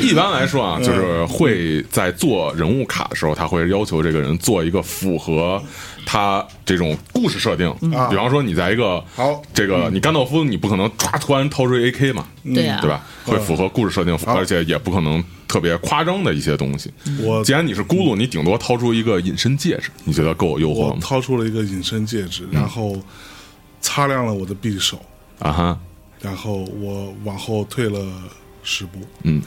Speaker 3: 一般来说啊，就是会在做人物卡的时候，他会要求这个人做一个符合他这种故事设定。比方说，你在一个
Speaker 1: 嗯好嗯
Speaker 3: 这个你甘道夫，你不可能歘突然掏出 AK 嘛，
Speaker 2: 对啊
Speaker 3: 对吧？
Speaker 1: 嗯
Speaker 3: 会符合故事设定，而且也不可能特别夸张的一些东西。
Speaker 1: 我
Speaker 3: 既然你是咕噜，你顶多掏出一个隐身戒指，你觉得够有诱惑
Speaker 1: 我
Speaker 3: 吗？嗯
Speaker 1: 掏出了一个隐身戒指，然后擦亮了我的匕首，
Speaker 3: 啊哈，
Speaker 1: 然后我往后退了十步，
Speaker 3: 嗯，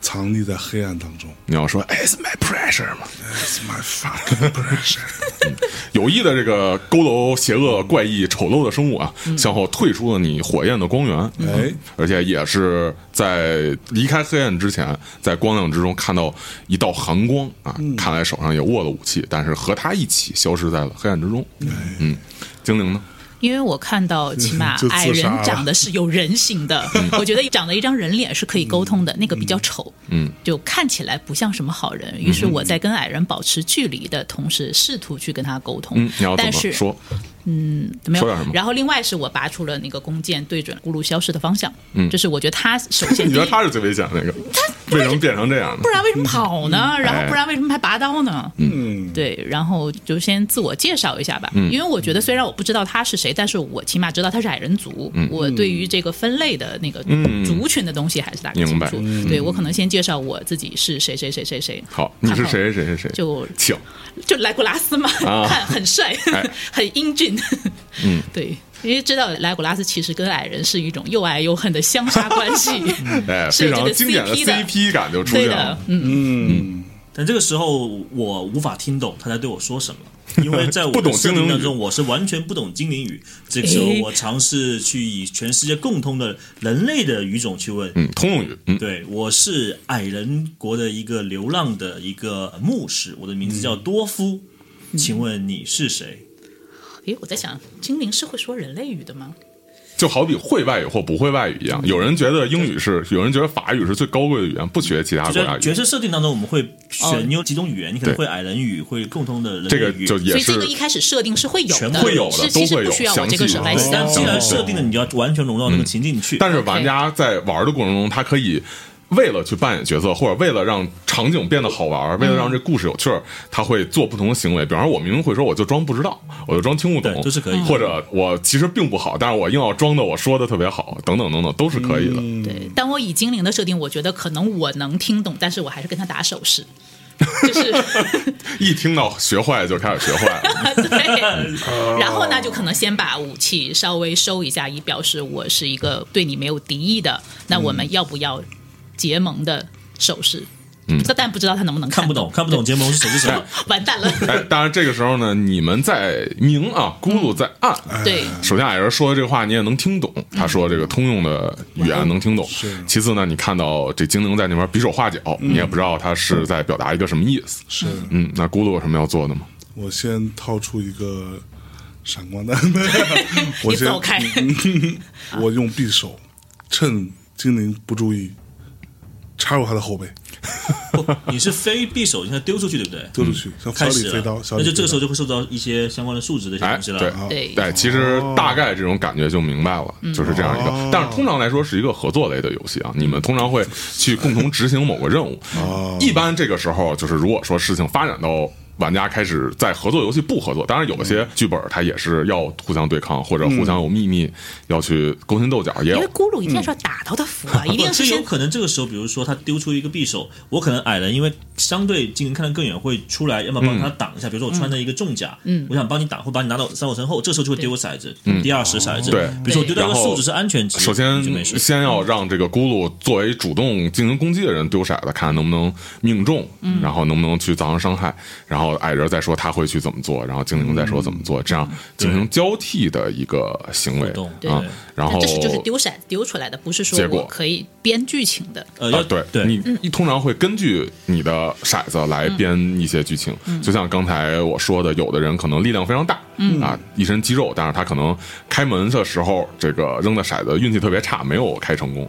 Speaker 1: 藏匿在黑暗当中。 [LAUGHS]
Speaker 3: 你要说哎 It's my pressure 嘛，
Speaker 1: That's my fucking [LAUGHS] pressure。
Speaker 3: 有意的这个佝偻、邪恶、怪异、丑陋的生物啊，向后退出了你火焰的光源。
Speaker 1: 哎，
Speaker 3: 而且也是在离开黑暗之前，在光亮之中看到一道寒光啊，看来手上也握了武器，但是和他一起消失在了黑暗之中。嗯，精灵呢？
Speaker 2: 因为我看到起
Speaker 1: [LAUGHS]
Speaker 2: 码
Speaker 1: 就自杀
Speaker 2: 矮
Speaker 1: 了嗯
Speaker 2: 人长得是有人形的，我觉得长得一张人脸是可以沟通的，那个比较丑，嗯，就看起来不像什么好
Speaker 3: 嗯
Speaker 2: 人。于是我在跟矮人保持距离的同时，试图去跟他沟通
Speaker 3: 嗯，你要，怎么
Speaker 2: 但是
Speaker 3: 说？ [LAUGHS]
Speaker 2: 没有
Speaker 3: 说点什么。
Speaker 2: 然后另外是我拔出了那个弓箭，对准咕噜消失的方向，嗯，这是我觉得他首
Speaker 1: [LAUGHS]
Speaker 2: 先
Speaker 3: 你
Speaker 2: 第
Speaker 3: 觉
Speaker 2: 一
Speaker 3: 得他是最危险的那个？为什么变成这样呢
Speaker 2: 不？然为什么跑呢？然后
Speaker 3: 哎
Speaker 2: 不然为什么还拔刀呢？嗯，对，然后就先自我介绍一下吧，因为我觉得虽然我不知道他是谁，但是我起码知道他是矮人族，我对于这个分类的那个族群的东西还是大概
Speaker 3: 明
Speaker 2: 清
Speaker 3: 白
Speaker 2: 楚。对我可能先介绍我自己是谁谁谁谁谁，
Speaker 3: 好，你是谁？谁谁谁？
Speaker 2: 就
Speaker 3: 请
Speaker 2: 就莱古拉斯嘛，
Speaker 3: 啊
Speaker 2: 看很帅
Speaker 3: 哎，
Speaker 2: 很英俊，嗯，对。因为知道莱古拉斯其实跟矮人是一种又爱又恨的相杀关系，
Speaker 3: 哎，
Speaker 2: 是
Speaker 3: 非
Speaker 2: 有这
Speaker 3: 常
Speaker 2: 个
Speaker 3: 经典的
Speaker 2: CP 的
Speaker 3: CP 感就出
Speaker 2: 对
Speaker 3: 现
Speaker 2: 的
Speaker 3: 了，。
Speaker 2: 嗯，
Speaker 1: 嗯，
Speaker 4: 但这个时候我无法听懂他在对我说什么，
Speaker 3: [LAUGHS]
Speaker 4: 因为在
Speaker 3: 不
Speaker 4: 我
Speaker 3: 懂
Speaker 4: 的生
Speaker 3: 精灵
Speaker 4: 命
Speaker 3: 语
Speaker 4: 当中，我是完全不懂精灵语。这个时候，
Speaker 2: 诶
Speaker 4: 我尝试去以全世界共通的人类的语种去问。
Speaker 3: 嗯，通用语，嗯，
Speaker 4: 对，我是矮人国的一个流浪的一个牧师，我的名字叫多夫。请问你是谁？
Speaker 2: 诶，我在想，精灵是会说人类语的吗？
Speaker 3: 就好比会外语或不会外语一样，有人觉得英语是，有人觉得法语是最高贵的语言，不学其他
Speaker 4: 就
Speaker 3: 国家
Speaker 4: 在
Speaker 3: 语
Speaker 4: 角
Speaker 3: 言。
Speaker 4: 色设定当中，我们会
Speaker 2: 哦
Speaker 4: 选你有几种语言，你可能会矮人语，会共通的人类
Speaker 3: 这个
Speaker 4: 语。
Speaker 3: 就也
Speaker 2: 所以
Speaker 3: 是
Speaker 2: 这个一开始设定是会有
Speaker 4: 全
Speaker 2: 的，
Speaker 3: 会有的
Speaker 2: 是
Speaker 3: 都
Speaker 2: 其实
Speaker 3: 会有
Speaker 2: 不需要我这
Speaker 3: 详
Speaker 2: 个
Speaker 3: 细
Speaker 2: 手来
Speaker 3: 的
Speaker 2: 写
Speaker 4: 但
Speaker 2: 的
Speaker 4: 既然设
Speaker 2: 哦
Speaker 4: 定了，你就要完全融入到那个情境里去。
Speaker 3: 嗯但是玩家在玩的过程中，他可以为了去扮演角色，或者为了让场景变得好玩，为了让这故事有趣儿，他会做不同的行为。比方说，我明明会说，我就装不知道，我就装听不懂，
Speaker 4: 对这是可以的
Speaker 3: 或者我其实并不好，但是我硬要装的我说的特别好，等等等等，都是可以的。
Speaker 4: 嗯
Speaker 2: 对，但我以精灵的设定，我觉得可能我能听懂，但是我还是跟他打手势， [LAUGHS] 就是。 [LAUGHS]
Speaker 3: 一听到学坏就开始学坏了。
Speaker 2: 对，然后呢，就可能先把武器稍微收一下，以表示我是一个对你没有敌意的。那我们要不要结盟的手势？嗯，但不知道他能不能
Speaker 4: 看不
Speaker 2: 懂，
Speaker 4: 懂，看不懂结盟是什么是什么。
Speaker 2: [LAUGHS] 完蛋了。
Speaker 3: [LAUGHS] 哎，当然这个时候呢，你们在明啊，咕噜在暗。
Speaker 2: 对，
Speaker 3: 首先，矮人说的这个话你也能听懂，他说这个通用的语言能听懂。
Speaker 1: 是
Speaker 3: 其次呢，你看到这精灵在那边比手画脚，你也不知道他是在表达一个什么意思。
Speaker 1: 是
Speaker 3: 嗯，那咕噜有什么要做的吗？
Speaker 1: 我先掏出一个闪光弹，
Speaker 2: [LAUGHS]
Speaker 1: 我
Speaker 2: 你
Speaker 1: 先嗯
Speaker 2: 走开， [LAUGHS]
Speaker 1: 我用匕首趁精灵不注意插入他的后背，
Speaker 4: 你是飞匕首，你看丢出去对不对？
Speaker 1: 丢出去，像小
Speaker 4: 嗯开
Speaker 1: 李
Speaker 4: 始
Speaker 1: 飞刀
Speaker 4: 了，，
Speaker 1: 小
Speaker 4: 那
Speaker 1: 李
Speaker 4: 就这个时候
Speaker 1: 飞刀
Speaker 4: 就会受到一些相关的数值的一些
Speaker 3: 哎
Speaker 4: 东，西了。
Speaker 3: 对，
Speaker 2: 对
Speaker 3: 哎，其实大概这种感觉就明白了，就是这样一个
Speaker 1: 哦。
Speaker 3: 但是通常来说是一个合作类的游戏啊，你们通常会去共同执行某个任务。一般这个时候就是，如果说事情发展到。玩家开始在合作游戏不合作，当然有些剧本它也是要互相对抗，或者互相有秘密，要去勾心斗角，也
Speaker 2: 因
Speaker 3: 有
Speaker 2: 为咕噜一定是要打到他服
Speaker 3: 嗯
Speaker 2: 啊，一定是
Speaker 4: 是有
Speaker 2: 先
Speaker 4: 可能哦这个时候，比如说他丢出一个匕首，我可能矮人，因为相对精灵看得更远，会出来，要么帮他挡一下。比如说我穿着一个重甲，嗯，我想帮你挡，或把你拿到三我身后，这时候就会丢个骰子，第二十骰
Speaker 3: 嗯
Speaker 4: 子。
Speaker 3: 对
Speaker 4: 比如说我丢到一
Speaker 3: 然
Speaker 4: 个
Speaker 3: 后
Speaker 4: 数值是安全值，
Speaker 3: 首先
Speaker 4: 就没事。
Speaker 3: 先要让这个咕噜作为主动进行攻击的人丢骰子，看能不能命中，
Speaker 2: 嗯
Speaker 3: 然后能不能去造成伤害，然后矮人再说他会去怎么做，然后精灵再说怎么做，这样进行交替的一个行为
Speaker 4: 嗯互动对
Speaker 3: 啊。然后
Speaker 2: 这是就是丢骰子丢出来的，不是说
Speaker 3: 结果
Speaker 2: 我可以编剧情的。
Speaker 4: 呃，
Speaker 3: 啊
Speaker 4: 要，
Speaker 3: 对，
Speaker 4: 对，
Speaker 2: 嗯
Speaker 3: 你你通常会根据你的骰子来编一些剧情，
Speaker 2: 嗯
Speaker 3: 就像刚才我说的，有的人可能力量非常大，啊，一身肌肉，但是他可能开门的时候这个扔的骰子运气特别差，没有开成功。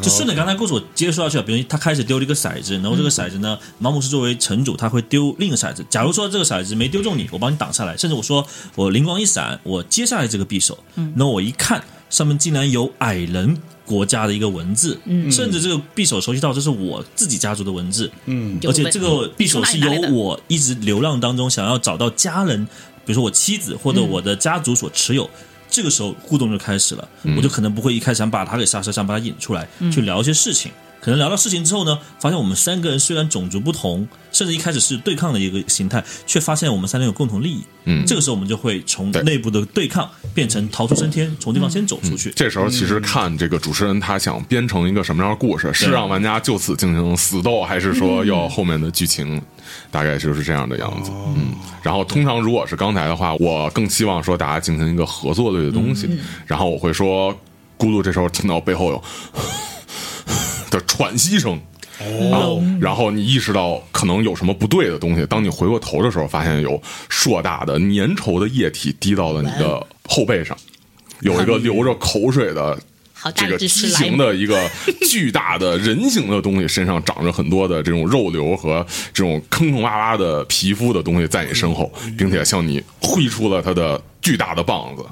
Speaker 4: 就顺着刚才故事我接着说下去啊，比如他开始丢了一个骰子，然后这个骰子呢，毛姆斯作为城主，他会丢另一个骰子。假如说这个骰子没丢中你，我帮你挡下来，甚至我说我灵光一闪，我接下来这个匕首，那我一看上面竟然有矮人。国家的一个文字，甚至这个匕首熟悉到这是我自己家族的文字，
Speaker 1: 嗯
Speaker 2: 有
Speaker 4: 而且
Speaker 2: 问
Speaker 4: 这个匕首是
Speaker 2: 从哪里来
Speaker 4: 由
Speaker 2: 的
Speaker 4: 我一直流浪当中想要找到家人，比如说我妻子或者我的家族所持有。
Speaker 2: 嗯
Speaker 4: 这个时候互动就开始了，
Speaker 3: 嗯
Speaker 4: 我就可能不会一开始想把他给杀死，想把他引出来，
Speaker 2: 嗯
Speaker 4: 去聊一些事情。可能聊到事情之后呢，发现我们三个人虽然种族不同，甚至一开始是对抗的一个形态，却发现我们三人有共同利益。
Speaker 3: 嗯
Speaker 4: 这个时候我们就会从
Speaker 3: 对
Speaker 4: 内部的对抗变成逃出升天，从地方先走出去。
Speaker 3: 这时候其实看这个主持人他想编成一个什么样的故事，是让玩家就此进行死斗，还是说要后面的剧情，大概就是这样的样子。嗯，然后通常如果是刚才的话，我更希望说大家进行一个合作类的东西，然后我会说，咕噜这时候听到背后有 [LAUGHS] 的喘息声，
Speaker 1: 哦，
Speaker 3: 然后你意识到可能有什么不对的东西，当你回过头的时候，发现有硕大的粘稠的液体滴到了你的后背上，有一个流着口水的
Speaker 2: 好大
Speaker 3: 这个
Speaker 2: 一只
Speaker 3: 畸
Speaker 2: 史莱
Speaker 3: 形
Speaker 2: 姆，
Speaker 3: 的一个巨大的人形的东西，身上长着很多的这种肉瘤和这种坑坑洼洼的皮肤的东西在你身后，并且向你挥出了它的巨大的棒子，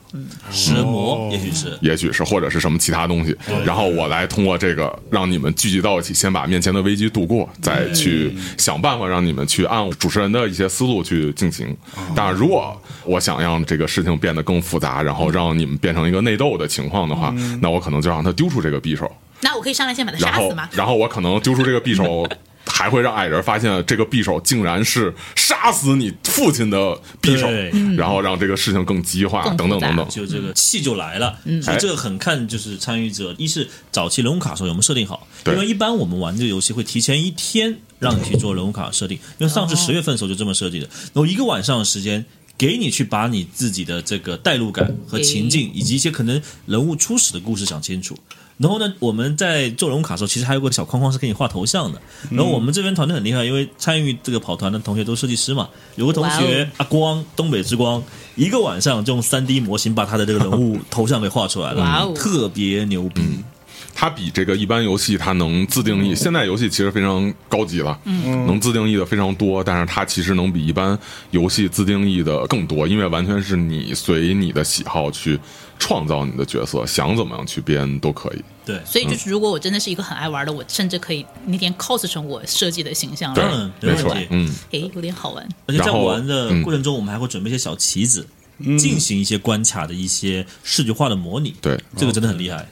Speaker 4: 石魔也许是，
Speaker 3: 也许是或者是什么其他东西，然后我来通过这个让你们聚集到一起，先把面前的危机度过，再去
Speaker 2: 嗯
Speaker 3: 想办法让你们去按主持人的一些思路去进行。
Speaker 2: 嗯
Speaker 3: 当然，如果我想让这个事情变得更复杂，然后让你们变成一个内斗的情况的话，那我可能就让他丢出这个匕首，
Speaker 2: 那我可以上来先把它
Speaker 3: 然
Speaker 2: 嗯杀
Speaker 3: 后嗯
Speaker 2: 死吗？
Speaker 3: 然后我可能丢出这个匕首。还会让矮人发现这个匕首竟然是杀死你父亲的匕首
Speaker 4: 对，
Speaker 3: 然后让这个事情更激化，
Speaker 2: 更复
Speaker 3: 等等等
Speaker 2: 杂
Speaker 3: 等。
Speaker 4: 就这个气就来了。所以这个很看就是参与者，一是早期人物卡的时候有没有设定好，
Speaker 3: 对
Speaker 4: 因为一般我们玩这个游戏会提前一天让你去做人物卡设定，因为上次十月份的时候就这么设计的，然后一个晚上的时间。给你去把你自己的这个代入感和情境，以及一些可能人物初始的故事想清楚。然后呢，我们在做人物卡的时候，其实还有个小框框是给你画头像的。
Speaker 2: 嗯
Speaker 4: 然后我们这边团队很厉害，因为参与这个跑团的同学都是设计师嘛，有个同
Speaker 2: 哇
Speaker 4: 学
Speaker 2: 哦
Speaker 4: 阿光，东北之光，一个晚上就用三 D 模型把他的这个人物头像给画出来了，
Speaker 2: 哇哦嗯
Speaker 4: 特别牛逼。
Speaker 3: 它比这个一般游戏它能自定义，现在游戏其实非常高级了，嗯，能自定义的非常多，但是它其实能比一般游戏自定义的更多，因为完全是你随你的喜好去创造你的角色，想怎么样去编都可以。
Speaker 4: 对，
Speaker 2: 所以就是，如果我真的是一个很爱玩的，我甚至可以那天 cos 成我设计的形象，
Speaker 3: 对
Speaker 2: 然后
Speaker 4: 嗯，
Speaker 3: 没错
Speaker 4: 了解，
Speaker 3: 嗯，
Speaker 2: 诶，有点好玩。
Speaker 4: 而且在
Speaker 3: 然后
Speaker 4: 玩的过程中，我们还会准备一些小棋子，
Speaker 2: 嗯
Speaker 4: 进行一些关卡的一些视觉化的模拟。
Speaker 3: 对
Speaker 4: 这个真的很厉
Speaker 2: 哦
Speaker 4: 害。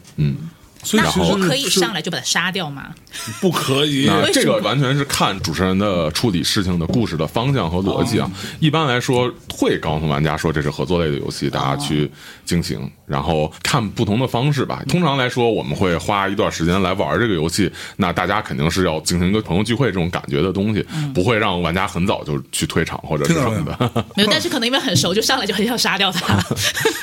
Speaker 1: 所以
Speaker 2: 那
Speaker 1: 其
Speaker 2: 我
Speaker 1: 实
Speaker 2: 可以
Speaker 1: 是
Speaker 2: 上来就把它杀掉吗？
Speaker 1: 不可以？
Speaker 3: 那
Speaker 2: 为
Speaker 3: 这
Speaker 2: 什
Speaker 3: 个
Speaker 2: 么
Speaker 3: 完全是看主持人的处理事情的故事的方向和逻
Speaker 2: 哦
Speaker 3: 辑啊。一般来说，会告诉玩家说这是合作类的游戏，大家去进行，然后看不同的方式吧。通常来说，我们会花一段时间来玩这个游戏，那大家肯定是要进行一个朋友聚会这种感觉的东西，
Speaker 2: 嗯
Speaker 3: 不会让玩家很早就去退场或者是
Speaker 1: 听到
Speaker 3: 什
Speaker 1: 没
Speaker 3: 么
Speaker 1: 有
Speaker 3: 的。
Speaker 2: 没有，但是可能因为很熟，就上来就很想杀掉他。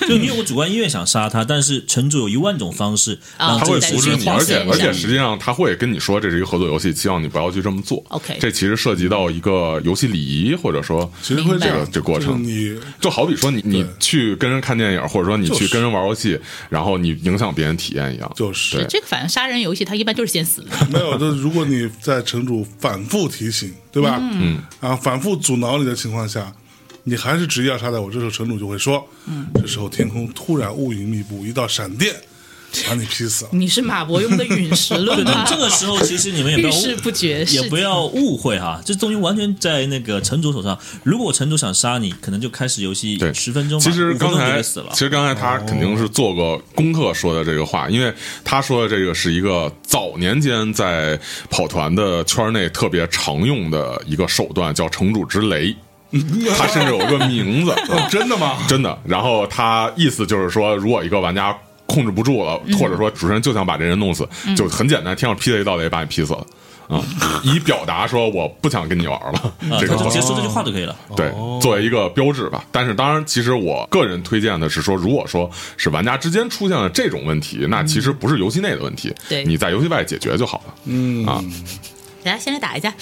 Speaker 4: 就你有个主观意愿想杀他，但是城主有一万种方式
Speaker 2: 啊
Speaker 3: [LAUGHS]
Speaker 4: 让
Speaker 3: 他
Speaker 4: 这
Speaker 3: 会
Speaker 4: 个
Speaker 2: 再
Speaker 3: 阻
Speaker 4: 故
Speaker 3: 止
Speaker 4: 事
Speaker 2: 去
Speaker 3: 你，
Speaker 2: 划
Speaker 3: 而且
Speaker 2: 线一
Speaker 3: 而且
Speaker 2: 下
Speaker 3: 实际上他会跟你说这是一个合作游戏，希望你不要去这么做。
Speaker 2: OK
Speaker 3: 这其实涉及到一个游戏礼仪，或者说
Speaker 1: 其实会
Speaker 2: 明白
Speaker 1: 样
Speaker 3: 这个这过程
Speaker 1: 就是你
Speaker 3: 就好比说你你去跟人看电影，或者说你去跟人玩游戏，然后你影响别人体验一样。
Speaker 1: 就是
Speaker 4: [LAUGHS]
Speaker 3: 对
Speaker 2: 这个反正杀人游戏，它一般就是先死的。
Speaker 1: 没有，就是如果你在城主反复提醒，对吧？嗯啊，反复阻挠你的情况下，你还是执意要杀掉我，这时候城主就会说，嗯，这时候天空突然乌云密布，一道闪电把你劈死了。
Speaker 2: 你是马伯庸的陨石论
Speaker 4: 对，
Speaker 2: 吗
Speaker 4: 但？这个时候其实你们也
Speaker 2: 遇
Speaker 4: 不要
Speaker 2: 事不决，
Speaker 4: 也
Speaker 2: 是
Speaker 4: 不要误会哈，这东西完全在那个城主手上。如果城主想杀你，可能就开始游戏
Speaker 3: 对，
Speaker 4: 十分钟吧，
Speaker 3: 其实
Speaker 4: 五分
Speaker 3: 刚
Speaker 4: 钟就
Speaker 3: 才
Speaker 4: 给死了
Speaker 3: 其。实刚才他肯定
Speaker 1: 哦
Speaker 3: 是做过功课说的这个话，因为他说的这个是一个早年间在跑团的圈内特别常用的一个手段，叫城主之雷。他甚至有个名字，
Speaker 1: [LAUGHS]
Speaker 2: 嗯
Speaker 1: 哦，真的吗？
Speaker 3: 真的。然后他意思就是说，如果一个玩家控制不住了，或者说主持人就想把这人弄死，就很简单，天上劈了一道雷把你劈死了。啊、以表达说我不想跟你玩了，
Speaker 4: 啊，
Speaker 3: [LAUGHS] 这
Speaker 4: 他
Speaker 3: 个
Speaker 4: 就
Speaker 3: 方
Speaker 4: 直
Speaker 3: 式
Speaker 4: 接说这哦句话就可以了。
Speaker 3: 对，作为一个标志吧。但是当然，其实我个人推荐的是说，如果说是玩家之间出现了这种问题，那其实不是游戏内的问题，
Speaker 2: 对
Speaker 3: 你在游戏外解决就好了。嗯啊，
Speaker 2: 大家先来打一架。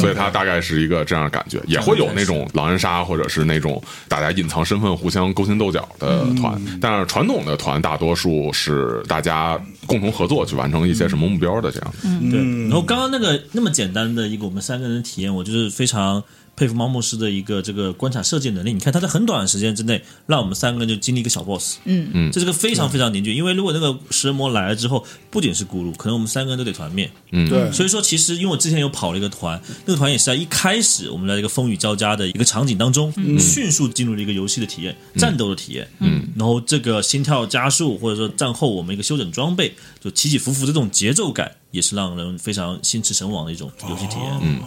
Speaker 3: 所以它大概是一个这样的感觉，也会有那种狼人杀或者是那种大家隐藏身份、互相勾心斗角的团，但是传统的团大多数是大家共同合作去完成一些什么目标的这样。
Speaker 4: 对，然后刚刚那个那么简单的一个我们三个人的体验，我就是非常。佩服猫牧师的一个这个关卡设计能力。你看他在很短的时间之内，让我们三个人就经历一个小 boss，
Speaker 2: 嗯
Speaker 4: 嗯，这是个非常非常凝聚。因为如果那个食人魔来了之后，不仅是咕噜，可能我们三个人都得团灭。
Speaker 1: 对，
Speaker 4: 所以说，其实因为我之前有跑了一个团，那个团也是在一开始我们在一个风雨交加的一个场景当中，迅速进入了一个游戏的体验、战斗的体验，嗯，然后这个心跳加速或者说战后我们一个修整装备，就起起伏伏的这种节奏感，也是让人非常心驰神往的一种游戏体验。嗯，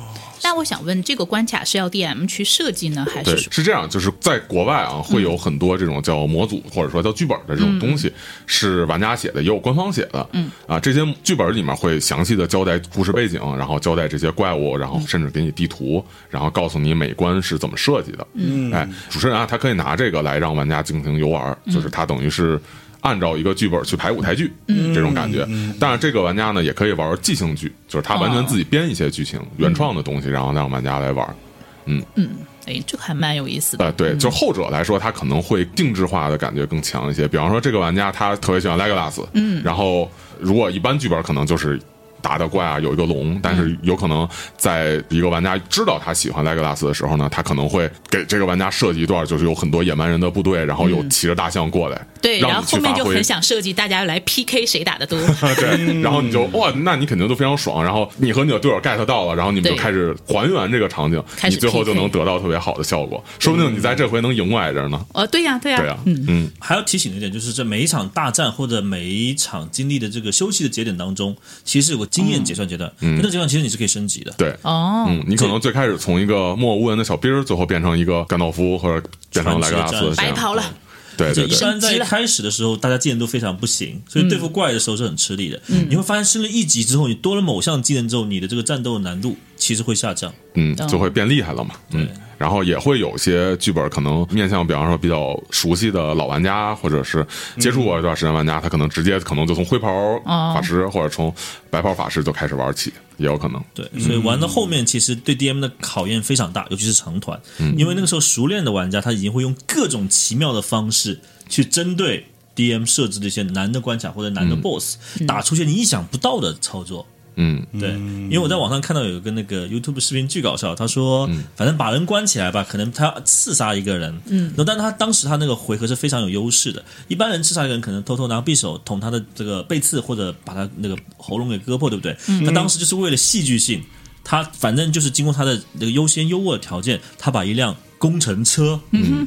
Speaker 2: 那我想问，这个关卡是要 DM 去设计呢，还
Speaker 3: 对
Speaker 2: 是，说
Speaker 3: 是这样，就是在国外啊，会有很多这种叫模组或者说叫剧本的这种东西，是玩家写的，也有官方写的。嗯，啊，这些剧本里面会详细的交代故事背景，然后交代这些怪物，然后甚至给你地图，然后告诉你每关是怎么设计的。嗯，哎，主持人啊，他可以拿这个来让玩家进行游玩，就是他等于是。按照一个剧本去排舞台剧，这种感觉。当然，这个玩家呢也可以玩即兴剧，就是他完全自己编一些剧情、原创的东西，然后让玩家来玩。
Speaker 2: 哎，这个还蛮有意思的。
Speaker 3: 呃，对，就后者来说，他可能会定制化的感觉更强一些。比方说，这个玩家他特别喜欢 Legolas，嗯，然后如果一般剧本可能就是打的怪啊，有一个龙，但
Speaker 2: 嗯
Speaker 3: 是有可能在一个玩家知道他喜欢 Legolas 的时候呢，他可能会给这个玩家设计一段，就是有很多野蛮人的部队，然后有骑着大象过来，
Speaker 2: 嗯对，
Speaker 3: 让
Speaker 2: 然
Speaker 3: 你
Speaker 2: 后后
Speaker 3: 去
Speaker 2: 面
Speaker 3: 发
Speaker 2: 就
Speaker 3: 挥
Speaker 2: 很想设计大家来 PK 谁打的多。
Speaker 3: [LAUGHS] 对，然后你
Speaker 2: 嗯
Speaker 3: 就哇，那你肯定就非常爽。然后你和你的队友 get 到了，然后你们就
Speaker 2: 对
Speaker 3: 开始还原这个场景，
Speaker 2: 开
Speaker 3: 你
Speaker 2: 始
Speaker 3: 最后就
Speaker 2: PK
Speaker 3: 能得到特别好的效果。说不定你在这回能赢外人呢。
Speaker 2: 哦，对呀，对呀，
Speaker 3: [LAUGHS] 对啊，
Speaker 2: 嗯，
Speaker 3: 嗯
Speaker 4: 还要提醒的一点就是，在每一场大战或者每一场经历的这个休息的节点当中，其实有个经验结算阶段，嗯、那个阶段其实你是可以升级的。
Speaker 3: 对，
Speaker 2: 哦，
Speaker 3: 嗯，你可能最开始从一个默默无闻的小兵儿，最后变成一个甘道夫，或者变成莱格拉斯
Speaker 4: 传奇的，
Speaker 3: 这
Speaker 2: 白
Speaker 3: 样
Speaker 2: 跑了。
Speaker 3: 对
Speaker 4: 这
Speaker 3: 对
Speaker 4: 一
Speaker 3: 对，
Speaker 4: 般在开始的时候，大家技能都非常不行，所以对付怪的时候是很吃力的。你会发现升了一级之后，你多了某项技能之后，你的这个战斗难度其实会下降。
Speaker 3: 嗯，就会变厉害了嘛。嗯，然后也会有些剧本可能面向，比方说比较熟悉的老玩家，或者是接触过一段时间玩家，他可能直接可能就从灰袍
Speaker 4: 哦
Speaker 3: 法师或者从白袍法师就开始玩起，也有可能。
Speaker 4: 对，所以玩到后面，其实对 DM 的考验非常大，尤其是长团，
Speaker 3: 嗯
Speaker 4: 因为那个时候熟练的玩家他已经会用各种奇妙的方式去针对 DM 设置的一些难的关卡或者难的 BOSS，、打出一些你意想不到的操作。
Speaker 3: 嗯，
Speaker 4: 对，因为我在网上看到有一个那个 YouTube 视频巨搞笑，他说，反正把人关起来吧，可能他要刺杀一个人，嗯，然后但是他当时他那个回合是非常有优势的，一般人刺杀一个人可能偷偷拿匕首捅他的这个背刺或者把他那个喉咙给割破，对不对？他当时就是为了戏剧性，他反正就是经过他的那个优先优渥的条件，他把一辆工程车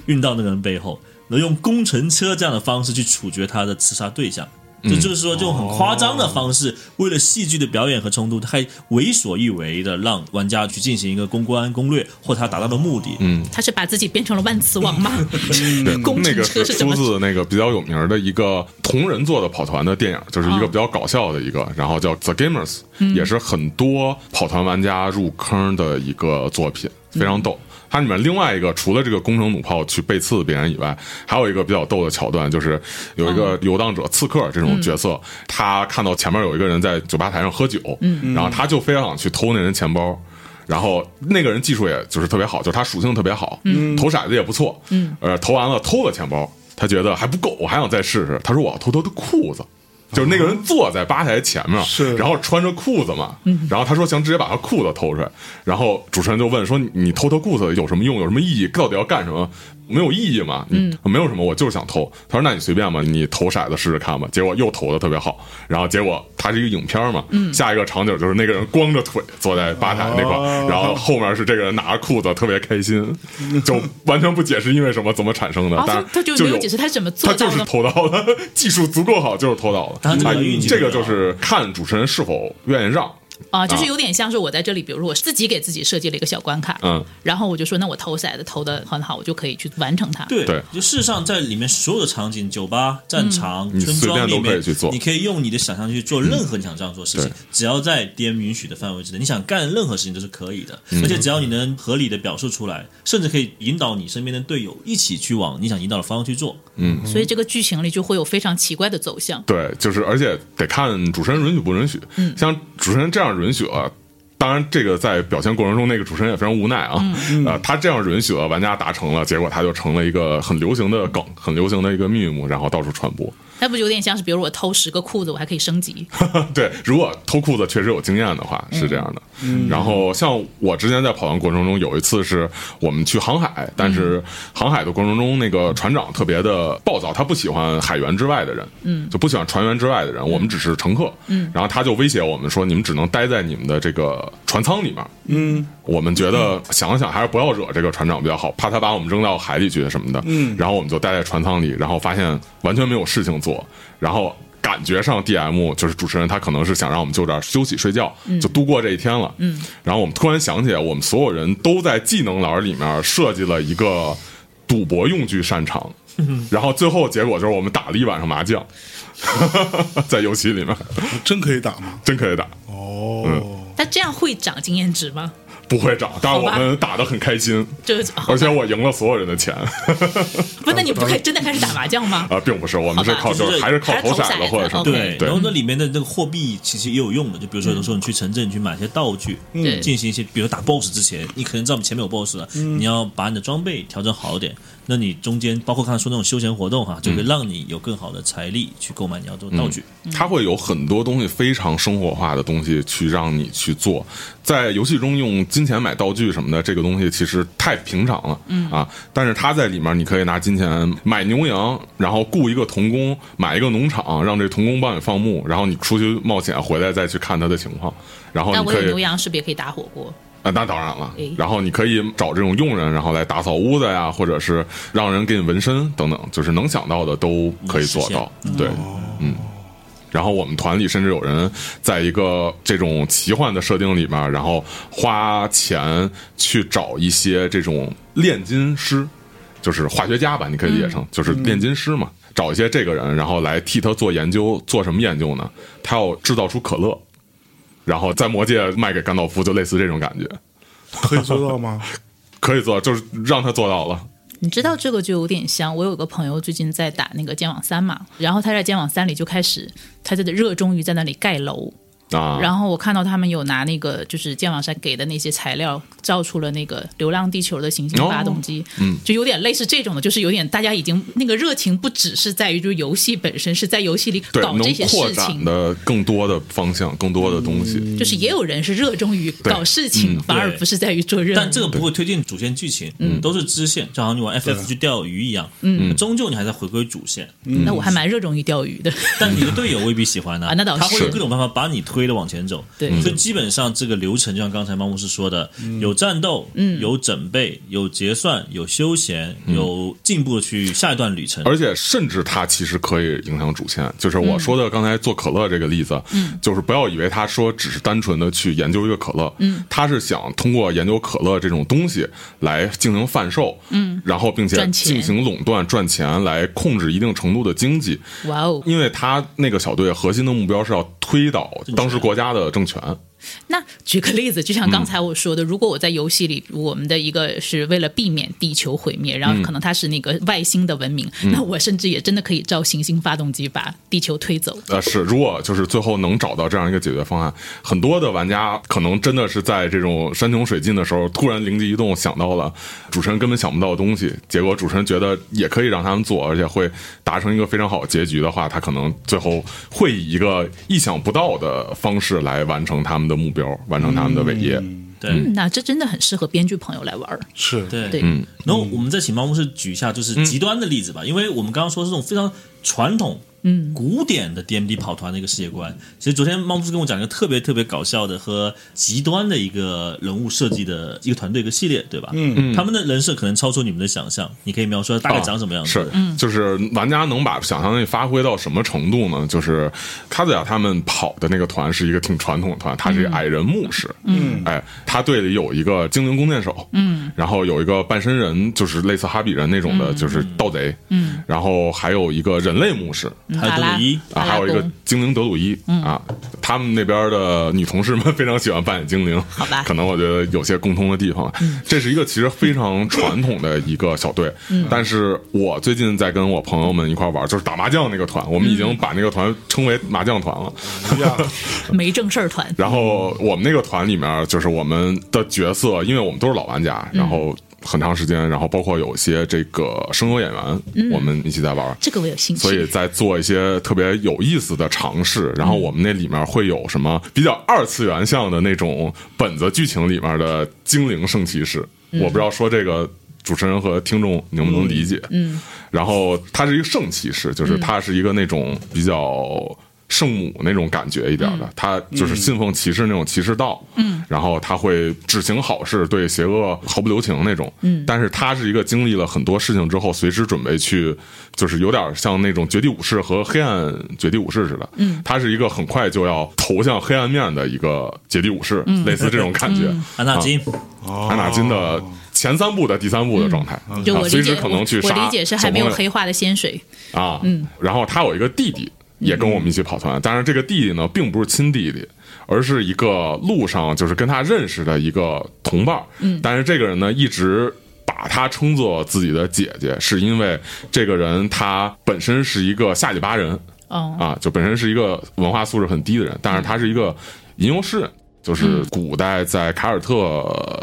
Speaker 4: 运到那个人背后，然后用工程车这样的方式去处决他的刺杀对象。就就是说，这种很夸张的方式，为了戏剧的表演和冲突，他还为所欲为的让玩家去进行一个公关攻略，或他达到的目的。嗯，
Speaker 2: 他是把自己变成了万磁王吗？
Speaker 3: [LAUGHS] 对，嗯
Speaker 2: 工
Speaker 3: 那
Speaker 2: 程
Speaker 3: 个
Speaker 2: 车
Speaker 3: 是
Speaker 2: 是怎
Speaker 3: 出
Speaker 2: 么？
Speaker 3: 自那个比较有名儿的一个同人做的跑团的电影，就是
Speaker 2: 哦
Speaker 3: 一个比较搞笑的一个，然后叫《The Gamers》，也
Speaker 2: 嗯
Speaker 3: 是很多跑团玩家入坑的一个作品，非
Speaker 2: 嗯
Speaker 3: 常逗。它里面另外一个除了这个工程弩炮去背刺别人以外，还有一个比较逗的桥段，就是有一
Speaker 2: 哦
Speaker 3: 个游荡者刺客这
Speaker 2: 嗯
Speaker 3: 种角色，他看到前面有一个人在酒吧台上喝酒，
Speaker 2: 嗯
Speaker 3: 然后他就非常想去偷那人钱包。然后那个人技术也就是特别好，就是他属性特别好，投骰子也不错，呃，投完了偷了钱包，他觉得还不够，我还想再试试。他说我要偷他的裤子，就是那个人坐在吧台前面，
Speaker 1: 是
Speaker 3: 然后穿着裤子嘛，
Speaker 2: 嗯
Speaker 3: 然后他说想直接把他裤子偷出来，然后主持人就问说你你偷他裤子有什么用，有什么意义，到底要干什么？没有意义嘛，嗯，没有什么，我就是想偷。他说：“那你随便吧，你投骰子试试看吧。”结果又投的特别好，然后结果他是一个影片嘛，
Speaker 2: 嗯
Speaker 3: 下一个场景就是那个人光着腿坐在吧台那块儿，
Speaker 1: 哦
Speaker 3: 然后后面是这个人拿着裤子特别开心，就完全不解释因为什么怎么产生的
Speaker 2: 哦，，
Speaker 3: 但
Speaker 2: 他
Speaker 3: 是
Speaker 2: 他就没
Speaker 3: 有
Speaker 2: 有解释他是怎么做
Speaker 3: 他就
Speaker 2: 到
Speaker 3: 是
Speaker 2: 的。
Speaker 3: 偷到的，技术足够好就是偷到的。
Speaker 4: 当然这个要运气
Speaker 3: 这个
Speaker 4: 比较
Speaker 3: 就
Speaker 4: 好
Speaker 3: 是看主持人是否愿意让。
Speaker 2: 啊，就是
Speaker 3: 啊
Speaker 2: 有点像是我在这里，比如说我自己给自己设计了一个小关卡，
Speaker 3: 嗯，
Speaker 2: 然后我就说，那我投骰子投的很好，我就可以去完成它。，
Speaker 4: 对，
Speaker 3: 对
Speaker 4: 就事实上在里面所有的场景，酒吧、战场、
Speaker 3: 你
Speaker 4: 村庄
Speaker 3: 随便
Speaker 4: 里
Speaker 3: 都
Speaker 4: 面，
Speaker 3: 可以去做嗯
Speaker 4: 你可以用你的想象去做任何你想这样做的事情，
Speaker 3: 对
Speaker 4: 只要在 DM 允许的范围之内，你想干任何事情都是可以的，
Speaker 3: 嗯
Speaker 4: 而且只要你能合理的表述出来，甚至可以引导你身边的队友一起去往你想引导的方向去做。
Speaker 2: 所以
Speaker 3: 嗯
Speaker 2: 这个剧情里就会有非常奇怪的走向。
Speaker 4: 嗯
Speaker 3: 对，就是而且得看主持人允许不允许。像主持人这样允许啊，当然，这个在表现过程中，那个主持人也非常无奈
Speaker 4: 嗯
Speaker 3: 啊，呃，他这样允许了玩家达成了，结果他就成了一个很流行的梗，很流行的一个 meme，然后到处传播。
Speaker 2: 那不就有点像是，比如我偷十个裤子，我还可以升级。
Speaker 3: [LAUGHS] 对，如果偷裤子确实有经验的话，是这样的。然后像我之前在跑团过程中，有一次是我们去航海，但是航海的过程中，那个船长特别的暴躁，他不喜欢海员之外的人，嗯，就不喜欢船员之外的人，我们只是乘客，嗯，然后他就威胁我们说，你们只能待在你们的这个船舱里面，
Speaker 1: 嗯，
Speaker 3: 我们觉得想了想，还是不要惹这个船长比较好，怕他把我们扔到海里去什么的。
Speaker 1: 嗯
Speaker 3: 然后我们就待在船舱里，然后发现完全没有事情做，然后感觉上 DM 就是主持人，他可能是想让我们就这儿休息睡觉，就度过这一天了。嗯，然后我们突然想起来，我们所有人都在技能栏里面设计了一个赌博用具擅长。然后最后结果就是我们打了一晚上麻将，在游戏里面
Speaker 1: 真可以打吗？
Speaker 3: 真可以打，
Speaker 4: 嗯
Speaker 1: 哦，
Speaker 2: 那这样会涨经验值吗？
Speaker 3: 不会涨，但是我
Speaker 2: 好吧
Speaker 3: 们打得很开心，
Speaker 2: 就是哦
Speaker 3: 而且我赢了所有人的钱。
Speaker 2: 不，那你不
Speaker 3: 呃
Speaker 2: 开真的开始打麻将吗？
Speaker 3: 啊，并不是，我们是
Speaker 2: 好
Speaker 3: 靠
Speaker 2: 吧
Speaker 3: 就是
Speaker 4: 就是
Speaker 3: 还是靠
Speaker 2: 还是
Speaker 3: 投
Speaker 2: 投
Speaker 3: 骰子
Speaker 2: 骰
Speaker 3: 或者
Speaker 2: 子
Speaker 3: 什么的，
Speaker 4: 对
Speaker 2: ，OK 嗯
Speaker 3: 对
Speaker 4: 然后那里面的这个货币其实也有用的，就比如说有时候你去城镇你去买一些道具，
Speaker 2: 对
Speaker 4: 进行一些，比如打 BOSS 之前，你可能知道前面有 BOSS 了，你要把你的装备调整好点。那你中间包括刚才说那种休闲活动哈，就会让你有更好的财力去购买你要做的道具。
Speaker 3: 它会有很多东西非常生活化的东西去让你去做，在游戏中用金钱买道具什么的，这个东西其实太平常了，嗯啊，但是它在里面你可以拿金钱买牛羊，然后雇一个童工，买一个农场，让这童工帮你放牧，然后你出去冒险回来再去看它的情况，然后
Speaker 2: 那
Speaker 3: 呃你
Speaker 2: 我
Speaker 3: 可
Speaker 2: 有
Speaker 3: 以
Speaker 2: 牛羊，是不是也可以打火锅？
Speaker 3: 啊，那当然了
Speaker 2: 诶。
Speaker 3: 然后你可以找这种佣人，然后来打扫屋子呀，或者是让人给你纹身等等，就是能想到的都可以做到。对，
Speaker 2: 哦
Speaker 3: 嗯。然后我们团里甚至有人在一个这种奇幻的设定里面，然后花钱去找一些这种炼金师，就是化学家吧，你可以理解
Speaker 2: 嗯
Speaker 3: 成、就是炼金师嘛，找一些这个人，然后来替他做研究。做什么研究呢？他要制造出可乐，然后在魔界卖给甘道夫，就类似这种感觉。
Speaker 1: 可以做到
Speaker 4: [LAUGHS]
Speaker 1: 吗？
Speaker 3: 可以做，就是让他做到了。
Speaker 2: 你知道这个就有点像，我有个朋友最近在打那个《剑网三》嘛，然后他在《剑网三》里就开始，他就热衷于在那里盖楼。
Speaker 3: 啊，
Speaker 2: 然后我看到他们有拿那个就是剑网山给的那些材料造出了那个《流浪地球》的行星
Speaker 3: 哦
Speaker 2: 发动机，嗯，就有点类似这种的，就是有点大家已经那个热情不只是在于就是游戏本身，是在游戏里
Speaker 3: 对，
Speaker 2: 搞这
Speaker 3: 能
Speaker 2: 些
Speaker 3: 扩
Speaker 2: 事
Speaker 3: 展
Speaker 2: 情，
Speaker 3: 的更多的方向，更多的东西。
Speaker 2: 就是也有人是热衷于搞
Speaker 3: 嗯
Speaker 2: 事情，反而不是在于做任务。
Speaker 4: 但这个不会推进主线剧情，嗯，都是支线，就好像你玩 FF 去钓鱼一样，嗯，终究你还在回归主线，
Speaker 2: 那
Speaker 3: 嗯
Speaker 2: 我还蛮热衷于
Speaker 3: [LAUGHS]
Speaker 2: 钓鱼的，
Speaker 4: 但你的队友未必喜欢呢、
Speaker 2: 啊那倒是
Speaker 4: 他会有各种办法把你推的往前走。
Speaker 2: 对嗯
Speaker 4: 所以基本上这个流程就像刚才猫牧师说的，有战斗，嗯，有准备，有结算，有休闲，有进步去下一段旅程。
Speaker 3: 而且甚至它其实可以影响主线，就是我说的刚才做可乐这个例子，嗯，就是不要以为他说只是单纯的去研究一个可乐，嗯，他是想通过研究可乐这种东西来进行贩售，嗯，然后并且
Speaker 2: 赚钱
Speaker 3: 进行垄断赚钱，来控制一定程度的经济，
Speaker 2: 哇哦！
Speaker 3: 因为他那个小队核心的目标是要推倒当时国家的政权，
Speaker 2: 那举个例子，就像刚
Speaker 3: 嗯
Speaker 2: 才我说的，如果我在游戏里，我们的一个是为了避免地球毁灭，
Speaker 3: 嗯
Speaker 2: 然后可能它是那个外星的文明，那我甚至也真的可以造行星发动机把地球推走。
Speaker 3: 呃，是，如果就是最后能找到这样一个解决方案，很多的玩家可能真的是在这种山穷水尽的时候，突然灵机一动想到了主持人根本想不到的东西，结果主持人觉得也可以让他们做，而且会达成一个非常好的结局的话，他可能最后会以一个意想不到的方式来完成他们的目标，完成他们的伟业。
Speaker 4: 对
Speaker 2: 那这真的很适合编剧朋友来玩儿。
Speaker 1: 是，
Speaker 4: 对
Speaker 2: 对，
Speaker 3: 嗯
Speaker 4: 然后我们再请猫牧师举一下就是极端的例子吧，因为我们刚刚说是这种非常传统。嗯，古典的 DMD 跑团的一个世界观，其实昨天猫牧师跟我讲一个特别特别搞笑的和极端的一个人物设计的一个团队一个系列，对吧？嗯嗯，他们的人设可能超出你们的想象，你可以描述他大概长什么样子。
Speaker 3: 是，就是玩家能把想象力发挥到什么程度呢？就是卡子雅他们跑的那个团是一个挺传统的团，他是一个矮人牧师，嗯，哎，他队里有一个精灵弓箭手，嗯，然后有一个半身人，就是类似哈比人那种的，就是盗贼，嗯，然后还有一个人人类牧师。
Speaker 4: 还有
Speaker 2: 阿
Speaker 4: 德
Speaker 2: 拉
Speaker 4: 鲁伊
Speaker 3: 啊，还有一
Speaker 2: 阿拉嗯
Speaker 3: 个
Speaker 2: 贡
Speaker 3: 精灵德鲁伊、啊，他们那边的女同事们非常喜欢扮演精灵，好 [LAUGHS]
Speaker 2: 吧嗯
Speaker 3: 可能我觉得有些共通的地方。这是一个其实非常传统的一个小队，
Speaker 2: 嗯
Speaker 3: 但是我最近在跟我朋友们一块玩，就是打麻将那个团，我们已经把那个团称为麻将团了。
Speaker 2: 嗯
Speaker 1: 一样，
Speaker 4: [LAUGHS]
Speaker 2: 没正事儿团，
Speaker 3: 然后我们那个团里面，就是我们的角色，因为我们都是老玩家，
Speaker 2: 嗯
Speaker 3: 然后很长时间，然后包括有一些这个声优演员，
Speaker 2: 嗯
Speaker 3: 我们一起在玩。
Speaker 2: 这个我有兴趣。
Speaker 3: 所以在做一些特别有意思的尝试。然后我们那里面会有什么比较二次元向的那种本子剧情里面的精灵圣骑士，我不知道说这个。主持人和听众能不能理解？嗯，然后他是一个圣骑士，就是他是一个那种比较圣母那种感觉一点
Speaker 2: 嗯
Speaker 3: 的，他就是信奉骑士那种骑士道，嗯，然后他会只行好事，对邪恶毫不留情那种，嗯，但是他是一个经历了很多事情之后，随时准备去，就是有点像那种绝地武士和黑暗绝地武士似的，嗯，他是一个很快就要投向黑暗面的一个绝地武士，
Speaker 2: 嗯
Speaker 3: 类似这种感觉，
Speaker 4: 安纳啊
Speaker 3: 啊
Speaker 4: 金，
Speaker 1: 哦
Speaker 3: 阿纳金的前三部的第三部的状态，
Speaker 2: 嗯就
Speaker 3: 啊
Speaker 2: 我
Speaker 3: 随
Speaker 2: 理
Speaker 3: 时
Speaker 2: 解，
Speaker 3: 可能去
Speaker 2: 我
Speaker 3: 杀
Speaker 2: 我理解是
Speaker 3: 小
Speaker 2: 还没有
Speaker 3: 朋友
Speaker 2: 黑化的仙水，
Speaker 3: 啊，嗯，然后他有一个弟弟，也跟我们一起跑团，但是这个弟弟呢，并不是亲弟弟。而是一个路上就是跟他认识的一个同伴，嗯，但是这个人呢一直把他称作自己的姐姐，是因为这个人他本身是一个下里巴人，
Speaker 2: 哦，
Speaker 3: 啊，就本身是一个文化素质很低的人，但是他是一个吟游诗人，就是古代在凯尔特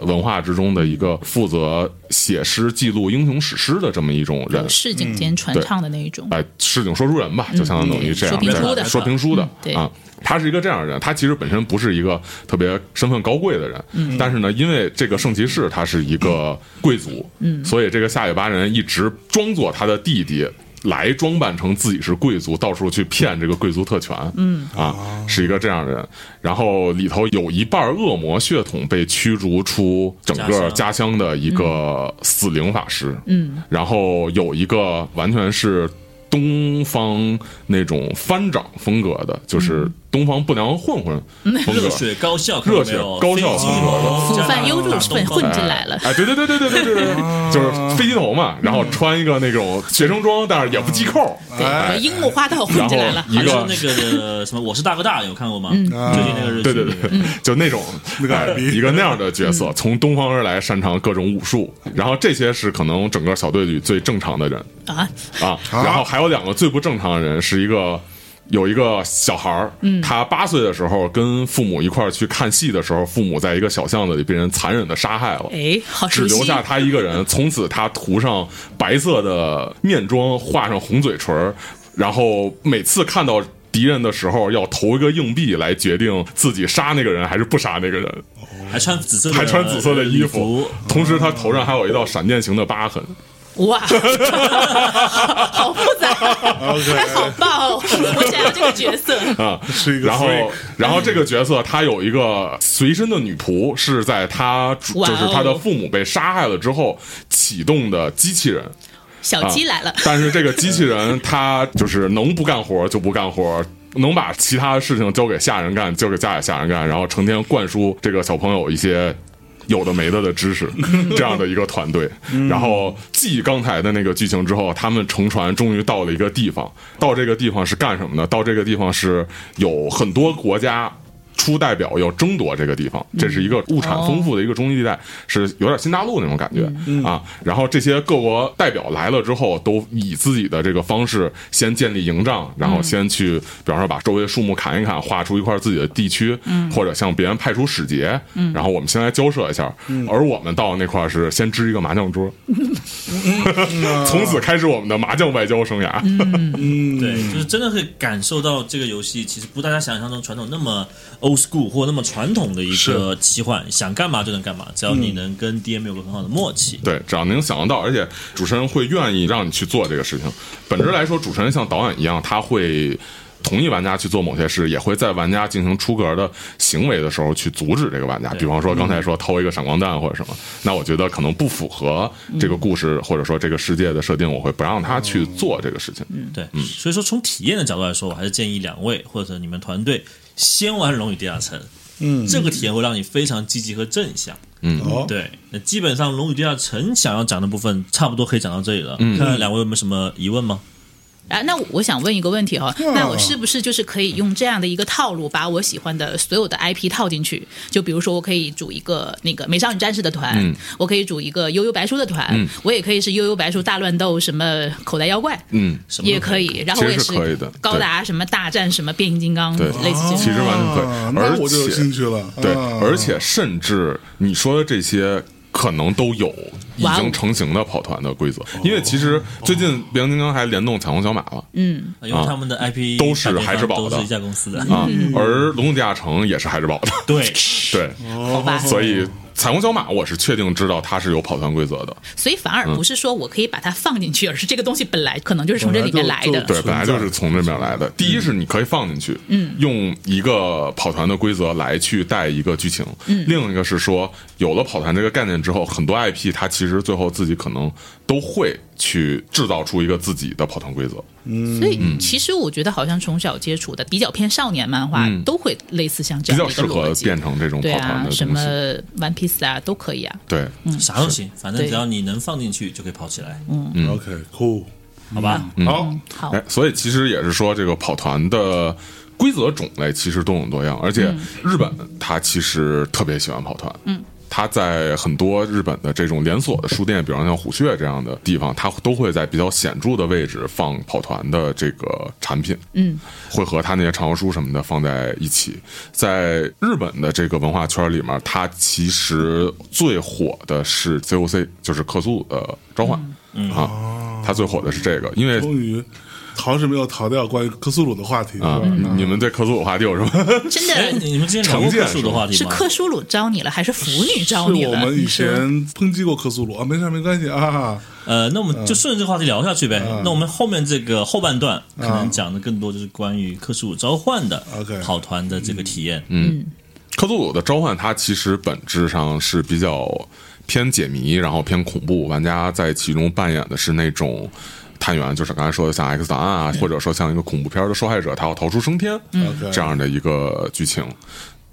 Speaker 3: 文化之中的一个负责写诗、记录英雄史诗的这么一种人
Speaker 2: 有。市
Speaker 3: 嗯
Speaker 2: 井间传唱的那一种，嗯
Speaker 3: 哎，市井说书人吧，就相当等于这样，
Speaker 2: 说评书的
Speaker 3: 说评书的
Speaker 2: 嗯对
Speaker 3: 啊，他是一个这样的人，他其实本身不是一个特别身份高贵的人，
Speaker 2: 嗯
Speaker 3: 但是呢，因为这个圣骑士他是一个贵族，
Speaker 2: 嗯
Speaker 3: 所以这个下里巴人一直装作他的弟弟。来装扮成自己是贵族，到处去骗这个贵族特权，嗯啊，是一个这样的人。然后里头有一半恶魔血统被驱逐出整个家
Speaker 4: 家乡
Speaker 3: 乡的一个死灵法师，嗯，然后有一个完全是东方那种翻掌风格的，就是东方不良混混风格
Speaker 4: 热，血高校看到没
Speaker 3: 热
Speaker 4: 有，
Speaker 3: 血高校
Speaker 4: 飞机
Speaker 3: 风格
Speaker 4: 头
Speaker 2: 腐
Speaker 4: 加拿
Speaker 2: 范
Speaker 4: 大
Speaker 2: 优
Speaker 3: 嗯
Speaker 2: 助
Speaker 4: 东
Speaker 2: 混
Speaker 4: 方
Speaker 2: 混进来了，
Speaker 3: 哎，对对对对对对对
Speaker 1: [LAUGHS]
Speaker 3: 对，
Speaker 1: 啊
Speaker 3: 就是飞机头嘛，然后穿一个那种学生装，但是也不系扣，
Speaker 1: 啊
Speaker 2: 对，
Speaker 3: 哎
Speaker 2: 和樱木花道混
Speaker 3: 然后
Speaker 2: 进来了，
Speaker 3: 一
Speaker 4: 还有
Speaker 3: 个
Speaker 4: 那个什么，我是大哥大，有看过吗？最近那个日剧，
Speaker 3: 啊对对嗯对，就那种
Speaker 1: 那个矮
Speaker 3: 哎
Speaker 1: 逼
Speaker 3: 一个那样的角色，从东方而来，擅长各种武术，然后这些是可能整个小队里最正常的人，
Speaker 2: 啊，
Speaker 3: 啊，然后还有两个最不正常的人，是一个有一个小孩儿，他八岁的时候跟父母一块儿去看戏的时候，父母在一个小巷子里被人残忍的杀害了。
Speaker 2: 哎，好
Speaker 3: 只
Speaker 2: 熟
Speaker 3: 留
Speaker 2: 悉，
Speaker 3: 下他一个人，从此他涂上白色的面妆，画上红嘴唇儿，然后每次看到敌人的时候，要投一个硬币来决定自己杀那个人还是不杀那个人。
Speaker 4: 还穿紫色的，
Speaker 3: 还穿紫色的衣服
Speaker 4: 服，，
Speaker 3: 同时他头上还有一道闪电型的疤痕。
Speaker 2: 哇，好复杂，还好棒哦，我想要这个角色，
Speaker 3: 啊，
Speaker 1: 是一个
Speaker 3: 然后
Speaker 1: freak，
Speaker 3: 然后这个角色他有一个随身的女仆，是在他主
Speaker 2: 哇
Speaker 3: 就
Speaker 2: 哦
Speaker 3: 是他的父母被杀害了之后启动的机器人。
Speaker 2: [LAUGHS] 小鸡来 [LAUGHS] 了，
Speaker 3: 但是这个机器人他就是能不干活就不干活。能把其他的事情交给下人干，交给家里下人干，然后成天灌输这个小朋友一些有的没的的知识，这样的一个团队。然后继刚才的那个剧情之后，他们乘船终于到了一个地方。到这个地方是干什么呢？到这个地方是有很多国家出代表要争夺这个地方，这是一个物产丰富的一个中心地带，是有点新大陆那种感觉、啊。然后这些各国代表来了之后，都以自己的这个方式先建立营帐，然后先去，比方说把周围树木砍一砍，画出一块自己的地区，或者向别人派出使节，然后我们先来交涉一下。而我们到那块儿是先支一个麻将桌，从此开始我们的麻将外交生涯。
Speaker 4: 对，就是真的会感受到这个游戏其实不大家想象中传统那么 old school 或那么传统的一个奇幻，想干嘛就能干嘛，只要你能
Speaker 3: 嗯
Speaker 4: 跟 DM 有个很好的默契。
Speaker 3: 对，只要您想得到，而且主持人会愿意让你去做这个事情。本质来说，主持人像导演一样，他会同意玩家去做某些事，也会在玩家进行出格的行为的时候去阻止这个玩家。比方说刚才说偷一个闪光弹或者什么，那我觉得可能不符合这个故事或者说这个世界的设定，我会不让他去做这个事情。
Speaker 4: 对，所以说从体验的角度来说，我还是建议两位或者你们团队先玩《龙与地下城》，嗯，这个体验会让你非常积极和正向。
Speaker 1: 哦，
Speaker 4: 对，那基本
Speaker 3: 嗯
Speaker 4: 上《龙与地下城》想要讲的部分差不多可以讲到这里了。看看两位有没有什么疑问吗？
Speaker 2: 啊，那我想问一个问题哈、那我是不是就是可以用这样的一个套路，把我喜欢的所有的 IP 套进去？就比如说，我可以组一个那个美少女战士的团，
Speaker 3: 嗯
Speaker 2: 我可以组一个悠悠白书的团，我也可以是悠悠白书大乱斗什么口袋妖怪，
Speaker 3: 嗯，
Speaker 4: 什么都
Speaker 2: 也可以。然后
Speaker 3: 其
Speaker 2: 我
Speaker 3: 实
Speaker 2: 也
Speaker 3: 是可以的
Speaker 2: 高
Speaker 3: 对
Speaker 2: 达什么大战什么变形金刚
Speaker 3: 对
Speaker 2: 类似
Speaker 3: 其
Speaker 2: 这
Speaker 3: 实
Speaker 2: 种。
Speaker 3: 完全可以
Speaker 1: 啊
Speaker 3: 而
Speaker 1: 那我就有
Speaker 3: 且
Speaker 1: 兴趣了。
Speaker 3: 对，
Speaker 1: 啊
Speaker 3: 而且甚至你说的这些。可能都有已
Speaker 2: 哇哦
Speaker 3: 经成型的跑团的规则，因为其实最近变形金刚还联动彩虹小马了
Speaker 2: 嗯，
Speaker 4: 啊因为他们的
Speaker 3: 啊
Speaker 4: IP
Speaker 3: 都是
Speaker 4: 大部分
Speaker 3: 还是宝的
Speaker 4: 都是一家公司的。
Speaker 3: 啊，
Speaker 2: 嗯
Speaker 3: 而龙与地下城也是孩之宝的， [LAUGHS]
Speaker 4: 对，
Speaker 3: 对，
Speaker 2: 好吧。
Speaker 3: 哦所以彩虹小马我是确定知道它是有跑团规则的，
Speaker 2: 所以反而
Speaker 3: 嗯
Speaker 2: 不是说我可以把它放进去，而是这个东西本来可能就是从这里面来
Speaker 1: 本来
Speaker 2: 的
Speaker 1: 就。
Speaker 3: 对，
Speaker 1: 存
Speaker 3: 本来嗯
Speaker 1: 在
Speaker 3: 就是从这边来的。第一是你可以放进去，嗯，用一个跑团的规则来去带一个剧情，嗯，另一个是说有了跑团这个概念之后，很多 IP 它其实最后自己可能都会去制造出一个自己的跑团规则，
Speaker 2: 所
Speaker 3: 嗯
Speaker 2: 以其实我觉得，好像从小接触的比较偏少年漫画，都会类似像这
Speaker 3: 比较
Speaker 2: 样的一
Speaker 3: 适
Speaker 2: 个
Speaker 3: 合
Speaker 2: 逻辑。
Speaker 3: 变成这种
Speaker 2: 对
Speaker 3: 跑团
Speaker 2: 啊
Speaker 3: 的，
Speaker 2: 什
Speaker 3: 东
Speaker 2: 么
Speaker 3: 西。
Speaker 2: One Piece 啊，都可以啊。
Speaker 3: 对，
Speaker 4: 啥都行，反正
Speaker 2: 对嗯
Speaker 4: 只要你能放进去就可以跑起来，
Speaker 3: 嗯
Speaker 1: OK，cool，
Speaker 4: 好吧？
Speaker 1: 好，
Speaker 2: 好，
Speaker 3: 哎，所以其实也是说，这个跑团的规则种类其实多种多样，而且日本它其实特别喜欢跑团。嗯。它在很多日本的这种连锁的书店，比方像虎穴这样的地方，它都会在比较显著的位置放跑团的这个产品，嗯，会和它那些畅销书什么的放在一起。在日本的这个文化圈里面，它其实最火的是 COC，就是克苏鲁的召唤，嗯啊，它最火的是这个，因为
Speaker 1: 终于逃是没有逃掉关于克苏鲁的话题，
Speaker 3: 啊、
Speaker 1: 是吧
Speaker 2: 嗯
Speaker 3: 你你们对克苏鲁话题有什么？ [LAUGHS]
Speaker 2: 真
Speaker 4: 哎，
Speaker 2: 的
Speaker 4: 你们之前聊
Speaker 3: 成
Speaker 4: 过
Speaker 3: 见
Speaker 4: 克数的话题
Speaker 2: 是
Speaker 4: 吗？
Speaker 2: 克苏鲁招你了，还是腐女招你
Speaker 1: 是我
Speaker 2: 了？
Speaker 1: 们以
Speaker 2: 你说
Speaker 1: 前抨击过克苏鲁啊，没事没关系啊，
Speaker 4: 呃，那我们就顺着这个话题聊下去呗。
Speaker 3: 嗯
Speaker 4: 那我们后面这个后半段可能讲的更多就是关于克苏鲁召唤的
Speaker 3: 啊
Speaker 1: OK
Speaker 4: 跑团的这个体验。
Speaker 3: 嗯克苏鲁的召唤，它其实本质上是比较偏解谜，然后偏恐怖，玩家在其中扮演的是那种。探员就是刚才说的，像 X 档案啊，或者说像一个恐怖片的受害者，他要逃出升天，
Speaker 1: OK
Speaker 3: 这样的一个剧情。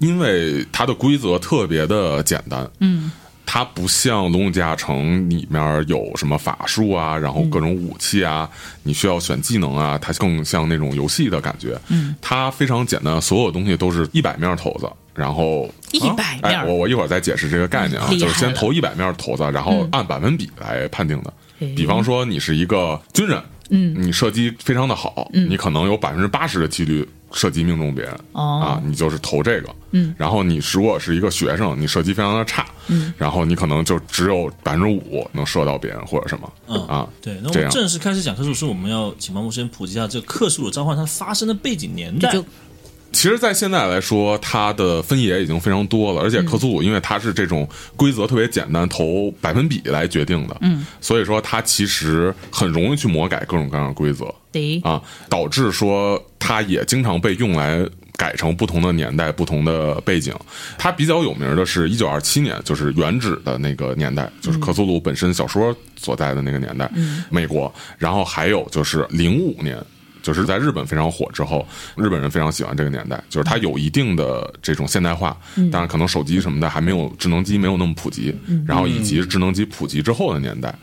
Speaker 3: 因为它的规则特别的简单，嗯，它不像《龙与地下城》里面有什么法术啊，然后各种武器啊，你需要选技能啊，它更像那种游戏的感觉，嗯，它非常简单，所有东西都是一百面骰子，然后
Speaker 2: 一
Speaker 1: 啊
Speaker 2: 百面
Speaker 3: 哎，我
Speaker 2: 儿，
Speaker 3: 我一会儿再解释这个概念啊，
Speaker 2: 嗯厉害
Speaker 3: 就
Speaker 2: 了
Speaker 3: 是先投一百面骰子，然后按百分比来判定的。
Speaker 2: 嗯
Speaker 3: 比方说你是一个军人，嗯，你射击非常的好，
Speaker 2: 嗯
Speaker 3: 你可能有百分之八十的几率射击命中别人、
Speaker 2: 哦
Speaker 3: 啊，你就是投这个。嗯，然后你如果是一个学生，你射击非常的差，嗯，然后你可能就只有百分之五能射到别人或者什么、
Speaker 4: 嗯
Speaker 3: 啊。
Speaker 4: 对，那我
Speaker 3: 这
Speaker 4: 们
Speaker 3: 样
Speaker 4: 正式开始讲克数时，我们要请毛姆先普及一下这个克苏鲁召唤它发生的背景年
Speaker 2: 这
Speaker 4: 代。
Speaker 2: 就
Speaker 3: 其实，在现在来说，它的分野已经非常多了，而且克苏鲁因为它是这种规则特别简单，投百分比来决定的，嗯，所以说它其实很容易去魔改各种各样的规则
Speaker 2: 得
Speaker 3: 啊，导致说它也经常被用来改成不同的年代、不同的背景。它比较有名的是1927年，就是原始的那个年代，就是克苏鲁本身小说所在的那个年代，美国。然后还有就是05年。就是在日本非常火之后，日本人非常喜欢这个年代，就是它有一定的这种现代化，当然可能手机什么的还没有智能机没有那么普及，然后以及智能机普及之后的年代。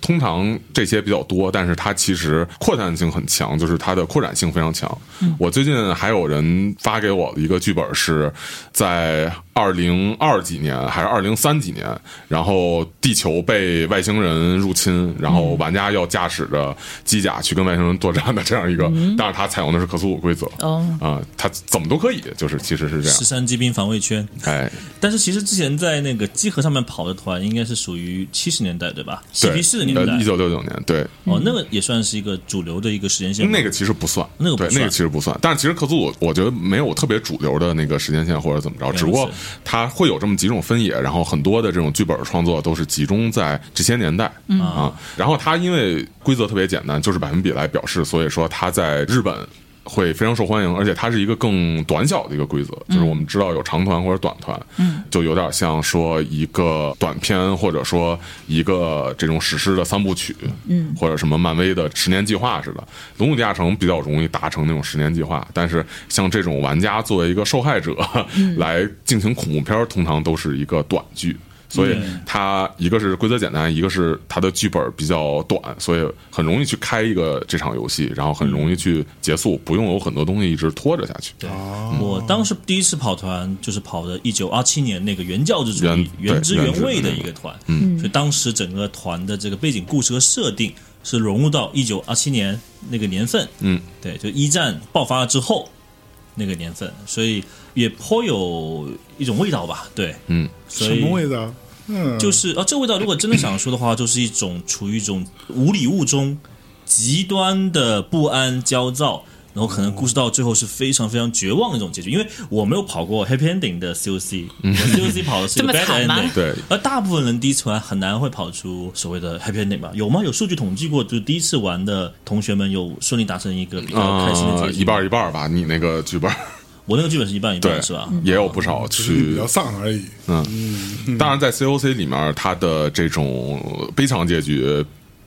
Speaker 3: 通常这些比较多，但是它其实扩散性很强，就是它的扩展性非常强。我最近还有人发给我的一个剧本是在二零二几年还是二零三几年，然后地球被外星人入侵，然后玩家要驾驶着机甲去跟外星人作战的这样一个，但是它采用的是克苏鲁规则。
Speaker 2: 哦，
Speaker 3: 啊、它怎么都可以，就是其实是
Speaker 2: 啊
Speaker 3: 这样
Speaker 4: 十，三机兵防卫圈，
Speaker 3: 哎，
Speaker 4: 但是其实之前在那个机核上面跑的团应该是属于七十年代对吧？嬉
Speaker 3: 对呃
Speaker 4: 皮士的年代，
Speaker 3: 一九六九年，对，
Speaker 4: 哦，那个也算是一个主流的一个时间线吧。
Speaker 3: 那个其实不算，
Speaker 4: 那个不
Speaker 3: 对，
Speaker 4: 算
Speaker 3: 那个其实不算。但是其实克苏鲁，我觉得没有特别主流的那个时间线或者怎么着，
Speaker 4: 解
Speaker 3: 只不过它会有这么几种分野，然后很多的这种剧本创作都是集中在这些年代、啊。然后它因为规则特别简单，就是百分比来表示，所以说它在日本。会非常受欢迎，而且它是一个更短小的一个规则，就是我们知道有长团或者短团，嗯，就有点像说一个短片或者说一个这种史诗的三部曲，嗯，或者什么漫威的十年计划似的。龙与地下城比较容易达成那种十年计划，但是像这 [LAUGHS] 种玩家作为一个受害者、来进行恐怖片儿，通常都是一个短剧。所以它一个是规则简单，一个是它的剧本比较短，所以很容易去开一个这场游戏，然后很容易去结束，不用有很多东西一直拖着下去。
Speaker 4: 对，
Speaker 1: 哦
Speaker 4: 我当时第一次跑团就是跑的一九二七年那个原教旨主义
Speaker 3: 原、
Speaker 4: 原汁
Speaker 3: 对
Speaker 4: 原
Speaker 3: 原汁
Speaker 4: 味的
Speaker 3: 原
Speaker 4: 一个团，嗯，所以当时整个团的这个背景故事和设定是融入到一九二七年那个年份，
Speaker 3: 嗯，
Speaker 4: 对，就一战爆发之后那个年份，所以也颇有一种味道吧，对，
Speaker 3: 嗯，
Speaker 4: 所
Speaker 1: 什
Speaker 4: 以
Speaker 1: 么味道？嗯，
Speaker 4: 就是啊，这个味道如果真的想说的
Speaker 3: [CLEARS THROAT]
Speaker 4: 话，就是一种处于一种无礼物中极端的不安、焦躁，然后可能故事到最后是非常非常绝望的一种结局。因为我没有跑过 happy ending 的 COC，我
Speaker 3: 嗯
Speaker 4: COC 跑的
Speaker 3: [LAUGHS]
Speaker 4: 是一个
Speaker 2: 这么
Speaker 4: bad
Speaker 2: 惨吗
Speaker 4: ending，
Speaker 3: 对
Speaker 4: 而大部分人第一次玩很难会跑出所谓的 happy ending 吧？有吗？有数据统计过，就是第一次玩的同学们有顺利达成一个比较开心的
Speaker 3: 啊，
Speaker 4: 结局、
Speaker 3: 一半儿一半儿吧，你那个剧本儿
Speaker 4: 我那个剧本是一半一
Speaker 3: 对
Speaker 4: 半，是吧？
Speaker 3: 也有不少
Speaker 1: 只是你
Speaker 3: 去
Speaker 1: 比较丧而已。
Speaker 3: 当然，在 COC 里面，它的这种悲惨结局。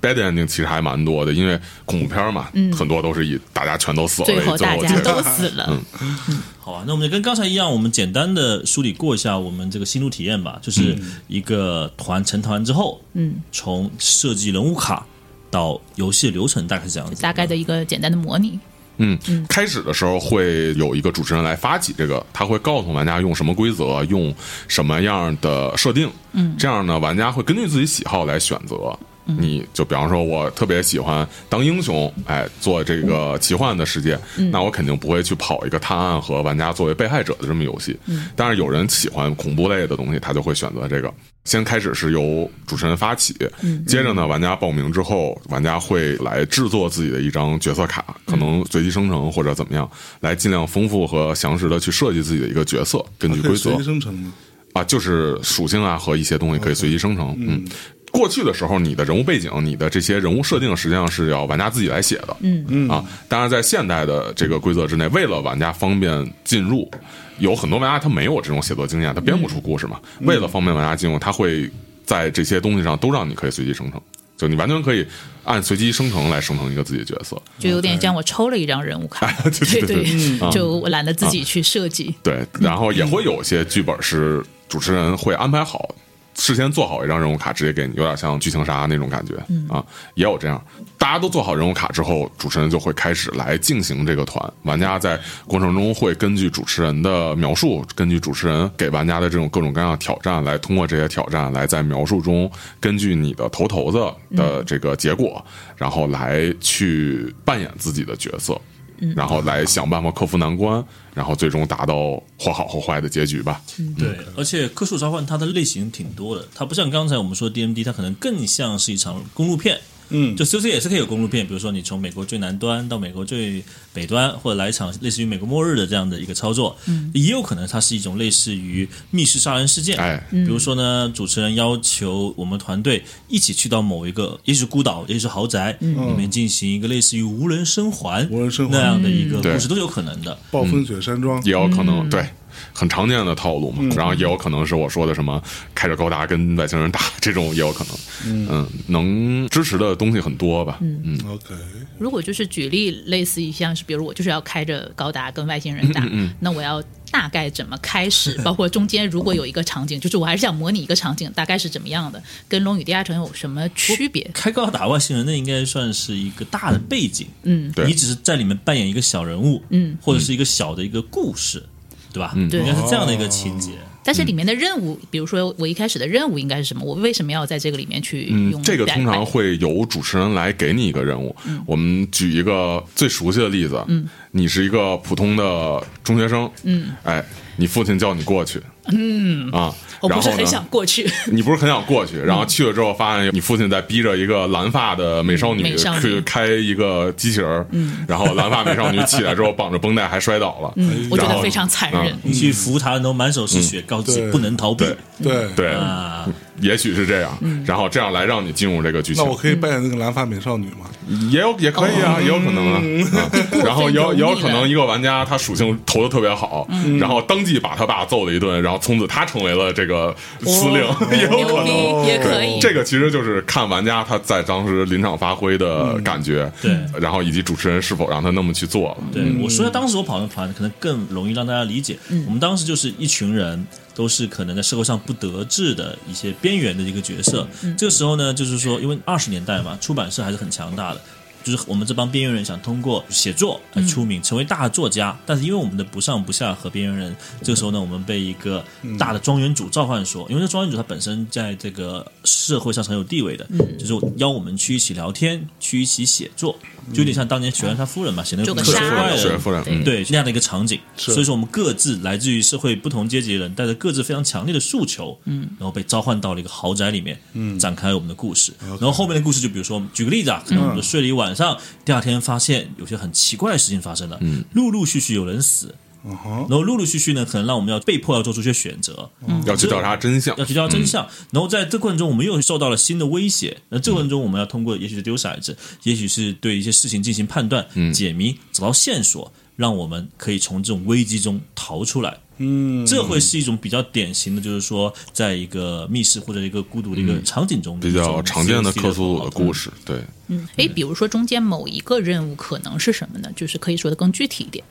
Speaker 3: bad ending 其实还蛮多的，因为恐怖片儿嘛，很多都是以大家全都死了为
Speaker 2: 嗯最后大
Speaker 3: 结
Speaker 2: 家
Speaker 3: 局
Speaker 2: 都死了，
Speaker 3: 嗯
Speaker 4: 好啊，那我们就跟刚才一样，我们简单的梳理过一下我们这个心路体验吧，就是一个团成团之后，嗯，从设计人物卡到游戏流程大概是这样子，
Speaker 2: 大概的一个简单的模拟。
Speaker 3: 嗯，开始的时候会有一个主持人来发起这个，他会告诉玩家用什么规则，用什么样的设定。嗯，这样呢，玩家会根据自己喜好来选择。你就比方说，我特别喜欢当英雄，哎，做这个奇幻的世界，那我肯定不会去跑一个探案和玩家作为被害者的这么游戏。但是有人喜欢恐怖类的东西，他就会选择这个。先开始是由主持人发起，接着呢，玩家报名之后，玩家会来制作自己的一张角色卡，可能随机生成或者怎么样，来尽量丰富和详实的去设计自己的一个角色，根据
Speaker 1: 可以
Speaker 3: 规
Speaker 1: [LAUGHS] 随
Speaker 3: 则
Speaker 1: 机生成吗？
Speaker 3: 啊，就是属性啊和一些东西可以随机生成。嗯，过去的时候，你的人物背景、你的这些人物设定，实际上是要玩家自己来写的。嗯嗯啊，当然在现代的这个规则之内，为了玩家方便进入，有很多玩家他没有这种写作经验，他编不出故事嘛。为了方便玩家进入，他会在这些东西上都让你可以随机生成，就你完全可以按随机生成来生成一个自己的角色。
Speaker 2: 就有点像我抽了一张人物卡，
Speaker 3: [LAUGHS] 对
Speaker 2: 对
Speaker 3: 对嗯
Speaker 2: 就我懒得自己去设计。
Speaker 3: 对，然后也会有一些剧本是主持人会安排好，事先做好一张人物卡，直接给你，有点像剧情杀那种感觉、啊，也有这样。大家都做好人物卡之后，主持人就会开始来进行这个团。玩家在过程中会根据主持人的描述，根据主持人给玩家的这种各种各样的挑战，来通过这些挑战，来在描述中根据你的头头子的这个结果，然后来去扮演自己的角色。然后来想办法克服难关，然后最终达到或好或坏的结局吧。
Speaker 1: 嗯
Speaker 4: 对，而且《科数召唤》它的类型挺多的，它不像刚才我们说 DMD，它可能更像是一场公路片。
Speaker 1: 嗯
Speaker 4: 就 COC 也是可以有公路片，比如说你从美国最南端到美国最北端，或者来一场类似于美国末日的这样的一个操作，嗯，也有可能它是一种类似于密室杀人事件，
Speaker 3: 哎
Speaker 4: 比如说呢，主持人要求我们团队一起去到某一个，也许是孤岛，也许是豪宅，里面进行一个类似于无人生还
Speaker 1: 无人生还嗯
Speaker 4: 那样的一个
Speaker 3: 对
Speaker 4: 故事都有可能的，
Speaker 1: 暴风雪山庄
Speaker 3: 也有可能、对很常见的套路嘛，然后也有可能是我说的什么开着高达跟外星人打这种也有可能。嗯能支持的东西很多吧。嗯，
Speaker 1: ，OK，
Speaker 2: 如果就是举例，类似于像是，比如我就是要开着高达跟外星人打，那我要大概怎么开始？包括中间如果有一个场景，就是我还是想模拟一个场景，大概是怎么样的，跟《龙与地下城》有什么区别？
Speaker 4: 开高打外星人，那应该算是一个大的背景。嗯，
Speaker 3: 对
Speaker 4: 你只是在里面扮演一个小人物，嗯，或者是一个小的一个故事，对吧？嗯哦
Speaker 2: 对
Speaker 4: 应该是这样的一个情节。
Speaker 2: 但是里面的任务，比如说我一开始的任务应该是什么？我为什么要在这个里面去用
Speaker 3: 嗯，这个通常
Speaker 2: backpack？
Speaker 3: 会由主持人来给你一个任务。我们举一个最熟悉的例子，嗯，你是一个普通的中学生，嗯，哎，你父亲叫你过去，嗯啊，
Speaker 2: 我
Speaker 3: 然
Speaker 2: 不是
Speaker 3: 后呢
Speaker 2: 很？想过去，
Speaker 3: [LAUGHS] 你不是很想过去，然后去了之后发现你父亲在逼着一个蓝发的美少女
Speaker 2: 美少女
Speaker 3: 去开一个机器人儿，然后蓝发美少女起来之后绑着绷带还摔倒了，
Speaker 2: 嗯我觉
Speaker 3: 然
Speaker 2: 得
Speaker 3: 后
Speaker 2: 非常残忍。
Speaker 4: 你去扶他，然后满手是血，告诉自己
Speaker 1: 对
Speaker 4: 不能逃避
Speaker 3: 对
Speaker 1: 对。
Speaker 3: 对，
Speaker 4: 啊。
Speaker 3: 也许是这样，
Speaker 2: 嗯
Speaker 3: 然后这样来让你进入这个剧
Speaker 1: 那我
Speaker 3: 情，
Speaker 1: 可以扮演那个蓝发美少女吗？
Speaker 3: 也有也可以啊，也有可能啊，
Speaker 2: [LAUGHS]
Speaker 3: 嗯然后也有也有可能一个玩家他属性投的特别好，
Speaker 2: 嗯
Speaker 3: 然后当即把他爸揍了一顿，然后从此他成为了这个司令，也 [LAUGHS] 有可
Speaker 2: 哦牛
Speaker 3: 能。
Speaker 2: 逼也可以，
Speaker 3: 这个其实就是看玩家他在当时临场发挥的感觉，
Speaker 4: 对嗯
Speaker 3: 然后以及主持人是否让他那么去做了。
Speaker 4: 对，我说一下当时我跑的团，可能更容易让大家理解。我们当时就是一群人都是可能在社会上不得志的一些边缘的一个角色。这个时候呢，就是说，因为二十年代嘛，出版社还是很强大的。就是我们这帮边缘人想通过写作来出名，成为大作家，但是因为我们的不上不下和边缘人，这个时候呢，我们被一个大的庄园主召唤说，因为这庄园主他本身在这个社会上是很有地位的，就是邀我们去一起聊天，去一起写作，就有点像当年雪兰莪夫人嘛，写那
Speaker 2: 做
Speaker 4: 个
Speaker 2: 个
Speaker 4: 克
Speaker 2: 杀
Speaker 4: 什
Speaker 2: 人
Speaker 4: 夫爱
Speaker 3: 是
Speaker 4: 人，
Speaker 3: 夫人，
Speaker 2: 对
Speaker 3: 嗯
Speaker 4: 对那样的一个场景。所以说，我们各自来自于社会不同阶级的人，带着各自非常强烈的诉求，嗯，然后被召唤到了一个豪宅里面，嗯，展开我们的故事。然后后面的故事，就比如说，举个例子啊，可能我们就睡了一晚上，第二天发现有些很奇怪的事情发生了，嗯，陆陆续续有人死，
Speaker 1: 嗯哼，
Speaker 4: 然后陆陆续续呢，可能让我们要被迫要做出一些选择，嗯，
Speaker 3: 要去调查真相
Speaker 4: 要，去调
Speaker 3: 嗯
Speaker 4: 查真相。然后在这过程中，我们又受到了新的威胁。那这过程中，我们要通过也许是丢骰子，也许是对一些事情进行判断、
Speaker 3: 嗯
Speaker 4: 解谜，找到线索，让我们可以从这种危机中逃出来。
Speaker 1: 嗯，
Speaker 4: 这会是一种比较典型的，就是说，在一个密室或者一个孤独的一个场景中，
Speaker 3: 嗯比较常见的克苏鲁的故
Speaker 4: 事。
Speaker 3: 事，对，
Speaker 2: 嗯，诶，比如说中间某一个任务可能是什么呢？就是可以说的更具体一点。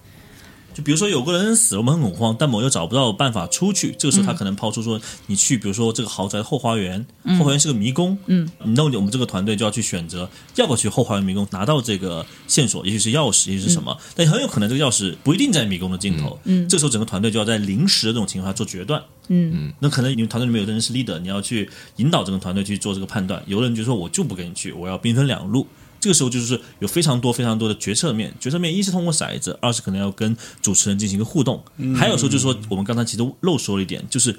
Speaker 4: 就比如说有个人死了，我们很恐慌，但某又找不到办法出去。这个时候他可能抛出说：“你去，比如说这个豪宅后花园，后花园是个迷宫，嗯，那我们这个团队就要去选择要不要去后花园迷宫拿到这个线索，也许是钥匙，也许是什么，但很有可能这个钥匙不一定在迷宫的尽头。嗯嗯，这时候整个团队就要在临时的这种情况下做决断。
Speaker 2: 嗯，
Speaker 4: 那可能你们团队里面有的人是 leader，你要去引导整个团队去做这个判断。有的人就说我就不跟你去，我要兵分两路。这个时候就是有非常多非常多的决策面，决策面一是通过骰子，二是可能要跟主持人进行一个互动，还有时候就是说我们刚才其实漏说了一点，就是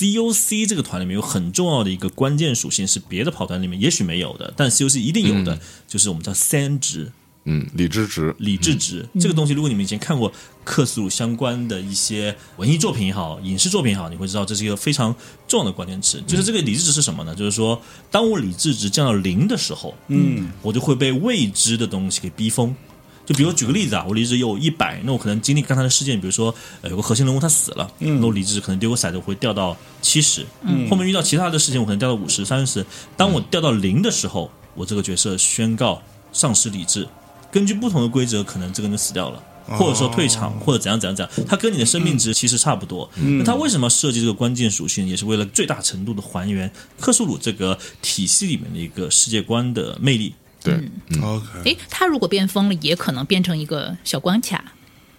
Speaker 4: COC 这个团里面有很重要的一个关键属性是别的跑团里面也许没有的，但 COC 一定有的，就是我们叫三值。
Speaker 3: 嗯，李之直，
Speaker 4: 理智值、这个东西，如果你们以前看过克苏鲁相关的一些文艺作品也好、影视作品也好，你会知道这是一个非常重要的关键词。就是这个理智值是什么呢？就是说，当我理智值降到零的时候，嗯，我就会被未知的东西给逼疯。就比如举个例子啊，我理智有一百，那我可能经历刚才的事件，比如说呃有个核心人物他死了，那我理智可能丢个骰子我会掉到七十，后面遇到其他的事情我可能掉到五十、三十。当我掉到零的时候，我这个角色宣告丧失理智，根据不同的规则，可能这个人就死掉了。或者说退场，或者怎样怎样怎样，它跟你的生命值其实差不多。那它为什么设计这个关键属性，也是为了最大程度的还原克苏鲁这个体系里面的一个世界观的魅力。
Speaker 3: 对，
Speaker 1: OK，
Speaker 2: 诶，他如果变疯了，也可能变成一个小关卡。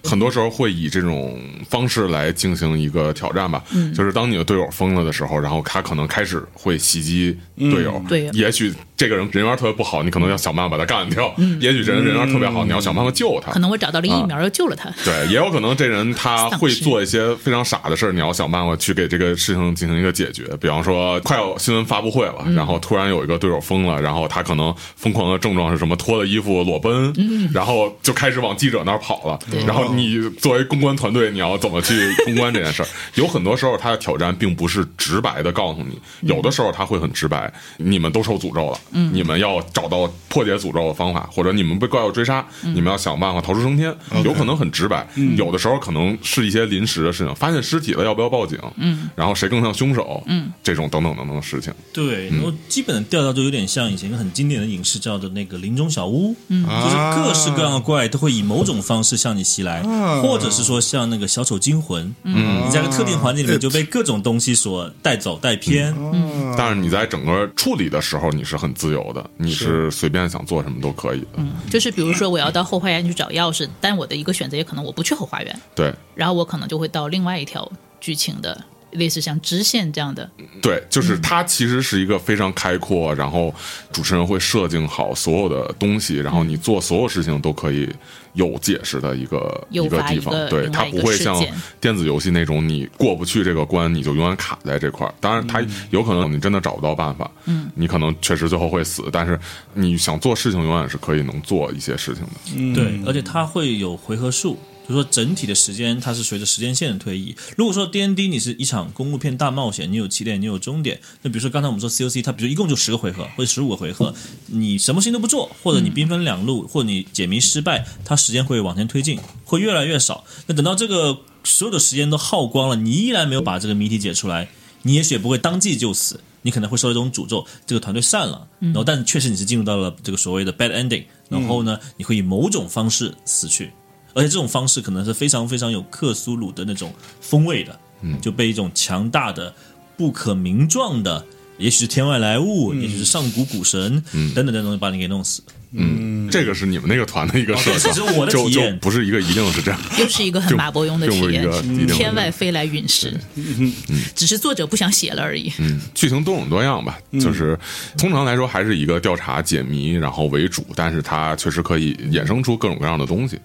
Speaker 3: 很多时候会以这种方式来进行一个挑战吧，就是当你的队友疯了的时候，然后他可能开始会袭击队友，
Speaker 2: 对
Speaker 3: 嗯也许这个人人缘特别不好，你可能要想办法把他干掉；，也许这人人缘特别好，你要想办法救他
Speaker 2: 可。能我找到了
Speaker 3: 啊
Speaker 2: 疫苗，又救了他。
Speaker 3: 对，也有可能这人他
Speaker 2: 丧
Speaker 3: 会
Speaker 2: 尸
Speaker 3: 做一些非常傻的事儿，你要想办法去给这个事情进行一个解决。比方说，快有新闻发布会
Speaker 2: 嗯
Speaker 3: 了，然后突然有一个队友疯了，然后他可能疯狂的症状是什么？脱了衣服裸奔，
Speaker 2: 嗯
Speaker 3: 然后就开始往记者那儿跑了。然后你作为公关团队，你要怎么去公关这件事儿？有很多时候，他的挑战并不是直白的告诉你，有的时候他会很直白，你们都受诅咒了，你们要找到破解诅咒的方法，或者你们被怪物追杀，你们要想办法逃出升天。有可能很直白，有的时候可能是一些临时的事情，发现尸体了要不要报警？嗯，然后谁更像凶手？嗯，这种等等等等的事情。
Speaker 4: 对，然后基本的调调就有点像以前一个很经典的影视叫的那个《林中小屋》，嗯，就是各式各样的怪都会以某种方式向你袭来，
Speaker 1: 啊
Speaker 4: 或者是说像那个小丑惊魂，嗯，你嗯在一个特定环境里面就被各种东西所带走带偏，
Speaker 3: 但是你在整个处理的时候，你是很自由的，你是嗯随便想做什么都可以的。
Speaker 2: 就是比如说，我要到后花园去找钥匙，但我的一个选择也可能我不去后花园，
Speaker 3: 对，
Speaker 2: 然后我可能就会到另外一条剧情的类似像支线这样的。
Speaker 3: 对，就是
Speaker 2: 嗯
Speaker 3: 它其实是一个非常开阔，然后主持人会设定好所有的东西，然
Speaker 2: 嗯
Speaker 3: 后你做所有事情都可以有解释的一个
Speaker 2: 诱
Speaker 3: 个
Speaker 2: 发
Speaker 3: 地
Speaker 2: 一
Speaker 3: 方
Speaker 2: 个。
Speaker 3: 对，
Speaker 2: 另
Speaker 3: 它
Speaker 2: 外一
Speaker 3: 不
Speaker 2: 个
Speaker 3: 会
Speaker 2: 事
Speaker 3: 像
Speaker 2: 件
Speaker 3: 电子游戏那种你过不去这个关，你就永远卡在这块儿。当然，它
Speaker 2: 嗯
Speaker 3: 有可能你真的找不到办法，嗯，你可能确实最后会死，但是你想做事情永远是可以能做一些事情的。
Speaker 4: 对，而且它会有回合数，就说整体的时间它是随着时间线的推移。如果说 D N D 你是一场公路片大冒险，你有起点，你有终点。那比如说刚才我们说 C O C，它比如一共就十个回合或者十五个回合，你什么事情都不做，或者你兵分两路，或者你解谜失败，它时间会往前推进，会越来越少。那等到这个所有的时间都耗光了，你依然没有把这个谜题解出来，你也许也不会当即就死。你可能会受到一种诅咒，这个团队散了，然后但确实你是进入到了这个所谓的 bad ending，然后呢，你会以某种方式死去，而且这种方式可能是非常非常有克苏鲁的那种风味的，就被一种强大的、不可名状的，也许是天外来物，也许是上古古神、等等等等，把你给弄死。
Speaker 2: 嗯
Speaker 3: 这个是你们那个团的一
Speaker 2: 啊
Speaker 3: 个设
Speaker 4: 这
Speaker 3: 想，
Speaker 4: 是我的
Speaker 3: 就
Speaker 4: 体
Speaker 3: 就
Speaker 4: 验
Speaker 3: 不是一个一定是这样，
Speaker 2: 又是一个很马伯庸的
Speaker 3: 就
Speaker 2: 体
Speaker 3: 不是一
Speaker 2: 验
Speaker 3: 个，一定是
Speaker 2: 天外飞来陨石，
Speaker 3: 嗯
Speaker 2: 只是作者不想写了而已。
Speaker 3: 剧情多种多样吧，就是通常来说还是以一个调查解谜然后为主，但是它确实可以衍生出各种各样的东西。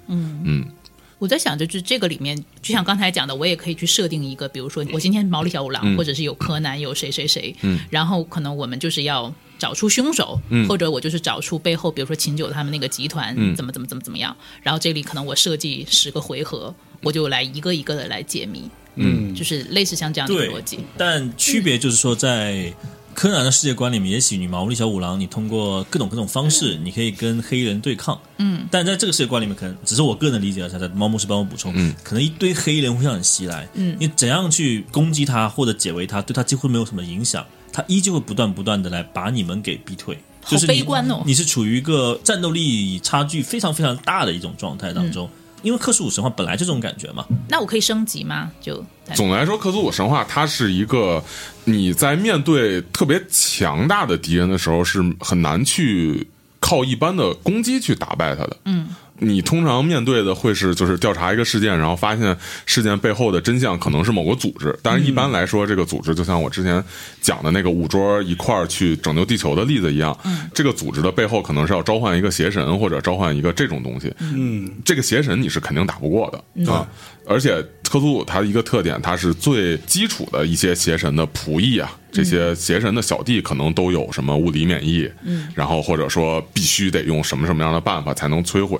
Speaker 2: 我在想，就是这个里面，就像刚才讲的，我也可以去设定一个，比如说我今天是毛利小五郎，
Speaker 3: 嗯
Speaker 2: 或者是有柯南，有谁谁谁，然后可能我们就是要找出凶手，
Speaker 3: 嗯
Speaker 2: 或者我就是找出背后，比如说秦九他们那个集团、怎么怎么怎么怎么样，然后这里可能我设计十个回合，
Speaker 3: 嗯
Speaker 2: 我就来一个一个的来解谜，嗯，就是类似像这样的
Speaker 4: 对
Speaker 2: 逻辑，嗯
Speaker 4: 但区别就是说，在柯南的世界观里面，也许你毛利小五郎，你通过各种各种方式，
Speaker 2: 嗯
Speaker 4: 你可以跟黑衣人对抗。嗯，但在这个世界观里面，可能只是我个人理解的，才在猫牧师帮我补充，可能一堆黑衣人会向你袭来，嗯，你怎样去攻击他或者解围他，对他几乎没有什么影响，他依旧会不断不断的来把你们给逼退。
Speaker 2: 好
Speaker 4: 就是你
Speaker 2: 悲观哦
Speaker 4: 你是处于一个战斗力差距非常非常大的一种状态
Speaker 2: 嗯
Speaker 4: 当中，因为克苏鲁神话本来就这种感觉嘛，
Speaker 2: 那我可以升级吗？就
Speaker 3: 总的来说，克苏鲁神话它是一个你在面对特别强大的敌人的时候是很难去靠一般的攻击去打败他的。嗯，你通常面对的会是就是调查一个事件，然后发现事件背后的真相可能是某个组织，但是一般来说，这个组织就像我之前讲的那个五桌一块儿去拯救地球的例子一样，这个组织的背后可能是要召唤一个邪神或者召唤一个这种东西。
Speaker 1: 嗯
Speaker 3: 这个邪神你是肯定打不过的、啊
Speaker 1: 嗯。
Speaker 3: 而且克苏鲁它一个特点，它是最基础的一些邪神的仆役啊，这些邪神的小弟可能都有什么物理免疫，嗯，然后或者说必须得用什么什么样的办法才能摧毁。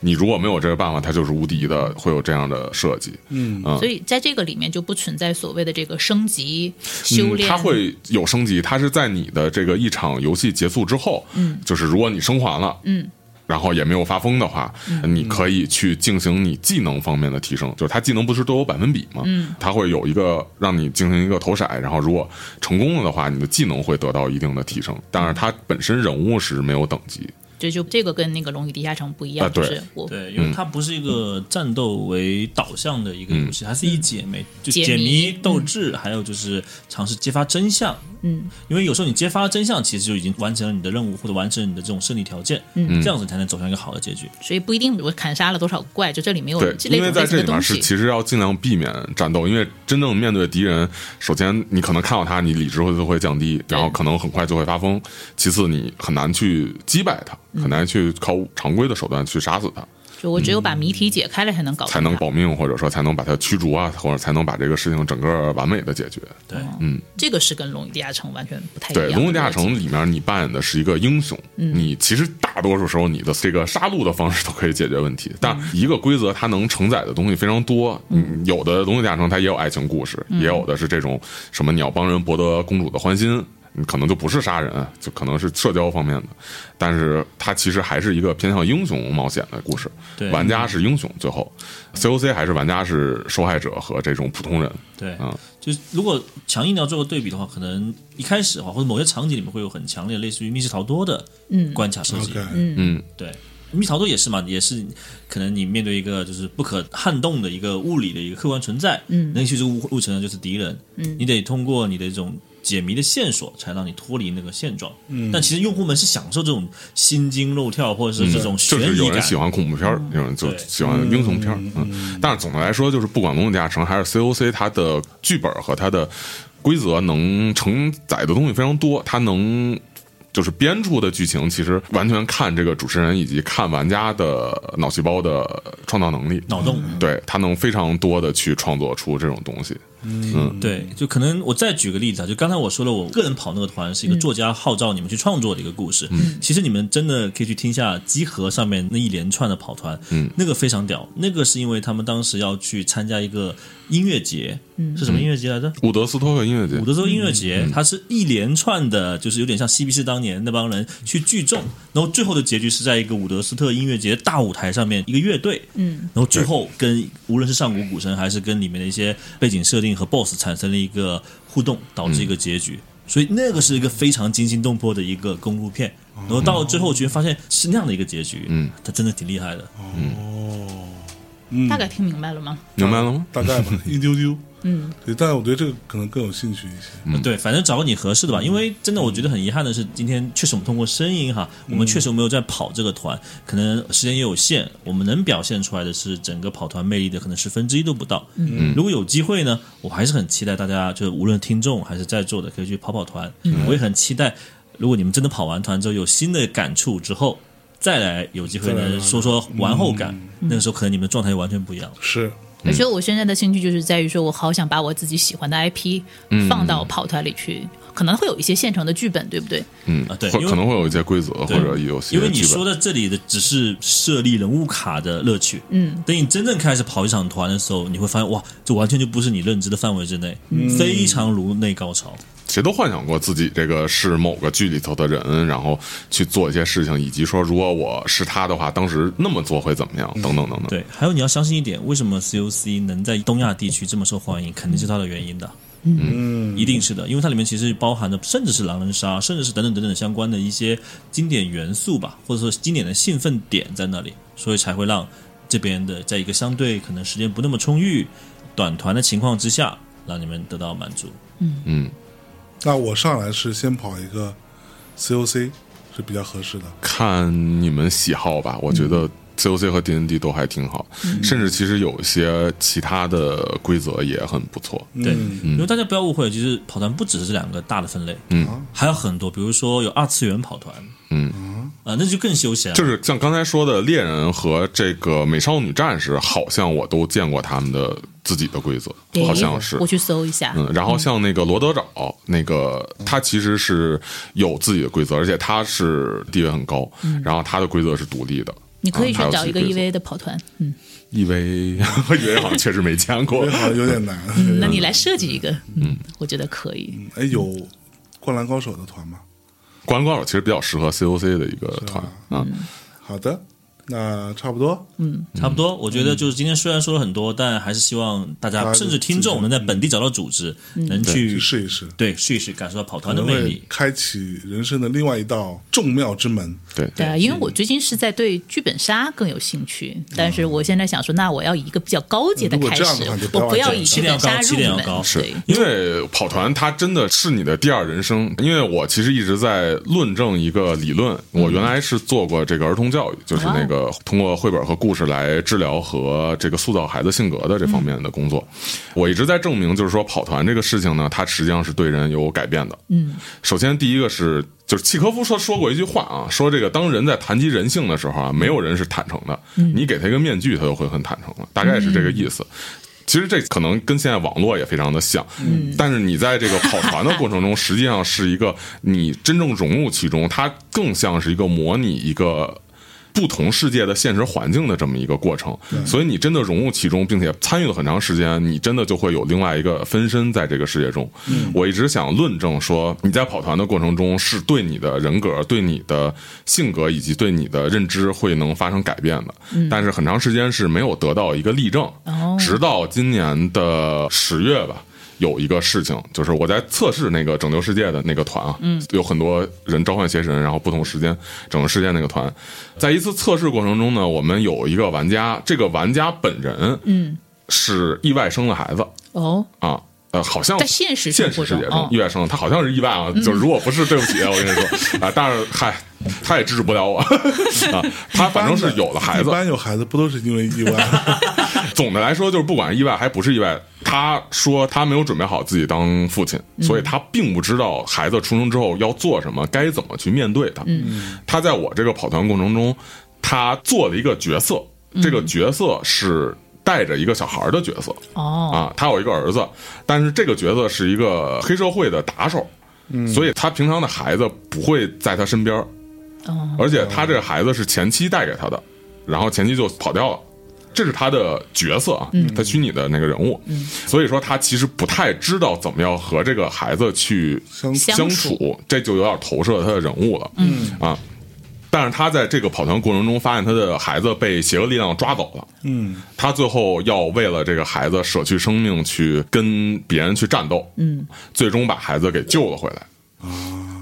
Speaker 3: 你如果没有这个办法，它就是无敌的，会有这样的设计。
Speaker 1: 嗯
Speaker 2: 所以在这个里面就不存在所谓的这个升级修
Speaker 3: 嗯
Speaker 2: 炼，
Speaker 3: 它会有升级，它是在你的这个一场游戏结束之后，嗯，就是如果你升环了，嗯。然后也没有发疯的话，你可以去进行你技能方面的提升，就是它技能不是都有百分比吗？嗯，它会有一个让你进行一个投骰，然后如果成功了的话，你的技能会得到一定的提升。但是它本身人物是没有等级，
Speaker 2: 这就这个跟那个《龙与地下城》不一样，
Speaker 3: 啊
Speaker 2: 就
Speaker 3: 对
Speaker 2: 是我
Speaker 4: 对，因为它不是一个战斗为导向的一个游戏，它是以解谜、就
Speaker 2: 解
Speaker 4: 解
Speaker 2: 谜
Speaker 4: 谜斗智，还有就是尝试揭发真相。
Speaker 2: 嗯，
Speaker 4: 因为有时候你揭发真相，其实就已经完成了你的任务，或者完成你的这种胜利条件。嗯，这样子才能走向一个好的结局。
Speaker 2: 所以不一定我砍杀了多少怪，就这里没有
Speaker 3: 对，
Speaker 2: 哦这类
Speaker 3: 因为在
Speaker 2: 类似
Speaker 3: 这
Speaker 2: 的
Speaker 3: 里面
Speaker 2: 东
Speaker 3: 是
Speaker 2: 西。
Speaker 3: 其实要尽量避免战斗，因为真正面对敌人，首先你可能看到他，你理智会就会降低，然后可能很快就会发疯；其次你很难去击败他，很
Speaker 2: 嗯
Speaker 3: 难去靠常规的手段去杀死他，
Speaker 2: 就我只有把谜题解开了，才能搞
Speaker 3: 嗯才
Speaker 2: 定
Speaker 3: 能
Speaker 2: 它。
Speaker 3: 保命，或者说才能把他驱逐啊，或者才能把这个事情整个完美的解决。
Speaker 4: 对，
Speaker 2: 这个是跟《龙与地下城》完全不太一样
Speaker 3: 对，
Speaker 2: 的逻
Speaker 3: 《
Speaker 2: 辑。
Speaker 3: 龙与地下城》里面你扮演的是一个英雄，你其实大多数时候你的这个杀戮的方式都可以解决问题，但一个规则它能承载的东西非常多。嗯，有的《龙与地下城》它也有爱情故事，也有的是这种什么你要帮人博得公主的欢心。你可能就不是杀人，啊就可能是社交方面的，但是它其实还是一个偏向英雄冒险的故事。
Speaker 4: 对
Speaker 3: 玩家是英雄，最后 COC 还是玩家是受害者和这种普通人。
Speaker 4: 对，
Speaker 3: 嗯
Speaker 4: 就是如果强硬的要做个对比的话，可能一开始的话，或者某些场景里面会有很强烈的类似于密室逃脱的关卡设计。
Speaker 1: ，OK，
Speaker 4: 对，密逃脱也是嘛，也是可能你面对一个就是不可撼动的一个物理的一个客观存在，嗯，能去这个路路程的就是敌人，嗯，你得通过你的这种解谜的线索，才让你脱离那个现状。嗯，但其实用户们是享受这种心惊肉跳，或者是这种
Speaker 3: 嗯
Speaker 4: 悬
Speaker 3: 就是
Speaker 4: 疑
Speaker 3: 有人
Speaker 4: 感。嗯
Speaker 3: 喜欢恐怖片儿，有人就
Speaker 4: 对
Speaker 3: 喜欢英雄片儿。嗯，但是总的来说，就是不管《龙与地下城》还是 COC，它的剧本和它的规则能承载的东西非常多，它能。就是编出的剧情，其实完全看这个主持人以及看玩家的脑细胞的创造能力，嗯
Speaker 4: 脑洞，
Speaker 3: 对他能非常多的去创作出这种东西。
Speaker 4: 对，就可能我再举个例子啊，就刚才我说了，我个人跑那个团是一个作家号召你们去创作的一个故事。嗯，其实你们真的可以去听一下集合上面那一连串的跑团，嗯，那个非常屌。那个是因为他们当时要去参加一个音乐节，嗯，是什么音乐节来着？
Speaker 3: 伍德斯托克音乐节
Speaker 4: 伍，德州音乐节，它是一连串的，就是有点像嬉皮士当年那帮人去聚众，然后最后的结局是在一个伍德斯特音乐节大舞台上面，一个乐队，嗯，然后最后跟无论是上古古神还是跟里面的一些背景设定和 BOSS 产生了一个互动，导致一个结局。所以那个是一个非常惊心动魄的一个公路片，然后到了最后，居然发现是那样的一个结局，嗯，它真的挺厉
Speaker 2: 嗯
Speaker 4: 害的。
Speaker 1: 哦
Speaker 3: 嗯
Speaker 2: 大概听明白了吗？
Speaker 3: 明白了吗？
Speaker 1: 大概吧，一丢丢。嗯，对，但我对这个可能更有兴趣一些。
Speaker 4: 对，反正找个你合适的吧。
Speaker 1: 嗯
Speaker 4: 因为真的，我觉得很遗憾的是，今天确实我们通过声音哈，
Speaker 1: 嗯
Speaker 4: 我们确实没有在跑这个团，可能时间也有限，我们能表现出来的是整个跑团魅力的可能十分之一都不到。嗯，如果有机会呢，我还是很期待大家，就是无论听众还是在座的，可以去跑跑团。
Speaker 1: 嗯
Speaker 4: 我也很期待，如果你们真的跑完团之后有新的感触之后。再来有机会
Speaker 1: 再来
Speaker 4: 呢，
Speaker 1: 玩嗯
Speaker 4: 说说完后感，那个时候可能你们的状态就完全不一样了。
Speaker 1: 是，
Speaker 2: 我觉得我现在的兴趣就是在于说，我好想把我自己喜欢的 IP
Speaker 3: 嗯
Speaker 2: 放到跑团里去，可能会有一些现成的剧本，对不对？
Speaker 3: 嗯
Speaker 4: 啊对
Speaker 3: 会
Speaker 4: 因为
Speaker 3: 可能会有一些规则或
Speaker 4: 对
Speaker 3: 者有些
Speaker 4: 因为你
Speaker 3: 基本
Speaker 4: 说的这里的只是设立人物卡的乐趣，嗯，等你真正开始跑一场团的时候，你会发现哇，这完全就不是你认知的范围之内，非常颅内高潮。
Speaker 3: 谁都幻想过自己这个是某个剧里头的人，然后去做一些事情，以及说如果我是他的话，当时那么做会怎么样，等等等等。
Speaker 4: 对，还有你要相信一点，为什么 COC 能在东亚地区这么受欢迎，肯定是它的原因的。嗯，一定是的，因为它里面其实包含的，甚至是狼人杀，甚至是等等等等相关的一些经典元素吧，或者说经典的兴奋点在那里，所以才会让这边的在一个相对可能时间不那么充裕、短团的情况之下，让你们得到满足。
Speaker 1: 那我上来是先跑一个 COC 是比较合适的。
Speaker 3: 看你们喜好吧，我觉得 COC 和 DND 都还挺好，甚至其实有一些其他的规则也很不错。
Speaker 4: 对，
Speaker 1: 嗯
Speaker 4: 因为大家不要误会，其实跑团不只是这两个大的分类，嗯，还有很多，比如说有二次元跑团，
Speaker 3: 嗯，
Speaker 4: 啊、那就更休闲了，
Speaker 3: 就是像刚才说的猎人和这个美少女战士，好像我都见过他们的自己的规则，好像是
Speaker 2: 我去搜一下。
Speaker 3: 嗯，然后像那个罗德岛，那个他其实是有自己的规则，而且他是地位很高，然后他的规则是独立的。
Speaker 2: 嗯你可以
Speaker 3: 嗯
Speaker 2: 去找一个 EVA 的跑团，嗯，
Speaker 3: EV，我以为 E [LAUGHS] 好像确实没见过 [LAUGHS]
Speaker 1: 这。好像有点难。
Speaker 3: 嗯
Speaker 2: [LAUGHS] 那你来设计一个，嗯，我觉得可以。
Speaker 1: 哎，有灌篮高手的团吗？
Speaker 3: 灌篮高手其实比较适合 COC 的一个团啊，
Speaker 2: 嗯
Speaker 1: 好的，那差不多。
Speaker 4: 嗯差不多，我觉得就是今天虽然说了很多，但还是希望大
Speaker 1: 嗯大
Speaker 4: 家
Speaker 1: 家嗯
Speaker 4: 甚至听众能在本地找到组织，能去
Speaker 1: 去试一试，
Speaker 4: 对试一试，感受到跑
Speaker 1: 可
Speaker 4: 团的
Speaker 1: 能
Speaker 4: 魅
Speaker 1: 会
Speaker 4: 力。
Speaker 1: 开启人生的另外一道众妙之门。
Speaker 3: 对
Speaker 2: 对啊，因为我
Speaker 1: 嗯
Speaker 2: 最近是在对剧本杀更有兴趣，但是我现在想说，那我要以一个比较高阶
Speaker 1: 如果
Speaker 2: 开
Speaker 1: 这样
Speaker 2: 始
Speaker 1: 的话就，不要
Speaker 2: 我不
Speaker 1: 玩
Speaker 2: 要
Speaker 1: 这
Speaker 2: 以
Speaker 1: 个
Speaker 2: 剧本杀入
Speaker 4: 起点要高起点
Speaker 2: 门
Speaker 4: 要高，
Speaker 3: 是
Speaker 2: 对，
Speaker 3: 因为跑团它真的是你的第二人生。因为我其实一直在论证一个理论，
Speaker 2: 嗯
Speaker 3: 我原来是做过这个儿童教育，就是那个通过绘本和故事来治疗和这个塑造孩子性格的这方面的工作。我一直在证明，就是说跑团这个事情呢，它实际上是对人有改变的。嗯，首先第一个是。就是契诃夫说说过一句话啊，说这个当人在谈及人性的时候啊，没有人是坦诚的。你给他一个面具，他就会很坦诚了，大概是这个意思。其实这可能跟现在网络也非常的像，但是你在这个跑团的过程中，实际上是一个你真正融入其中，它更像是一个模拟一个。不同世界的现实环境的这么一个过程，所以你真的融入其中，并且参与了很长时间，你真的就会有另外一个分身在这个世界中。我一直想论证说，你在跑团的过程中是对你的人格、对你的性格以及对你的认知会能发生改变的，但是很长时间是没有得到一个例证，
Speaker 2: 哦
Speaker 3: 直到今年的十月吧。有一个事情，就是我在测试那个拯救世界的那个团啊，嗯，有很多人召唤邪神，然后不同时间拯救世界那个团，在一次测试过程中呢，我们有一个玩家，这个玩家本人，嗯，是意外生了孩子
Speaker 2: 哦，
Speaker 3: 啊，呃，好像
Speaker 2: 在现实
Speaker 3: 现
Speaker 2: 生活
Speaker 3: 实
Speaker 2: 中
Speaker 3: 世界中
Speaker 2: 哦嗯
Speaker 3: 意外生了，他好像是意外啊，就是如果不是，对不起，我跟你说啊，但是嗨，他也制止不了我 [LAUGHS] 啊，他反正是有了孩
Speaker 1: 一
Speaker 3: 子，
Speaker 1: 般有孩子不都是因为意外？
Speaker 3: 总的来说，就是不管意外还不是意外，他说他没有准备好自己当父亲，
Speaker 2: 嗯
Speaker 3: 所以他并不知道孩子出生之后要做什么，该怎么去面对他。
Speaker 2: 嗯
Speaker 3: 他在我这个跑团过程中，他做了一个角色，
Speaker 2: 嗯
Speaker 3: 这个角色是带着一个小孩的角色
Speaker 2: 哦，
Speaker 3: 啊，他有一个儿子，但是这个角色是一个黑社会的打手，所以他平常的孩子不会在他身边儿，
Speaker 2: 哦
Speaker 3: 而且他这个孩子是前妻带给他的，然后前妻就跑掉了。这是他的角色啊，他虚拟的那个人物，所以说他其实不太知道怎么样和这个孩子去
Speaker 1: 相
Speaker 2: 相
Speaker 3: 相
Speaker 2: 处
Speaker 3: 处，这就有点投射他的人物了，嗯啊。但是他在这个跑团过程中发现他的孩子被邪恶力量抓走了，
Speaker 1: 嗯，
Speaker 3: 他最后要为了这个孩子舍去生命去跟别人去战斗，嗯，最终把孩子给救了回来。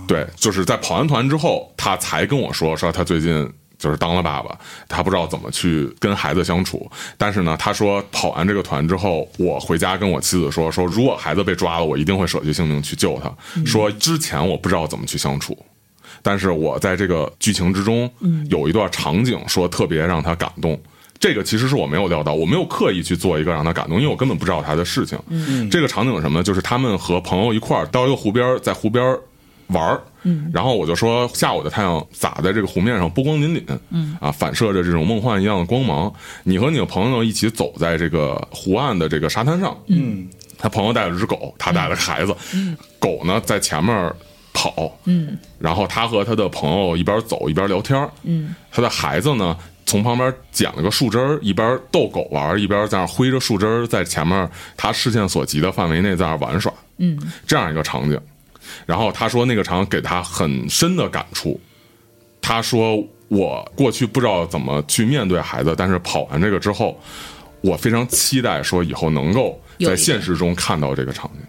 Speaker 3: 对，就是在跑完团之后，他才跟我说说他最近就是当了爸爸，他不知道怎么去跟孩子相处。但是呢，他说跑完这个团之后，我回家跟我妻子说，说如果孩子被抓了，我一定会舍去性命去救他。说之前我不知道怎么去相处。但是我在这个剧情之中，有一段场景说特别让他感动，这个其实是我没有料到，我没有刻意去做一个让他感动，因为我根本不知道他的事情。这个场景是什么呢？就是他们和朋友一块儿到一个湖边儿，在湖边儿玩儿。然后我就说，下午的太阳洒在这个湖面上，波光粼粼，啊，反射着这种梦幻一样的光芒。你和你的朋友一起走在这个湖岸的这个沙滩上，
Speaker 1: 嗯，
Speaker 3: 他朋友带了只狗，他带了个孩子，狗呢在前面跑，嗯，然后他和他的朋友一边走一边聊天，嗯，他的孩子呢从旁边捡了个树枝儿，一边逗狗玩儿，一边在那儿挥着树枝儿在前面他视线所及的范围内在那儿玩耍，嗯，这样一个场景。然后他说那个场给他很深的感触，他说我过去不知道怎么去面对孩子，但是跑完这个之后，我非常期待说以后能够在现实中看到这个场景。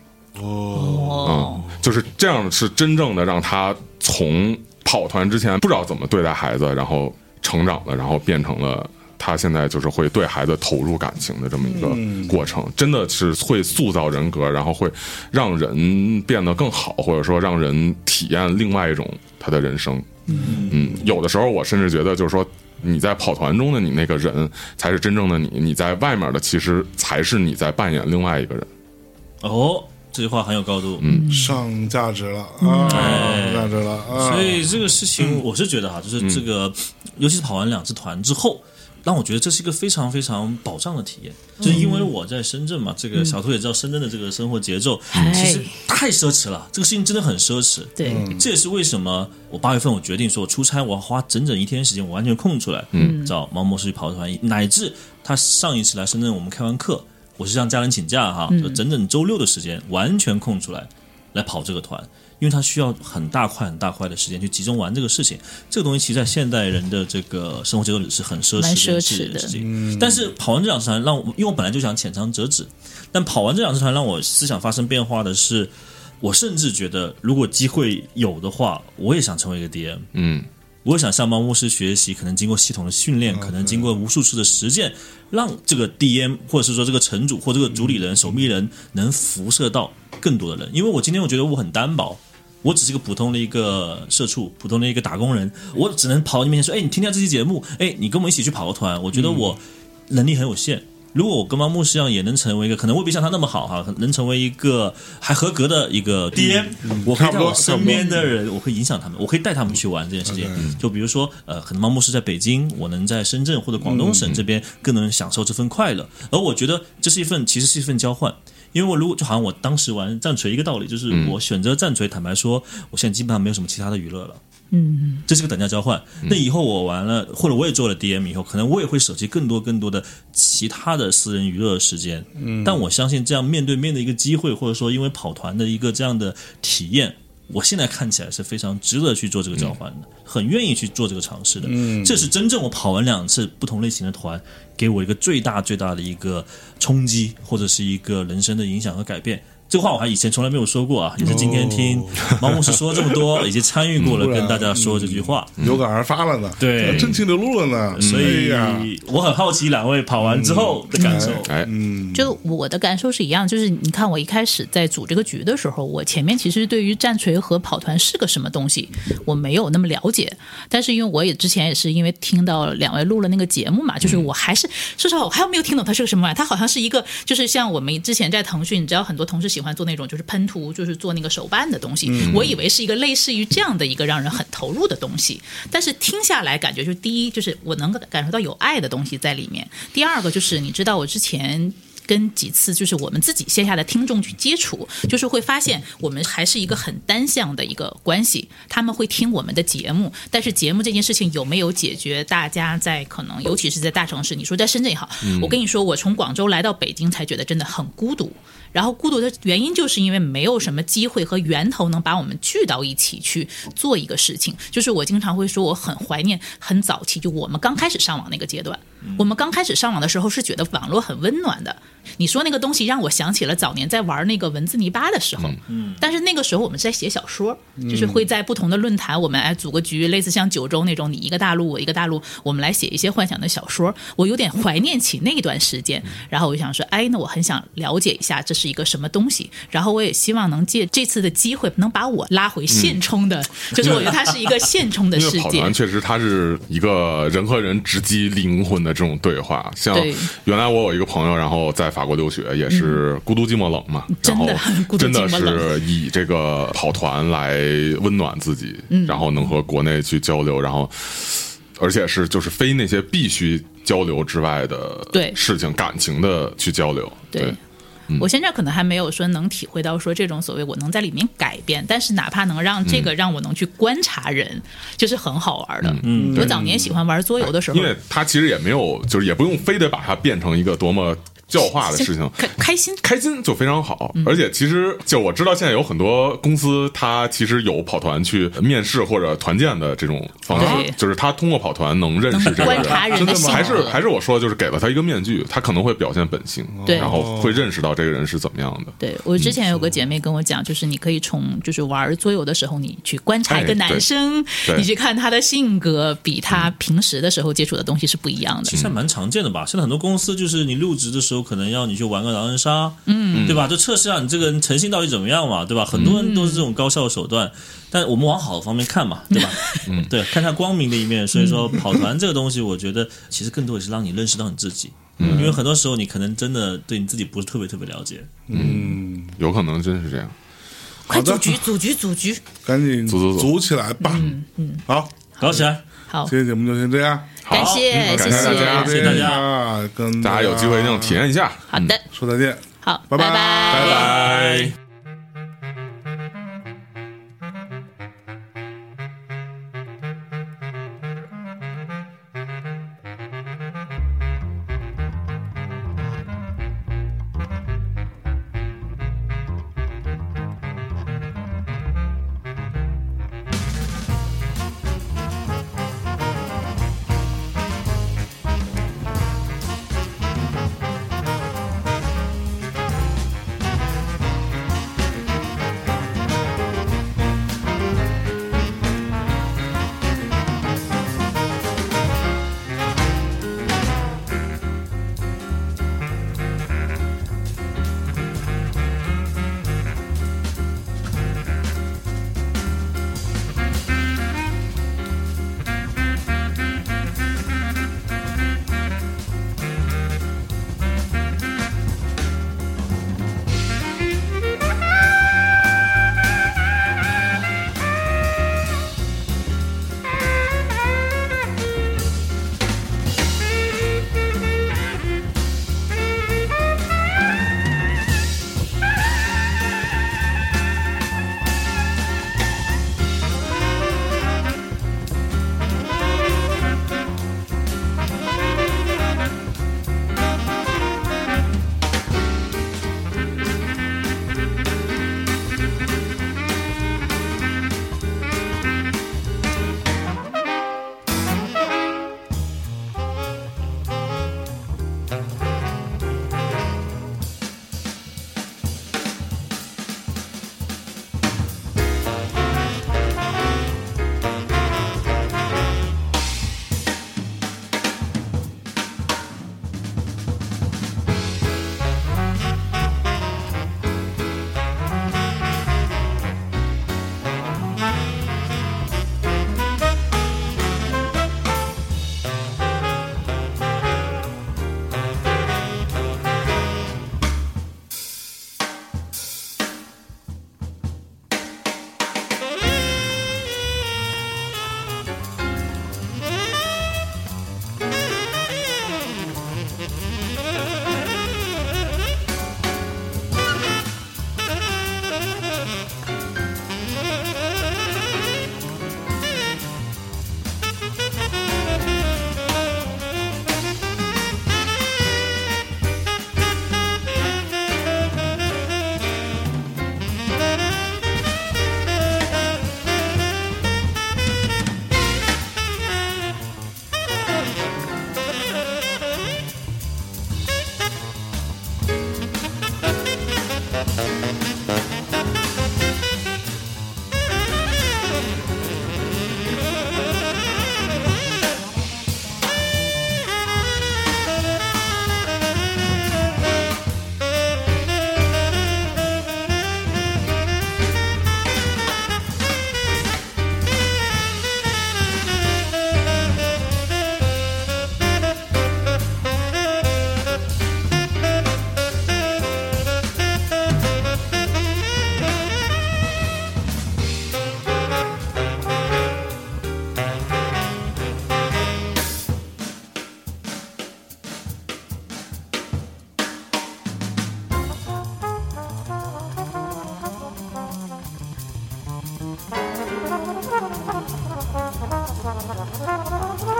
Speaker 2: 哦，
Speaker 3: 就是这样，是真正的让他从跑团之前不知道怎么对待孩子，然后成长了，然后变成了他现在就是会对孩子投入感情的这么一个过程，真的是会塑造人格，然后会让人变得更好，或者说让人体验另外一种他的人生。嗯，有的时候我甚至觉得，就是说你在跑团中的你那个人才是真正的你，你在外面的其实才是你在扮演另外一个人。
Speaker 4: 哦，这句话很有高度。
Speaker 1: 嗯上价值了啊，上价值了啊，
Speaker 4: 所以这个事情，
Speaker 1: 嗯
Speaker 4: 我是觉得哈，就是这个，尤其是跑完两次团之后，让我觉得这是一个非常非常保障的体验。
Speaker 1: 嗯
Speaker 4: 就是因为我在深圳嘛，这个小兔也知道深圳的这个生活节奏
Speaker 2: 嗯
Speaker 4: 其实太奢侈了，这个事情真的很奢侈。
Speaker 2: 对，
Speaker 1: 嗯
Speaker 4: 这也是为什么我八月份我决定说，我出差我要花整整一天时间，我完全空出来，嗯，找毛博士去跑团，乃至他上一次来深圳，我们开完课，我是让家人请假哈，就整整周六的时间完全空出来来跑这个团，因为他需要很大块很大块的时间去集中玩这个事情。这个东西其实在现代人的这个生活节奏里是很奢
Speaker 2: 蛮
Speaker 4: 侈的一件
Speaker 2: 奢侈
Speaker 4: 事
Speaker 2: 的
Speaker 4: 事情。但是跑完这两次团，让我因为我本来就想浅尝辄止，但跑完这两次团，让我思想发生变化的是。我甚至觉得，如果机会有的话，我也想成为一个 DM。
Speaker 3: 嗯，
Speaker 4: 我也想向猫牧师学习，可能经过系统的训练，可能经过无数次的实践，让这个 DM 或者是说这个城主或这个主理人、守密人能辐射到更多的人。因为我今天我觉得我很单薄，我只是一个普通的一个社畜，普通的一个打工人，我只能跑到你面前说：“哎，你听听这期节目，哎，你跟我们一起去跑个团。”我觉得我能力很有限。如果我跟猫牧师一样，也能成为一个，可能未必像他那么好哈，可能成为一个还合格的一个 DM，、我可以
Speaker 1: 差不
Speaker 4: 在
Speaker 1: 多嗯
Speaker 4: 我身边的人，我可以影响他们，我可以带他们去玩这件事情。就比如说，呃，可能猫牧师在北京，我能在深圳或者广东省这边更能享受这份快乐。而我觉得这是一份，其实是一份交换。因为我如果就好像我当时玩战锤一个道理，就是
Speaker 1: 嗯
Speaker 4: 我选择战锤，坦白说，我现在基本上没有什么其他的娱乐了。嗯，这是个等价交换。那以后我玩了，或者我也做了 DM 以后，可能我也会舍弃更多更多的其他的私人娱乐时间。嗯，但我相信这样面对面的一个机会，或者说因为跑团的一个这样的体验，我现在看起来是非常值得去做这个交换的，很愿意去做这个尝试的。嗯，这是真正我跑完两次不同类型的团，给我一个最大最大的一个冲击，或者是一个人生的影响和改变。这话我还以前从来没有说过啊，也是今天听毛牧师说这么多，以及参与过了跟大家说这句话，
Speaker 1: 有感而发了呢，
Speaker 4: 对
Speaker 1: 真情流露了呢，
Speaker 4: 所以
Speaker 1: 哎呀
Speaker 4: 我很好奇两位跑完之后的感受。
Speaker 3: 哎，
Speaker 2: 就我的感受是一样，就是你看我一开始在组这个局的时候，我前面其实对于战锤和跑团是个什么东西，我没有那么了解。但是因为我也之前也是因为听到两位录了那个节目嘛，就是我还是说实话，我还没有听懂它是个什么玩意儿。它好像是一个，就是像我们之前在腾讯，你知道很多同事喜欢做那种就是喷涂，就是做那个手办的东西。我以为是一个类似于这样的一个让人很投入的东西，但是听下来感觉就第一就是我能够感受到有爱的东西在里面，第二个就是你知道我之前。跟几次就是我们自己线下的听众去接触，就是会发现我们还是一个很单向的一个关系。他们会听我们的节目，但是节目这件事情有没有解决大家在可能，尤其是在大城市，你说在深圳也好，我跟你说，我从广州来到北京才觉得真的很孤独。然后孤独的原因就是因为没有什么机会和源头能把我们聚到一起去做一个事情。就是我经常会说，我很怀念很早期，就我们刚开始上网那个阶段。我们刚开始上网的时候是觉得网络很温暖的。你说那个东西让我想起了早年在玩那个文字泥巴的时候，嗯，但是那个时候我们是在写小说，就是会在不同的论坛，我们哎组个局，类似像九州那种，你一个大陆我一个大陆，我们来写一些幻想的小说。我有点怀念起那段时间，然后我就想说，哎，那我很想了解一下这是一个什么东西，然后我也希望能借这次的机会能把我拉回现充的，就是我觉得它是一个现充的
Speaker 3: 因
Speaker 2: 世
Speaker 3: 为跑
Speaker 2: 界 [LAUGHS]
Speaker 3: 团，确实它是一个人和人直击灵魂的这种对话。像
Speaker 2: 对
Speaker 3: 原来我有一个朋友，然后在法国留学，也是孤独寂寞冷嘛，然
Speaker 2: 嗯真
Speaker 3: 后
Speaker 2: 的孤独
Speaker 3: 真的
Speaker 2: 寂寞冷
Speaker 3: 是以这个跑团来温暖自己，
Speaker 2: 嗯
Speaker 3: 然后能和国内去交流，然后而且是就是非那些必须交流之外的
Speaker 2: 对
Speaker 3: 事情、感情的去交流。对
Speaker 2: 对，。我现在可能还没有说能体会到说这种所谓我能在里面改变，但是哪怕能让这个让我能去观察人，就是很好玩的。嗯，我早年喜欢玩桌游的时候，
Speaker 3: 因为它其实也没有，就是也不用非得把它变成一个多么教化的事情，
Speaker 2: 开开心，
Speaker 3: 开心就非常好，
Speaker 2: 嗯
Speaker 3: 而且其实就我知道现在有很多公司，它其实有跑团去面试或者团建的这种方式
Speaker 2: 对，
Speaker 3: 就是他通过跑团能认识这个
Speaker 2: 能观察人的
Speaker 3: 真的吗
Speaker 2: 性格
Speaker 3: 还是还是我说的就是给了他一个面具，他可能会表现本性，
Speaker 2: 对哦
Speaker 3: 然后会认识到这个人是怎么样的。
Speaker 2: 对我之前有
Speaker 3: 嗯
Speaker 2: 个姐妹跟我讲，就是你可以从就是玩桌游的时候，你去观察一
Speaker 3: 哎
Speaker 2: 个男
Speaker 3: 对
Speaker 2: 生
Speaker 3: 对，
Speaker 2: 你去看他的性格，比他平时的时候接触的东西是不一样
Speaker 3: 嗯
Speaker 2: 的
Speaker 4: 其。实还蛮常见的吧。现在很多公司就是你入职的时候，可能要你去玩个狼人杀，嗯，对吧？就测试下你这个人诚信到底怎么样嘛，对吧？很多人都是这种高效手段，但我们往好的方面看嘛，对吧？嗯，对，看看光明的一面。所以说，跑团这个东西，我觉得其实更多也是让你认识到你自己。因为很多时候你可能真的对你自己不是特别特别了解，
Speaker 1: 嗯，
Speaker 3: 有可能真是这样。
Speaker 2: 快
Speaker 1: 的
Speaker 2: 组局，组局，组局！
Speaker 1: 赶紧
Speaker 3: 组组组
Speaker 1: 组起来吧。嗯，好，
Speaker 4: 搞起来，
Speaker 2: 好，
Speaker 1: 今天节目就先这样，
Speaker 2: 感谢，
Speaker 3: 嗯
Speaker 2: 谢
Speaker 3: 感谢大家
Speaker 1: 谢
Speaker 4: 谢谢大家
Speaker 1: 家，跟
Speaker 3: 大家有机会一定体验一下。
Speaker 2: 好的，
Speaker 1: 说再见。
Speaker 2: 好，
Speaker 1: 拜
Speaker 3: 嗯
Speaker 1: 拜
Speaker 3: 拜拜。
Speaker 5: Thank Thank you.